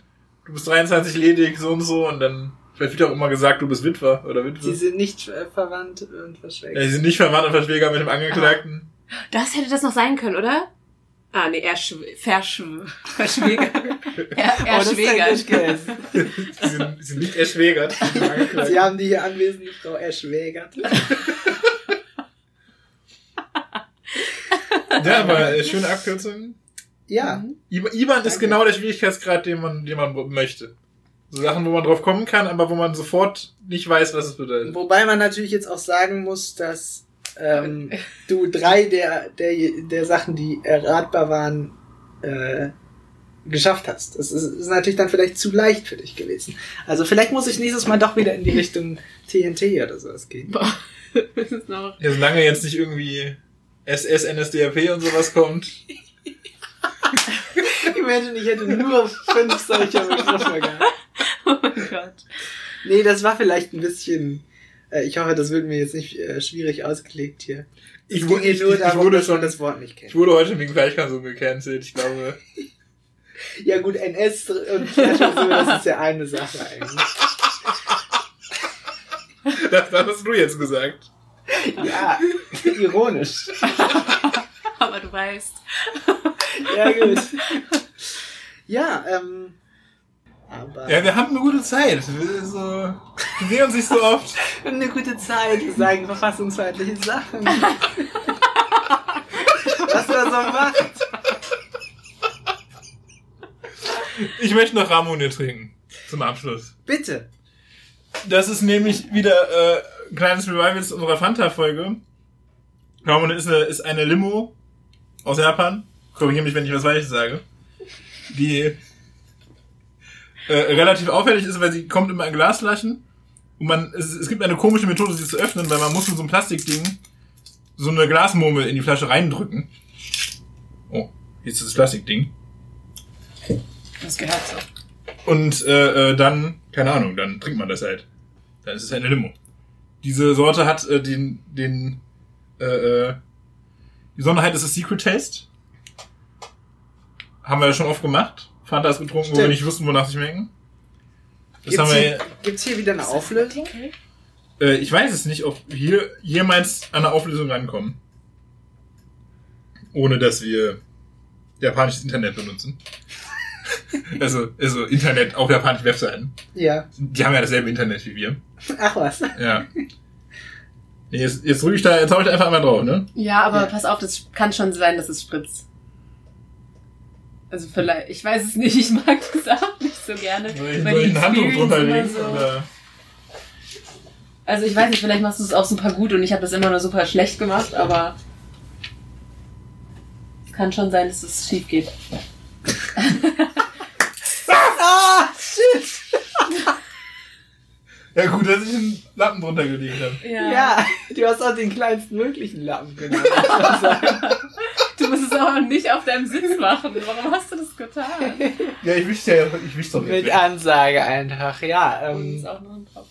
Speaker 1: du bist 23 ledig, so und so, und dann vielleicht wird auch immer gesagt, du bist Witwer oder Witwe.
Speaker 2: Die sind nicht äh, verwandt und
Speaker 1: Ja,
Speaker 2: verschwägert.
Speaker 1: die sind nicht verwandt und Verschwäger mit dem Angeklagten.
Speaker 3: Das hätte das noch sein können, oder? Ah, nee, er schw- verschw- verschwägert. er er
Speaker 2: Oh, das ist ein
Speaker 3: schwägert.
Speaker 2: Glück gewesen.
Speaker 1: Die sind, die sind nicht erschwägert. mit dem Angeklagten.
Speaker 2: Sie haben die hier anwesende Frau erschwägert.
Speaker 1: Ja, aber äh, schöne Abkürzung.
Speaker 2: Ja,
Speaker 1: I- IBAN ist
Speaker 2: Danke.
Speaker 1: genau der Schwierigkeitsgrad, den man, den man möchte. So Sachen, wo man drauf kommen kann, aber wo man sofort nicht weiß, was es
Speaker 3: Mhm.
Speaker 1: bedeutet.
Speaker 2: wobei man natürlich jetzt auch sagen muss, dass ähm, du drei der, der, der Sachen, die erratbar waren, äh, geschafft hast. Das ist, ist natürlich dann vielleicht zu leicht für dich gewesen. Also vielleicht muss ich nächstes Mal doch wieder in die Richtung TNT oder sowas gehen.
Speaker 5: Das ist noch-
Speaker 1: Ja, solange jetzt nicht irgendwie SS, NSDAP und sowas kommt.
Speaker 2: Imagine, ich hätte nur fünf solcher Begriffe gehabt.
Speaker 5: Oh mein Gott.
Speaker 2: Nee, das war vielleicht ein bisschen. Äh, ich hoffe, das wird mir jetzt nicht äh, schwierig ausgelegt hier. Es
Speaker 1: Ich,
Speaker 2: ging
Speaker 1: wu-
Speaker 2: hier
Speaker 1: ich, ich, wurde
Speaker 2: dass man
Speaker 1: schon,
Speaker 2: das Wort nicht
Speaker 1: ich
Speaker 2: kennt.
Speaker 1: wurde heute wegen Fleischkonsum gecancelt, ich glaube.
Speaker 2: Ja gut, NS und Fleischkonsum, das ist ja eine Sache eigentlich.
Speaker 1: Das, das hast du jetzt gesagt.
Speaker 2: Ja, ironisch.
Speaker 5: Aber du weißt.
Speaker 2: Ja gut. Ja, ähm. Aber
Speaker 1: Ja, wir haben eine gute Zeit. Wir, so, wir sehen uns nicht so oft.
Speaker 2: wir haben eine gute Zeit, wir sagen verfassungsfeindliche Sachen. Was er so macht.
Speaker 1: Ich möchte noch Ramune trinken. Zum Abschluss.
Speaker 2: Bitte.
Speaker 1: Das ist nämlich wieder äh, ein kleines Revival zu unserer Fanta-Folge. Ramon ist eine, ist eine Limo aus Japan. Korrigiere mich, wenn ich was Falsches sage. Die äh, relativ auffällig ist, weil sie kommt immer in Glasflaschen. Und man, es, es gibt eine komische Methode, sie zu öffnen, weil man muss mit so einem Plastikding so eine Glasmurmel in die Flasche reindrücken. Oh, hier ist das Plastikding.
Speaker 5: Das gehört so.
Speaker 1: Und äh, äh, dann, keine Ahnung, dann trinkt man das halt. Dann ist es eine Limo. Diese Sorte hat äh, den, den, äh, äh, die Sonderheit ist das Secret Taste. Haben wir ja schon oft gemacht. Fanta ist getrunken, wo wir
Speaker 2: Stimmt.
Speaker 1: nicht wussten, wonach sich merken. Das
Speaker 2: Gibt's,
Speaker 1: haben wir,
Speaker 2: hier, gibt's hier wieder eine Auflösung?
Speaker 1: äh, ich weiß es nicht, ob wir jemals an eine Auflösung rankommen. Ohne dass wir japanisches Internet benutzen. Also, also Internet, auch japanische Webseiten.
Speaker 2: Ja.
Speaker 1: Die haben ja dasselbe Internet wie wir.
Speaker 2: Ach was.
Speaker 1: Ja. Nee, jetzt, jetzt drücke ich da, jetzt hau ich da einfach einmal drauf, ne?
Speaker 5: Ja, aber
Speaker 2: Ja.
Speaker 5: pass auf, das kann schon sein, dass es spritzt. Also vielleicht, ich weiß es nicht, ich mag das auch nicht so gerne.
Speaker 1: Soll ich,
Speaker 5: weil
Speaker 1: soll ich
Speaker 5: die
Speaker 1: ein Handtuch
Speaker 5: Experience
Speaker 1: drunter
Speaker 5: immer
Speaker 1: legen?
Speaker 5: so-
Speaker 1: Oder?
Speaker 5: Also ich weiß nicht, vielleicht machst du es auch super gut und ich habe das immer nur super schlecht gemacht, aber es kann schon sein, dass es schief geht.
Speaker 2: Ah, shit.
Speaker 1: Ja gut, dass ich einen Lappen drunter gelegt habe.
Speaker 5: Ja.
Speaker 2: Ja. du hast auch den kleinsten möglichen Lappen genommen. muss man sagen.
Speaker 5: Du musst es auch nicht auf deinem Sitz machen. Warum hast du das getan?
Speaker 1: Ja, ich wisch's ja, ich wisch's doch
Speaker 2: Mit
Speaker 1: jetzt. weg.
Speaker 2: Ansage einfach, ja.
Speaker 5: Und es ist
Speaker 2: Ähm,
Speaker 5: auch noch ein Tropfen.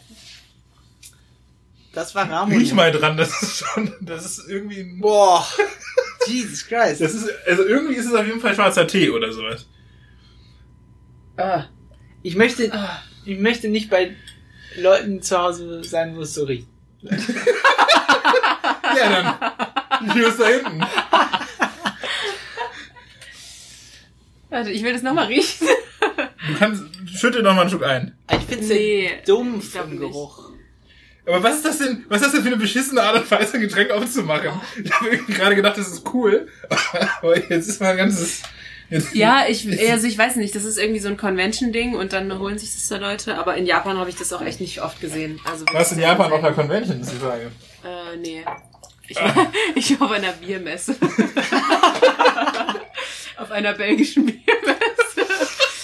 Speaker 2: das war Ramon.
Speaker 1: Riech mal dran, das ist schon, das ist irgendwie ein,
Speaker 2: Boah. Jesus Christ.
Speaker 1: das ist, also irgendwie ist es auf jeden Fall schwarzer Tee oder sowas.
Speaker 5: Ah,
Speaker 2: Ich möchte,
Speaker 5: ah.
Speaker 2: ich möchte nicht bei Leuten zu Hause sein, wo es so riecht.
Speaker 1: Ja, dann, hier ist da hinten.
Speaker 5: Warte, ich will das nochmal riechen.
Speaker 1: Du kannst, schüttel noch mal einen Schluck ein.
Speaker 2: Ich finde es
Speaker 3: Nee,
Speaker 2: dumm
Speaker 3: ich glaub
Speaker 2: vom
Speaker 3: nicht.
Speaker 2: Geruch.
Speaker 1: Aber was ist das denn, was ist das denn für eine beschissene Art und Weise, ein Getränk aufzumachen? Ich habe irgendwie gerade gedacht, das ist cool, aber jetzt ist mein ganzes, jetzt,
Speaker 3: Ja, ich, also ich weiß nicht, das ist irgendwie so ein Convention-Ding und dann holen sich das da Leute, aber in Japan habe ich das auch echt nicht oft gesehen. Also
Speaker 1: warst du in
Speaker 3: wirklich
Speaker 1: Japan auf
Speaker 3: selten.
Speaker 1: einer Convention, ist die Frage.
Speaker 3: Äh, nee. Ich war, ich war auf einer Biermesse. auf einer belgischen Biermesse.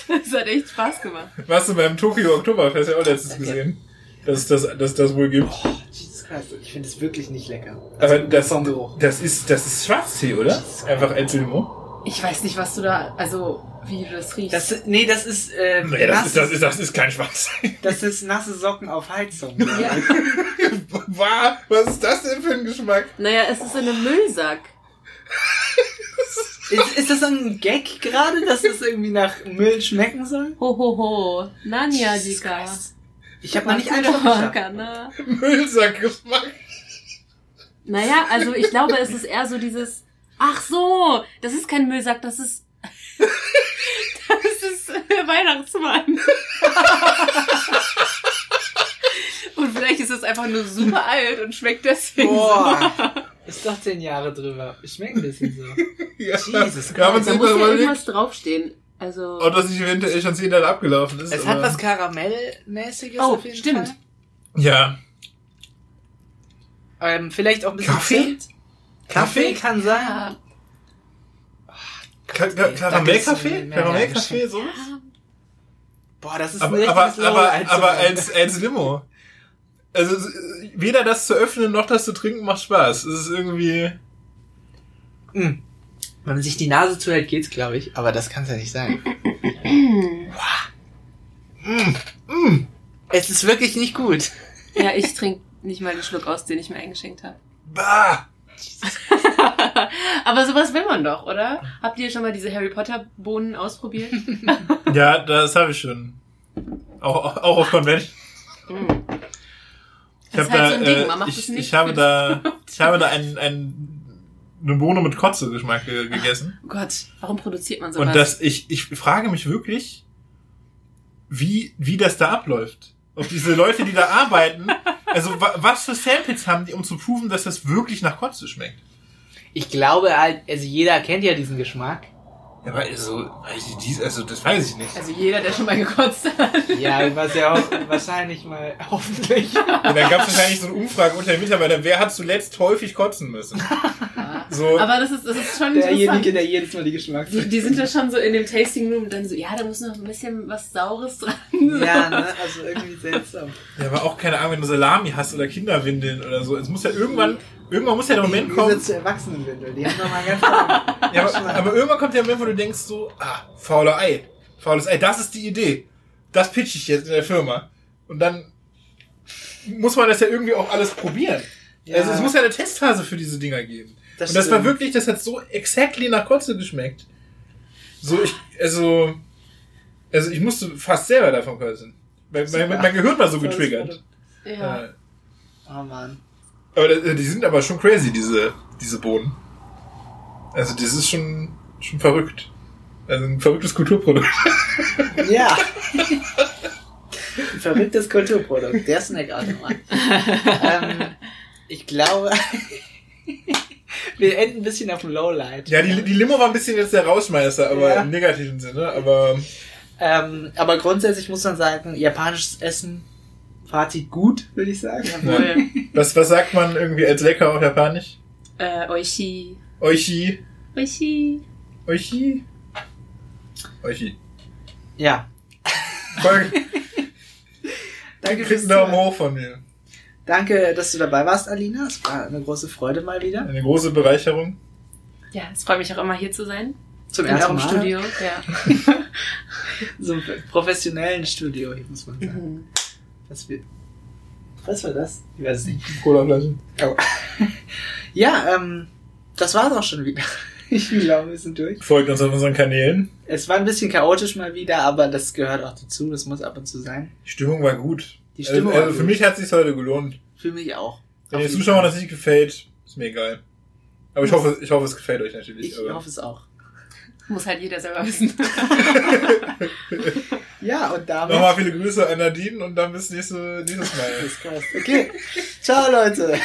Speaker 3: Das hat echt Spaß gemacht.
Speaker 1: Warst du beim Tokyo Oktoberfest ja auch letztes gesehen, dass es das, dass es das wohl gibt.
Speaker 2: Boah, Jesus Christ. Ich finde es wirklich nicht lecker.
Speaker 1: Aber das,
Speaker 2: vom Geruch.
Speaker 1: das ist, das ist Schwarztee, oder? Einfach El Zulimo.
Speaker 5: Ich weiß nicht, was du da, also wie du das riechst.
Speaker 2: Das, nee, das ist, äh,
Speaker 1: Nee, das
Speaker 2: nasse,
Speaker 1: ist, das ist, das ist kein Schwarztee.
Speaker 2: das ist nasse Socken auf Heizung.
Speaker 5: ja.
Speaker 1: Wah, was ist das denn für ein Geschmack?
Speaker 3: Naja, es ist in einem Müllsack.
Speaker 2: Ist, ist das ein Gag gerade, dass das irgendwie nach Müll schmecken soll?
Speaker 3: Ho, ho, ho. Nanya, Dika.
Speaker 2: Ich habe noch nicht einen Schluck geschafft.
Speaker 3: ne?
Speaker 1: Müllsackgeschmack.
Speaker 3: Naja, also ich glaube, es ist eher so dieses, ach so, das ist kein Müllsack, das ist, das ist äh, der Weihnachtsmann.
Speaker 5: Und vielleicht ist es einfach nur super alt und schmeckt deswegen.
Speaker 2: Boah, ist doch zehn Jahre drüber. Schmeckt ein bisschen so.
Speaker 1: Ja.
Speaker 2: Jesus
Speaker 1: Wir haben uns
Speaker 3: Da
Speaker 1: immer
Speaker 3: muss ja
Speaker 1: überlegt,
Speaker 3: irgendwas draufstehen. Also,
Speaker 1: ob das nicht eventuell schon zehn Jahre abgelaufen ist.
Speaker 2: Es hat
Speaker 1: aber-
Speaker 2: was Karamellmäßiges
Speaker 3: Oh,
Speaker 2: auf jeden
Speaker 3: stimmt.
Speaker 2: Fall.
Speaker 1: Ja.
Speaker 2: Ähm, vielleicht auch ein bisschen
Speaker 1: Kaffee?
Speaker 2: Zimt. Kaffee kann sein.
Speaker 5: Ja.
Speaker 1: Ka Ka
Speaker 2: Nee, das
Speaker 1: Karamellkaffee?
Speaker 2: ist mir
Speaker 1: Karamellkaffee, sowas?
Speaker 2: Boah, das ist
Speaker 1: Aber,
Speaker 2: ein
Speaker 1: aber,
Speaker 2: richtiges
Speaker 1: aber,
Speaker 2: Lowlight.
Speaker 1: aber als, als Limo. Also, es- weder das zu öffnen noch das zu trinken macht Spaß. Es ist irgendwie.
Speaker 2: Hm. Wenn man sich die Nase zuhält, geht's, glaube ich. Aber das kann's ja nicht sein.
Speaker 1: Mm.
Speaker 2: Es ist wirklich nicht gut.
Speaker 3: ja, ich trinke nicht mal den Schluck aus, den ich mir eingeschenkt habe.
Speaker 1: Bah!
Speaker 5: Aber sowas will man doch, oder? Habt ihr schon mal diese Harry Potter Bohnen ausprobiert?
Speaker 1: Ja, das habe ich schon. Auch, auch auf Convention. Ich habe
Speaker 5: Das ist halt
Speaker 1: da,
Speaker 5: so ein Ding,
Speaker 1: äh,
Speaker 5: man macht
Speaker 1: ich,
Speaker 5: es nicht
Speaker 1: ich habe
Speaker 5: für-
Speaker 1: da, ich habe da einen, einen, eine Bohne mit Kotze-Geschmack ge gegessen.
Speaker 5: Oh Gott, warum produziert man sowas?
Speaker 1: Und das, ich, ich frage mich wirklich, wie, wie das da abläuft. Ob diese Leute, die da arbeiten, also wa was für Samples haben die, um zu proven, dass das wirklich nach Kotze schmeckt?
Speaker 2: Ich glaube halt, also jeder kennt ja diesen Geschmack.
Speaker 1: Ja, aber also, also das weiß ich nicht.
Speaker 5: also jeder, der schon mal gekotzt hat.
Speaker 2: Ja, was ja auch wahrscheinlich mal, hoffentlich.
Speaker 1: Und dann gab es wahrscheinlich so eine Umfrage unter den Mitarbeitern, wer hat zuletzt häufig kotzen müssen? So,
Speaker 5: Aber das ist, das ist schon
Speaker 2: Derjenige,
Speaker 5: interessant.
Speaker 2: der jedes Mal die Geschmacks.
Speaker 5: Die, die sind da schon so in dem Tasting Room und dann so, ja, da muss noch ein bisschen was Saures dran.
Speaker 2: Ja, ne? Also irgendwie seltsam.
Speaker 1: Ja, aber auch keine Ahnung, wenn du Salami hast oder Kinderwindeln oder so. Es muss ja irgendwann, irgendwann muss ja der Moment kommen.
Speaker 2: zu Erwachsenenwindel. Die haben nochmal ganz andere-
Speaker 1: Ja, aber, aber irgendwann kommt der Moment, wo du denkst so, ah, faule Ei. Faules Ei, das ist die Idee. Das pitch ich jetzt in der Firma. Und dann muss man das ja irgendwie auch alles probieren.
Speaker 2: Ja.
Speaker 1: Also es muss ja eine Testphase für diese Dinger geben.
Speaker 2: Das
Speaker 1: Und das war
Speaker 2: stimmt.
Speaker 1: wirklich, das hat so exactly nach Kotze geschmeckt. So, ich, also, also ich musste fast selber davon kotzen. Mein, mein, mein Gehirn war so getriggert.
Speaker 5: Ja.
Speaker 1: Äh,
Speaker 2: Oh Mann.
Speaker 1: Aber das- die sind aber schon crazy, diese, diese Bohnen. Also das ist schon, schon verrückt. Also ein verrücktes Kulturprodukt.
Speaker 2: Ja. Ein verrücktes Kulturprodukt, der Snackautomat. ähm, ich glaube, wir enden ein bisschen auf dem Lowlight.
Speaker 1: Ja, die, die Limo war ein bisschen jetzt der Rausschmeißer, aber
Speaker 2: Ja.
Speaker 1: im negativen Sinne. Aber
Speaker 2: Ähm, aber grundsätzlich muss man sagen, japanisches Essen, Fazit gut, würde ich sagen.
Speaker 3: Jawohl.
Speaker 1: was, was sagt man irgendwie als lecker auf Japanisch?
Speaker 3: äh, Oishi.
Speaker 1: Oishi.
Speaker 3: Oishi.
Speaker 1: Oishi. Oishi.
Speaker 2: Ja.
Speaker 1: Voll.
Speaker 2: Danke,
Speaker 1: Kriegst
Speaker 2: fürs
Speaker 1: einen Daumen
Speaker 2: Zuhören.
Speaker 1: hoch von mir.
Speaker 2: Danke, dass du dabei warst, Alina. Es war eine große Freude mal wieder.
Speaker 1: Eine große Bereicherung.
Speaker 3: Ja, es freut mich auch immer hier zu sein.
Speaker 2: Zum
Speaker 3: In eurem Studio. Ja.
Speaker 2: So einem professionellen Studio, ich muss man sagen.
Speaker 5: Mhm.
Speaker 2: Was, wir, was war das? Ich weiß es nicht.
Speaker 1: Cola-Flasche.
Speaker 2: Ja, ähm, das war's auch schon wieder. Ich glaube, wir sind durch.
Speaker 1: Folgt uns auf unseren Kanälen.
Speaker 2: Es war ein bisschen chaotisch mal wieder, aber das gehört auch dazu. Das muss ab und zu sein.
Speaker 1: Die Stimmung war gut.
Speaker 2: Die Stimmung
Speaker 1: also,
Speaker 2: war
Speaker 1: also für
Speaker 2: gut.
Speaker 1: mich hat es sich heute gelohnt.
Speaker 2: Für mich auch.
Speaker 1: Wenn den
Speaker 2: Auf jeden
Speaker 1: Zuschauern
Speaker 2: Fall.
Speaker 1: das nicht gefällt, ist mir egal. Aber ich hoffe, ich hoffe, es gefällt euch natürlich.
Speaker 2: Ich
Speaker 1: aber
Speaker 2: hoffe es auch.
Speaker 3: Muss halt jeder selber wissen.
Speaker 2: Ja, und damit...
Speaker 1: Nochmal viele Grüße an Nadine und dann bis nächste, nächstes Mal.
Speaker 2: Jesus Christ. Okay. Ciao, Leute.